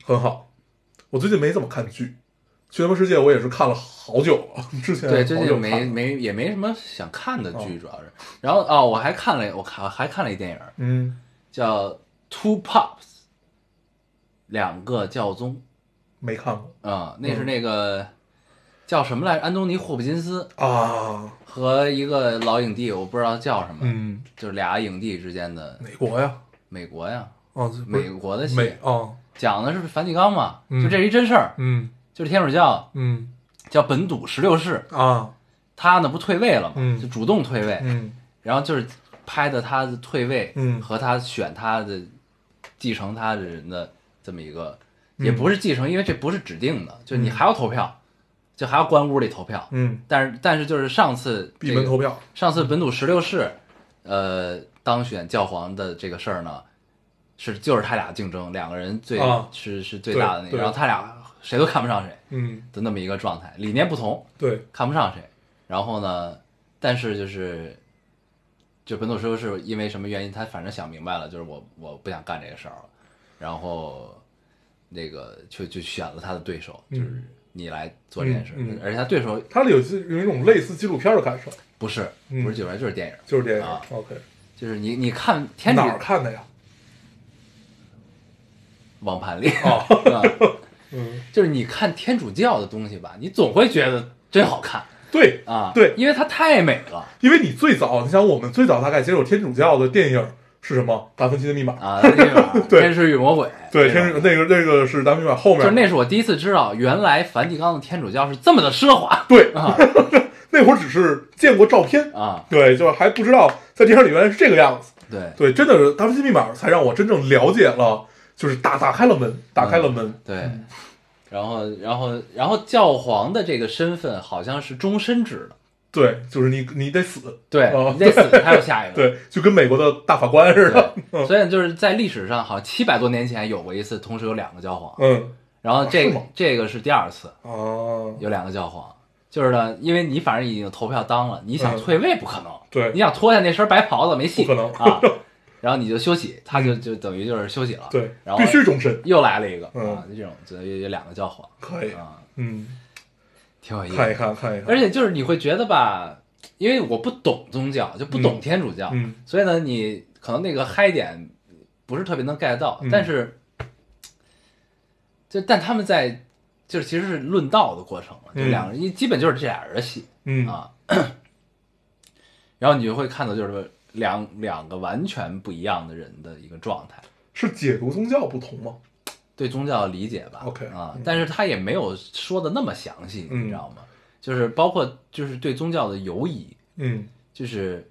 Speaker 3: 很好。我最近没怎么看剧，《去他妈世界》我也是看了好久了， 之前
Speaker 1: 对，最
Speaker 3: 好久
Speaker 1: 近
Speaker 3: 看
Speaker 1: 没
Speaker 3: 了，
Speaker 1: 没也没什么想看的剧，主要是，然后哦，我还看了，我看还看了一电影
Speaker 3: 嗯，
Speaker 1: 叫《Two Pops》，两个教宗
Speaker 3: 没看过
Speaker 1: 啊，那
Speaker 3: 嗯
Speaker 1: 是那个叫什么来着？安东尼·霍普金斯
Speaker 3: 啊，
Speaker 1: 和一个老影帝，我不知道叫什么，
Speaker 3: 嗯，
Speaker 1: 就是俩影帝之间的
Speaker 3: 美国呀，
Speaker 1: 美国呀，
Speaker 3: 啊，不
Speaker 1: 美
Speaker 3: 是
Speaker 1: 国的戏，
Speaker 3: 美啊，
Speaker 1: 讲的是梵蒂冈嘛，
Speaker 3: 嗯
Speaker 1: 就这一真事儿，
Speaker 3: 嗯
Speaker 1: 就是天主教
Speaker 3: 嗯
Speaker 1: 叫本笃十六世，
Speaker 3: 啊，
Speaker 1: 他呢不退位了嘛，
Speaker 3: 嗯
Speaker 1: 就主动退位，
Speaker 3: 嗯
Speaker 1: 然后就是拍的他的退位，
Speaker 3: 嗯
Speaker 1: 和他选他的继承他的人的这么一个，
Speaker 3: 嗯
Speaker 1: 也不是继承，因为这不是指定的，就你还要投票，就还要关屋里投票，
Speaker 3: 嗯，
Speaker 1: 但是但是就是上次、这
Speaker 3: 闭
Speaker 1: 个、
Speaker 3: 门投票。
Speaker 1: 上次本笃十六世，呃，当选教皇的这个事儿呢，是就是他俩竞争，两个人最、
Speaker 3: 啊
Speaker 1: 是是最大的那个，
Speaker 3: 对对
Speaker 1: 然后他俩谁都看不上谁
Speaker 3: 嗯
Speaker 1: 的那么一个状态，理念不同，，
Speaker 3: 对，
Speaker 1: 看不上谁。然后呢，但是就是，就本笃十六世因为什么原因，他反正想明白了，就是我我不想干这个事儿了，然后那个就就选了他的对手，就是你来做这件事，
Speaker 3: 嗯嗯嗯
Speaker 1: 而且他对手
Speaker 3: 它里有有一种类似纪录片的感受，
Speaker 1: 不是
Speaker 3: 嗯
Speaker 1: 不是九来就是电影。
Speaker 3: 就是这样。
Speaker 1: 啊
Speaker 3: OK，
Speaker 1: 就是你你看天主
Speaker 3: 哪儿看的呀？
Speaker 1: 网盘里
Speaker 3: 哦
Speaker 1: 啊，
Speaker 3: 嗯，
Speaker 1: 就是你看天主教的东西吧，你总会觉得真好看
Speaker 3: 对
Speaker 1: 啊，
Speaker 3: 对，
Speaker 1: 因为它太美了
Speaker 3: 因为你最早，你想我们最早大概接受天主教的电影是什么？《达芬奇的密码》。
Speaker 1: 啊，那个玩意儿
Speaker 3: 对
Speaker 1: 天使与魔鬼，
Speaker 3: 对，
Speaker 1: 这
Speaker 3: 天
Speaker 1: 种
Speaker 3: 主那个那个是《达芬奇密码》后面，
Speaker 1: 就是那是我第一次知道，原来梵蒂冈的天主教是这么的奢华
Speaker 3: 对
Speaker 1: 啊
Speaker 3: 那会儿只是见过照片，
Speaker 1: 啊，
Speaker 3: 对，就是还不知道在电影里面是这个样子。
Speaker 1: 对
Speaker 3: 对，真的是《达芬奇密码》才让我真正了解了，就是打打开了门，打开了门。
Speaker 1: 对，然后然后然后教皇的这个身份好像是终身制的，
Speaker 3: 对，就是你你得死，
Speaker 1: 对
Speaker 3: 哦
Speaker 1: 你得死还有下一个，嗯
Speaker 3: 对，就跟美国的大法官似的。
Speaker 1: 对，所以就是在历史上好像七百多年前有过一次，同时有两个教皇，
Speaker 3: 嗯，
Speaker 1: 然后这
Speaker 3: 是
Speaker 1: 个
Speaker 3: 吗
Speaker 1: 这个哦是第二次，
Speaker 3: 哦，
Speaker 1: 有两个教皇，就是呢，因为你反正已经投票当了，你想
Speaker 3: 嗯
Speaker 1: 退位不可能，
Speaker 3: 对
Speaker 1: 你想脱下那身白袍子没戏，
Speaker 3: 不可能
Speaker 1: 啊。 然后你就休息，他就就等于就是休息了。
Speaker 3: 对
Speaker 1: 然，后
Speaker 3: 必须终身，
Speaker 1: 又来了一个
Speaker 3: 嗯
Speaker 1: 啊，就这种就有有两个教皇
Speaker 3: 可以，
Speaker 1: 啊，
Speaker 3: 嗯，
Speaker 5: 挺有意
Speaker 3: 看一
Speaker 5: 思。
Speaker 3: 看，看一看，
Speaker 1: 而且就是你会觉得吧，因为我不懂宗教，就不懂天主教，
Speaker 3: 嗯
Speaker 1: 所以呢，你可能那个嗨点不是特别能 get 到，
Speaker 3: 嗯
Speaker 1: 但是就但他们在就是其实是论道的过程嘛，就
Speaker 3: 嗯
Speaker 1: 两个人、基本就是这俩人的戏
Speaker 3: 嗯
Speaker 1: 啊，然后你就会看到就是两两个完全不一样的人的一个状态。
Speaker 3: 是解读宗教不同吗？
Speaker 1: 对宗教的理解吧
Speaker 3: OK，
Speaker 1: 啊
Speaker 3: 嗯，
Speaker 1: 但是他也没有说的那么详细，
Speaker 3: 嗯
Speaker 1: 你知道吗？就是包括就是对宗教的犹疑，
Speaker 3: 嗯
Speaker 1: 就是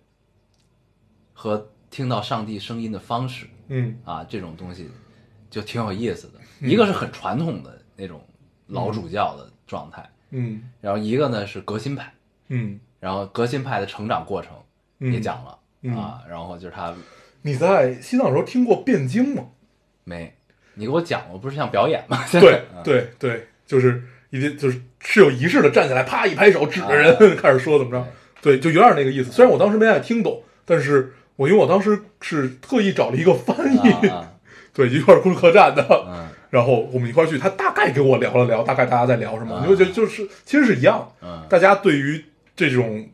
Speaker 1: 和听到上帝声音的方式
Speaker 3: 嗯
Speaker 1: 啊，这种东西就挺有意思的。一个是很传统的那种老主教的状态，
Speaker 3: 嗯
Speaker 1: 然后一个呢是革新派，
Speaker 3: 嗯
Speaker 1: 然后革新派的成长过程
Speaker 3: 嗯，
Speaker 1: 也讲了、
Speaker 3: 嗯
Speaker 1: 啊，然后就是他
Speaker 3: 你在西藏的时候听过辩经吗？
Speaker 1: 没，你给我讲过，不是像表演吗？
Speaker 3: 对
Speaker 1: 啊
Speaker 3: 对对，就是一定就是是有仪式的，站起来啪一拍手，指着人 开始说怎么着，对，就有点那个意思。虽然我当时没太听懂，但是我因为我当时是特意找了一个翻译，
Speaker 1: 啊
Speaker 3: 对，一块儿库克站
Speaker 1: 啊
Speaker 3: 的，
Speaker 1: 嗯
Speaker 3: 然后我们一块儿去，他大概给我聊了聊，大概大家在聊什么，
Speaker 1: 啊
Speaker 3: 你会觉得就是其实是一样，
Speaker 1: 嗯，
Speaker 3: 大家对于这种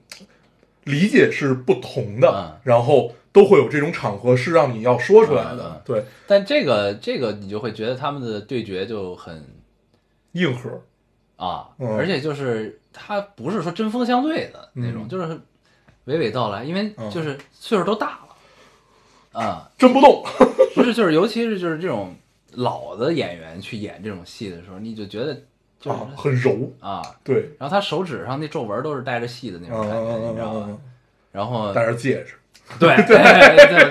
Speaker 3: 理解是不同的
Speaker 1: 嗯，
Speaker 3: 然后都会有这种场合是让你要说出来
Speaker 1: 嗯嗯
Speaker 3: 的，对，
Speaker 1: 但这个这个你就会觉得他们的对决就很
Speaker 3: 硬核，
Speaker 1: 啊，
Speaker 3: 嗯
Speaker 1: 而且就是他不是说针锋相对的那种，
Speaker 3: 嗯
Speaker 1: 就是娓娓道来，因为
Speaker 3: 嗯
Speaker 1: 就是岁数都大了啊，
Speaker 3: 真不动，
Speaker 1: 不是就是尤其是就是这种老的演员去演这种戏的时候，你就觉得就是
Speaker 3: 啊，很柔，
Speaker 1: 啊，
Speaker 3: 对，
Speaker 1: 然后他手指上那皱纹都是带着细的那种感
Speaker 3: 嗯
Speaker 1: 觉，你知道吧？然后
Speaker 3: 戴着戒指，
Speaker 1: 对哎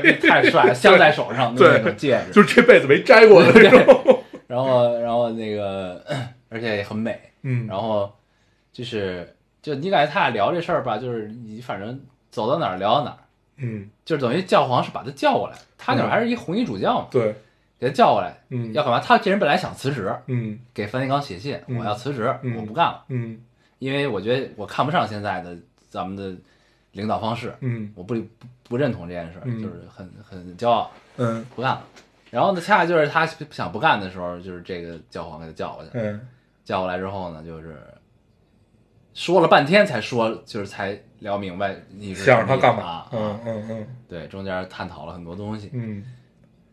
Speaker 1: 对对，太帅，了，镶在手上的那
Speaker 3: 对
Speaker 1: 种戒指，
Speaker 3: 就是这辈子没摘过的那种。
Speaker 1: 然后然后那个 而且也很美，
Speaker 3: 嗯，
Speaker 1: 然后就是就你感觉他俩聊这事儿吧，就是你反正走到哪儿聊到哪儿，
Speaker 3: 嗯，
Speaker 1: 就是等于教皇是把他叫过来，他那会儿还是一红衣主教嘛，
Speaker 3: 对，
Speaker 1: 给他叫过来，
Speaker 3: 嗯
Speaker 1: 要干嘛？他这人本来想辞职，
Speaker 3: 嗯
Speaker 1: 给梵蒂冈写信，
Speaker 3: 嗯
Speaker 1: 我要辞职，
Speaker 3: 嗯
Speaker 1: 我不干了，
Speaker 3: 嗯
Speaker 1: 因为我觉得我看不上现在的咱们的领导方式，
Speaker 3: 嗯
Speaker 1: 我不不不认同这件事儿，
Speaker 3: 嗯
Speaker 1: 就是很很骄傲，
Speaker 3: 嗯
Speaker 1: 不干了。然后呢，恰恰就是他想不干的时候，就是这个教皇给他叫过去，
Speaker 3: 嗯
Speaker 1: 叫过来之后呢，就是说了半天才说，就是才聊明白你是
Speaker 3: 想让他干
Speaker 1: 嘛
Speaker 3: 嘛？。嗯嗯嗯
Speaker 1: 啊对，中间探讨了很多东西，
Speaker 3: 嗯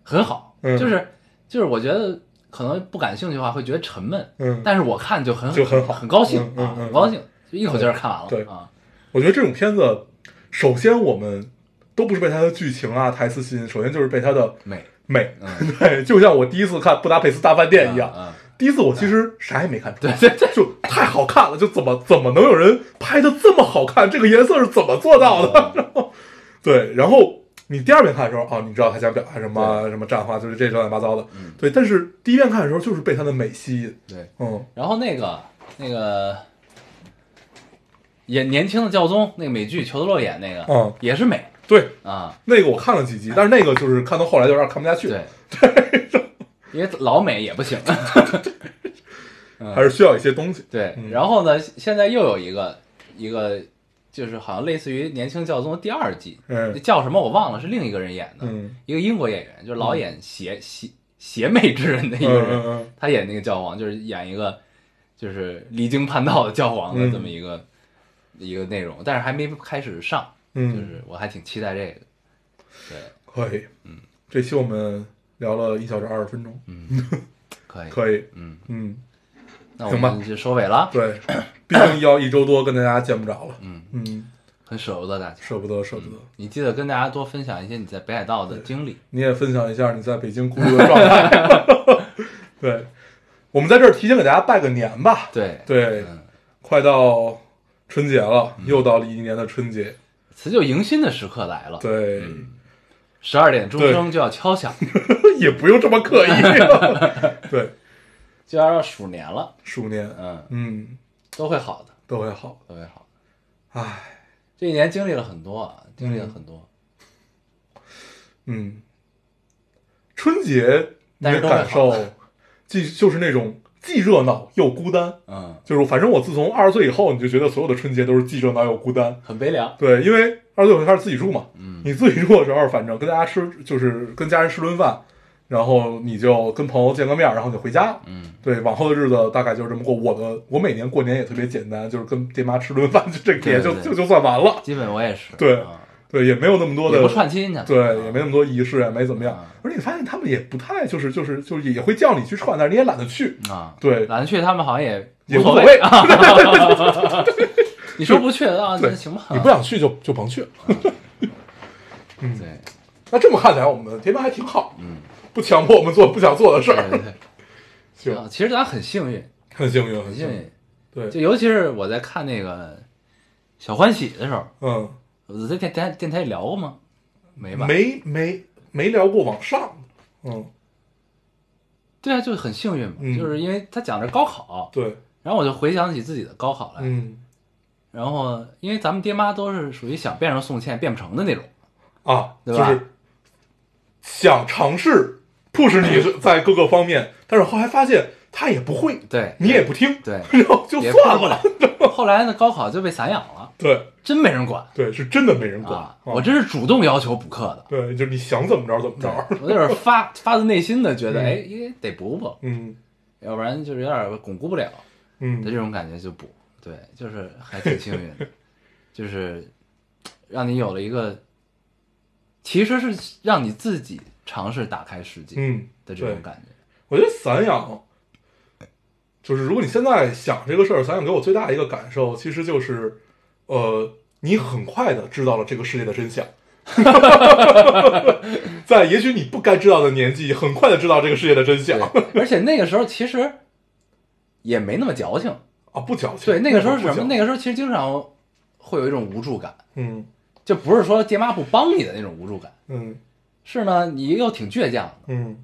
Speaker 1: 很好。
Speaker 3: 嗯
Speaker 1: 就是就是，我觉得可能不感兴趣的话会觉得沉闷，
Speaker 3: 嗯，
Speaker 1: 但是我看就很
Speaker 3: 就很好
Speaker 1: 很高兴
Speaker 3: 嗯嗯
Speaker 1: 啊，
Speaker 3: 嗯
Speaker 1: 很高兴，就一口气儿看完了。
Speaker 3: 对
Speaker 1: 啊，
Speaker 3: 我觉得这种片子，首先我们都不是被它的剧情啊、台词吸引，首先就是被它的
Speaker 1: 美
Speaker 3: 美。
Speaker 1: 嗯
Speaker 3: 对，就像我第一次看《布达佩斯大饭店》一样，
Speaker 1: 嗯，
Speaker 3: 第一次我其实啥也没看出来，
Speaker 1: 对对对
Speaker 3: 就太好看了，就怎么怎么能有人拍的这么好看？这个颜色是怎么做到的？
Speaker 1: 嗯
Speaker 3: 对，然后你第二遍看的时候，哦，你知道他想表达什么什么战话，就是这乱七八糟的。
Speaker 1: 嗯
Speaker 3: 对，但是第一遍看的时候就是被他的美吸引。
Speaker 1: 对。
Speaker 3: 嗯
Speaker 1: 然后那个那个演年轻的教宗，那个美剧裘德洛演那个，
Speaker 3: 嗯，
Speaker 1: 也是美
Speaker 3: 对，
Speaker 1: 啊，
Speaker 3: 那个我看了几集，但是那个就是看到后来就有点看不下去，
Speaker 1: 对 因为老美也不行。嗯
Speaker 3: 还是需要一些东西。
Speaker 1: 对，
Speaker 3: 嗯
Speaker 1: 然后呢，现在又有一个一个，就是好像类似于《年轻教宗》第二季，
Speaker 3: 嗯
Speaker 1: 叫什么我忘了，是另一个人演的，
Speaker 3: 嗯
Speaker 1: 一个英国演员，就是老演邪邪邪魅之人的 一个人，
Speaker 3: 嗯嗯
Speaker 1: 他演那个教皇，就是演一个就是离经叛道的教皇的
Speaker 3: 嗯
Speaker 1: 这么一个、一个内容，但是还没开始上，就
Speaker 3: 嗯，
Speaker 1: 是我还挺期待这个。对，
Speaker 3: 可以。嗯，这期我们聊了一小时二十分钟，
Speaker 1: 嗯 可以，
Speaker 3: 可以。
Speaker 1: 嗯
Speaker 3: 嗯，
Speaker 1: 那我
Speaker 3: 行吧
Speaker 1: 们就收尾了，
Speaker 3: 对，毕竟要一周多跟大家见不着了。
Speaker 1: 嗯
Speaker 3: 嗯，
Speaker 1: 很舍不得大家。
Speaker 3: 舍不得，舍不得。
Speaker 1: 你记得跟大家多分享一些你在北海道的经历。
Speaker 3: 你也分享一下你在北京孤独的状态。 对，我们在这儿提前给大家拜个年吧。
Speaker 1: 对，
Speaker 3: 对，
Speaker 1: 嗯
Speaker 3: 快到春节了，又到了一年的春节。
Speaker 1: 辞旧迎新的时刻来了，
Speaker 3: 对，
Speaker 1: 嗯十二点钟声就要敲响，
Speaker 3: 也不用这么刻 意。对，
Speaker 1: 就要要鼠年了，
Speaker 3: 鼠年，
Speaker 1: 嗯，
Speaker 3: 嗯，
Speaker 1: 都会好的，
Speaker 3: 都会好。
Speaker 1: 都会好的。
Speaker 3: 唉，
Speaker 1: 这一年经历了很多啊，经历了很多，
Speaker 3: 嗯，春节你
Speaker 1: 但是
Speaker 3: 的
Speaker 1: 都会
Speaker 3: 感受，即就是那种既热闹又孤单。
Speaker 1: 嗯，
Speaker 3: 就是反正我自从二十岁以后，你就觉得所有的春节都是既热闹又孤单。
Speaker 1: 很悲凉。
Speaker 3: 对，因为二十岁我就开始自己住嘛，
Speaker 1: 嗯
Speaker 3: 你自己住的时候，反正跟大家吃就是跟家人吃顿饭，然后你就跟朋友见个面，然后你就回家。
Speaker 1: 嗯，
Speaker 3: 对，往后的日子大概就是这么过。我的我每年过年也特别简单，就是跟爹妈吃顿饭，就这个也就
Speaker 1: 对对对
Speaker 3: 就就算完了。
Speaker 1: 基本我也是。
Speaker 3: 对
Speaker 1: 啊
Speaker 3: 对，也没有那么多
Speaker 1: 也
Speaker 3: 的
Speaker 1: 不串亲戚。
Speaker 3: 对，也没那么多仪式，也没怎么样
Speaker 1: 啊。
Speaker 3: 而且你发现他们也不太就是就是就是也会叫你去串，但是你也懒得去。
Speaker 1: 啊，
Speaker 3: 对
Speaker 1: 懒得去，他们好像也
Speaker 3: 也
Speaker 1: 无
Speaker 3: 无
Speaker 1: 所
Speaker 3: 所
Speaker 1: 谓
Speaker 3: 谓
Speaker 1: 啊。你说不去啊，
Speaker 3: 对
Speaker 1: 那行吧。
Speaker 3: 你不想去就就甭去。
Speaker 1: 对，
Speaker 3: 那这么看起来，我们的爹妈还挺好，
Speaker 1: 嗯，
Speaker 3: 不强迫我们做不想做的事
Speaker 1: 对
Speaker 3: 儿。
Speaker 1: 对对。
Speaker 3: 行，
Speaker 1: 啊其实咱很幸运，
Speaker 3: 很幸运，
Speaker 1: 很
Speaker 3: 很
Speaker 1: 幸
Speaker 3: 幸运。
Speaker 1: 运。
Speaker 3: 对
Speaker 1: 就尤其是我在看那个《小欢喜》的时候，
Speaker 3: 嗯，
Speaker 1: 我在电台电台聊过吗？没吧？。
Speaker 3: 没没没聊过往上。嗯，
Speaker 1: 对啊，就很幸运嘛，
Speaker 3: 嗯
Speaker 1: 就是因为他讲的是高考，
Speaker 3: 对，
Speaker 1: 然后我就回想起自己的高考来。
Speaker 3: 嗯
Speaker 1: 然后，因为咱们爹妈都是属于想变成宋茜变不成的那种，
Speaker 3: 啊，
Speaker 1: 对
Speaker 3: 就
Speaker 1: 吧
Speaker 3: 是想尝试 push 你在各个方面，但是后来发现他也不会，
Speaker 1: 对，
Speaker 3: 你也不听，
Speaker 1: 对，
Speaker 3: 然后就
Speaker 1: 也
Speaker 3: 算
Speaker 1: 不
Speaker 3: 了。
Speaker 1: 了。 后来呢，高考就被散养了，
Speaker 3: 对
Speaker 1: 真没人管。
Speaker 3: 对，是真的没人管。
Speaker 1: 啊
Speaker 3: 啊，
Speaker 1: 我这是主动要求补课 的，
Speaker 3: 对，就是你想怎么着怎么着。
Speaker 1: 我有点发发自内心的觉得，
Speaker 3: 嗯
Speaker 1: 哎，也得补补，
Speaker 3: 嗯
Speaker 1: 要不然就是有点巩固不了的这
Speaker 3: 嗯，
Speaker 1: 种感觉就补。对，就是还挺幸运的，就是让你有了一个，其实是让你自己尝试打开世界
Speaker 3: 嗯，
Speaker 1: 的这种
Speaker 3: 对
Speaker 1: 感觉。
Speaker 3: 我觉得散养，就是如果你现在想这个事儿，散养给我最大的一个感受，其实就是，呃，你很快的知道了这个世界的真相。 在也许你不该知道的年纪，很快的知道这个世界的真相
Speaker 1: 对，而且那个时候其实也没那么矫情。
Speaker 3: 啊，不矫情。
Speaker 1: 对，那个时候是什
Speaker 3: 不矫
Speaker 1: 么？那个时候其实经常会有一种无助感，
Speaker 3: 嗯
Speaker 1: 就不是说爹妈不帮你的那种无助感，
Speaker 3: 嗯
Speaker 1: 是呢，你又挺倔强的。
Speaker 3: 嗯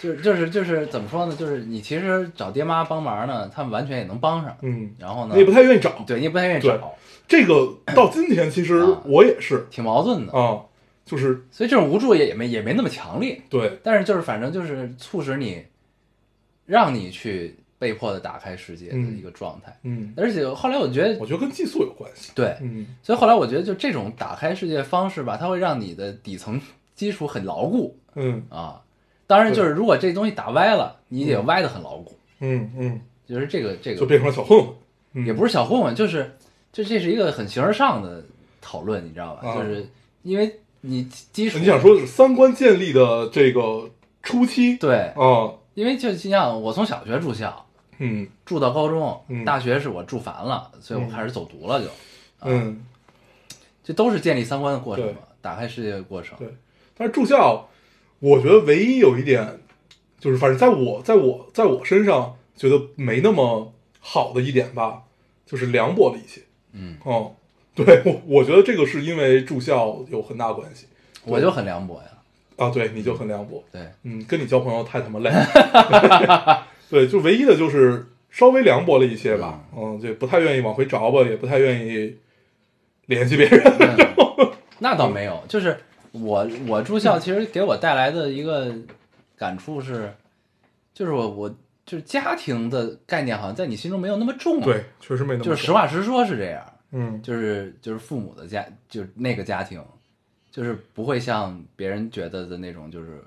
Speaker 1: 就是就是就是怎么说呢？就是你其实找爹妈帮忙呢，他们完全也能帮上。
Speaker 3: 嗯，
Speaker 1: 然后呢，
Speaker 3: 你也不太愿意找。
Speaker 1: 对你也不太愿意找，
Speaker 3: 这个到今天，其实
Speaker 1: 啊
Speaker 3: 我也是
Speaker 1: 挺矛盾的。
Speaker 3: 啊，就是
Speaker 1: 所以这种无助也也没也没那么强烈，
Speaker 3: 对，
Speaker 1: 但是就是反正就是促使你，让你去被迫的打开世界的
Speaker 3: 嗯
Speaker 1: 一个状态。
Speaker 3: 嗯，
Speaker 1: 而且后来我觉得
Speaker 3: 我觉得跟寄宿有关系。
Speaker 1: 对，
Speaker 3: 嗯
Speaker 1: 所以后来我觉得就这种打开世界方式吧，它会让你的底层基础很牢固
Speaker 3: 嗯
Speaker 1: 啊。当然就是如果这东西打歪了，你也歪的很牢固，
Speaker 3: 嗯嗯，
Speaker 1: 就是这个这个
Speaker 3: 就变成了小混混。嗯
Speaker 1: 也不是小混混，就是这这是一个很形而上的讨论，你知道吧？
Speaker 3: 啊
Speaker 1: 就是因为你基础，
Speaker 3: 你想说是三观建立的这个初期，
Speaker 1: 对，
Speaker 3: 啊，
Speaker 1: 因为就像我从小学住校，
Speaker 3: 嗯
Speaker 1: 住到高中，
Speaker 3: 嗯
Speaker 1: 大学是我住烦了，所以我开始走读了就，
Speaker 3: 嗯，
Speaker 1: 啊这都是建立三观的过程嘛
Speaker 3: 对，
Speaker 1: 打开世界的过程。
Speaker 3: 对但是住校，我觉得唯一有一点，就是反正在我在我在我身上觉得没那么好的一点吧，就是凉薄了一些。
Speaker 1: 嗯，
Speaker 3: 哦，对我我觉得这个是因为住校有很大关系
Speaker 1: 我就很凉薄呀，
Speaker 3: 啊，对，你就很凉薄，
Speaker 1: 对，
Speaker 3: 嗯，跟你交朋友太他妈 累了。对，就唯一的就是稍微凉薄了一些吧，嗯，就不太愿意往回找吧，也不太愿意联系别人。
Speaker 1: 那倒没有，就是我我住校其实给我带来的一个感触是，就是我我就是家庭的概念好像在你心中没有那么重、啊，，
Speaker 3: 对，确实没那么
Speaker 1: 就是实
Speaker 3: 爽
Speaker 1: 话实说是这样。
Speaker 3: 嗯
Speaker 1: 就是就是父母的家，就是那个家庭，就是不会像别人觉得的那种，就是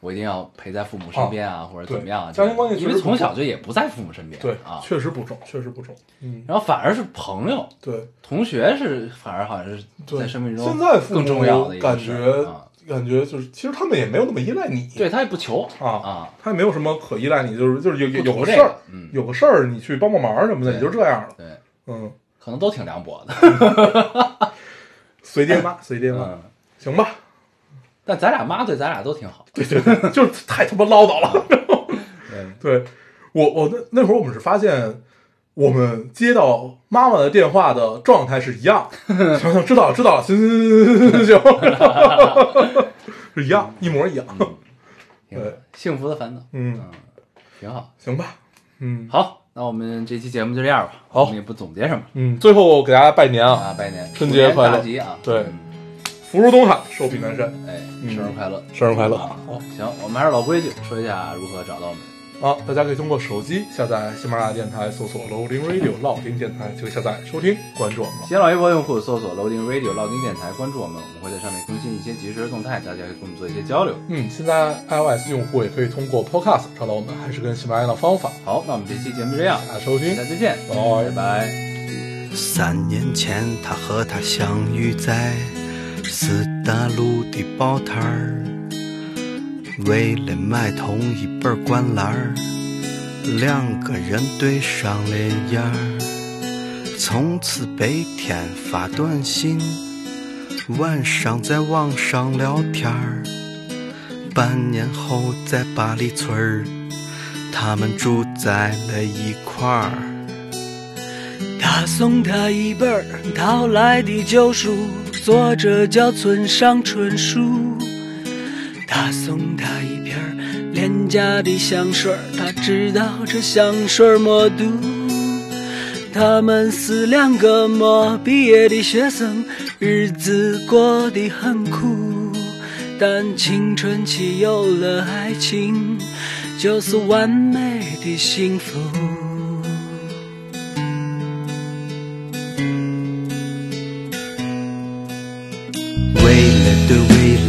Speaker 1: 我一定要陪在父母身边啊，或者怎么样啊。
Speaker 3: 哦对家庭关系
Speaker 1: 因
Speaker 3: 确
Speaker 1: 为
Speaker 3: 实不
Speaker 1: 从小就也不在父母身边，
Speaker 3: 对，
Speaker 1: 啊，
Speaker 3: 确实不重，确实不重。嗯，
Speaker 1: 然后反而是朋友、
Speaker 3: 对
Speaker 1: 同学是反而好像是
Speaker 3: 对，
Speaker 1: 在生命中
Speaker 3: 现在父母
Speaker 1: 更重要的一
Speaker 3: 感
Speaker 1: 个事儿
Speaker 3: 觉
Speaker 1: 啊。
Speaker 3: 感觉就是，其实他们也没有那么依赖你。
Speaker 1: 对他也不求
Speaker 3: 啊
Speaker 1: 啊，
Speaker 3: 他也没有什么可依赖你，就是就是有有有
Speaker 1: 不图
Speaker 3: 个
Speaker 1: 这
Speaker 3: 事儿
Speaker 1: 个，，嗯，
Speaker 3: 有个事儿你去帮帮忙什么的，也
Speaker 1: 对
Speaker 3: 就这样了。
Speaker 1: 对，
Speaker 3: 嗯，
Speaker 1: 可能都挺凉薄的，
Speaker 3: 随爹妈，随爹妈，
Speaker 1: 嗯，
Speaker 3: 行吧。
Speaker 1: 但咱俩妈对咱俩都挺好，
Speaker 3: 对对对，就是太他妈唠叨了。
Speaker 1: 对，
Speaker 3: 对我我那那会儿我们是发现，我们接到妈妈的电话的状态是一样， 行行知道了知道了，行行行行行行， 是一样一模一样，
Speaker 1: 挺好
Speaker 3: 对
Speaker 1: 幸福的烦恼，
Speaker 3: 嗯，
Speaker 1: 挺好。
Speaker 3: 行吧，嗯
Speaker 1: 好，那我们这期节目就这样吧。
Speaker 3: 好
Speaker 1: 我们也不总结什么
Speaker 3: 嗯，最后给大家拜年
Speaker 1: 啊，
Speaker 3: 啊，
Speaker 1: 拜年，
Speaker 3: 春节快
Speaker 1: 大
Speaker 3: 乐
Speaker 1: 吉啊！
Speaker 3: 对
Speaker 1: 嗯
Speaker 3: 福如东海，寿比南山，
Speaker 1: 哎，生日快乐！
Speaker 3: 嗯生日快乐，
Speaker 1: 行，我们还是老规矩，说一下如何找到我们。
Speaker 3: 啊，大家可以通过手机下载喜马拉雅电台，搜索 Loading Radio 老丁电台，就可以下载收听，关注我们了。
Speaker 1: 新浪微博用户搜索 Loading Radio 老丁电台，关注我们，我们会在上面更新一些即时的动态，大家可以跟我们做一些交流。
Speaker 3: 嗯，现在 iOS 用户也可以通过 Podcast 找到我们，还是跟喜马拉雅的方法。
Speaker 1: 好，那我们这期节目就这样，
Speaker 3: 大家收
Speaker 1: 大
Speaker 3: 听
Speaker 1: 家，再见，
Speaker 3: 拜
Speaker 1: 拜拜。
Speaker 4: 三年前，他和她相遇在四大路的报摊儿，为了买同一本灌篮儿，两个人对上了眼儿。从此白天发短信，晚上在网上聊天儿。半年后，在八里村儿，他们住在了一块儿。
Speaker 6: 他送她一本儿淘来的旧书，作者叫村上春树。他送她一瓶儿廉价的香水儿，他知道这香水儿没毒。他们是两个没毕业的学生，日子过得很苦。但青春期有了爱情，就是完美的幸福。
Speaker 4: 为了对未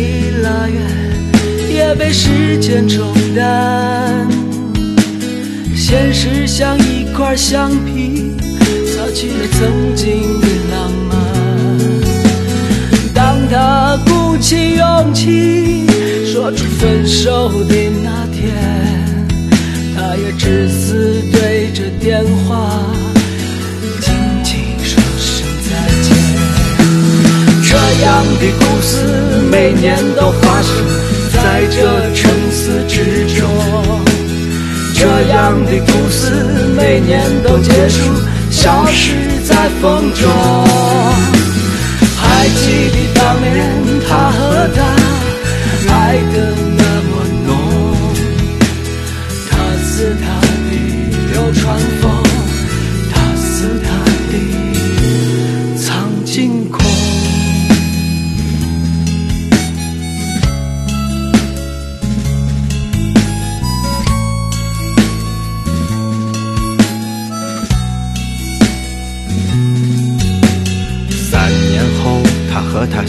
Speaker 6: 拉远，也被时间冲淡。现实像一块橡皮，擦去了曾经的浪漫。当他鼓起勇气说出分手的那天，他也只是对着电话，轻轻说声再见。这样的故事每年都发生在这城市之中，这样的故事每年都结束，消失在风中。还记得当年他和她爱的那么浓，他是她的流川枫，她是他的苍井空。
Speaker 4: 三年后，他和她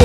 Speaker 6: 握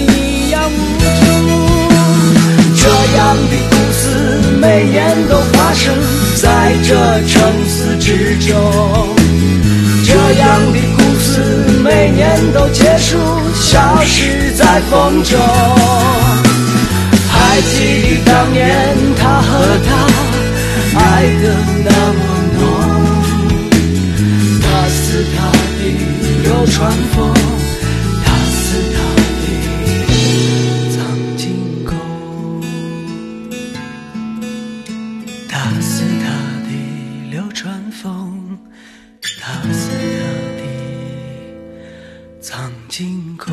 Speaker 6: 一样无助。这样的故事每年都发生在这城市之中。这样的故事每年都结束，消失在风中。还记得当年他和她爱的那么浓，他是她的流川枫，她是她的藏经沟。他是他的流川枫，他是他的藏经沟。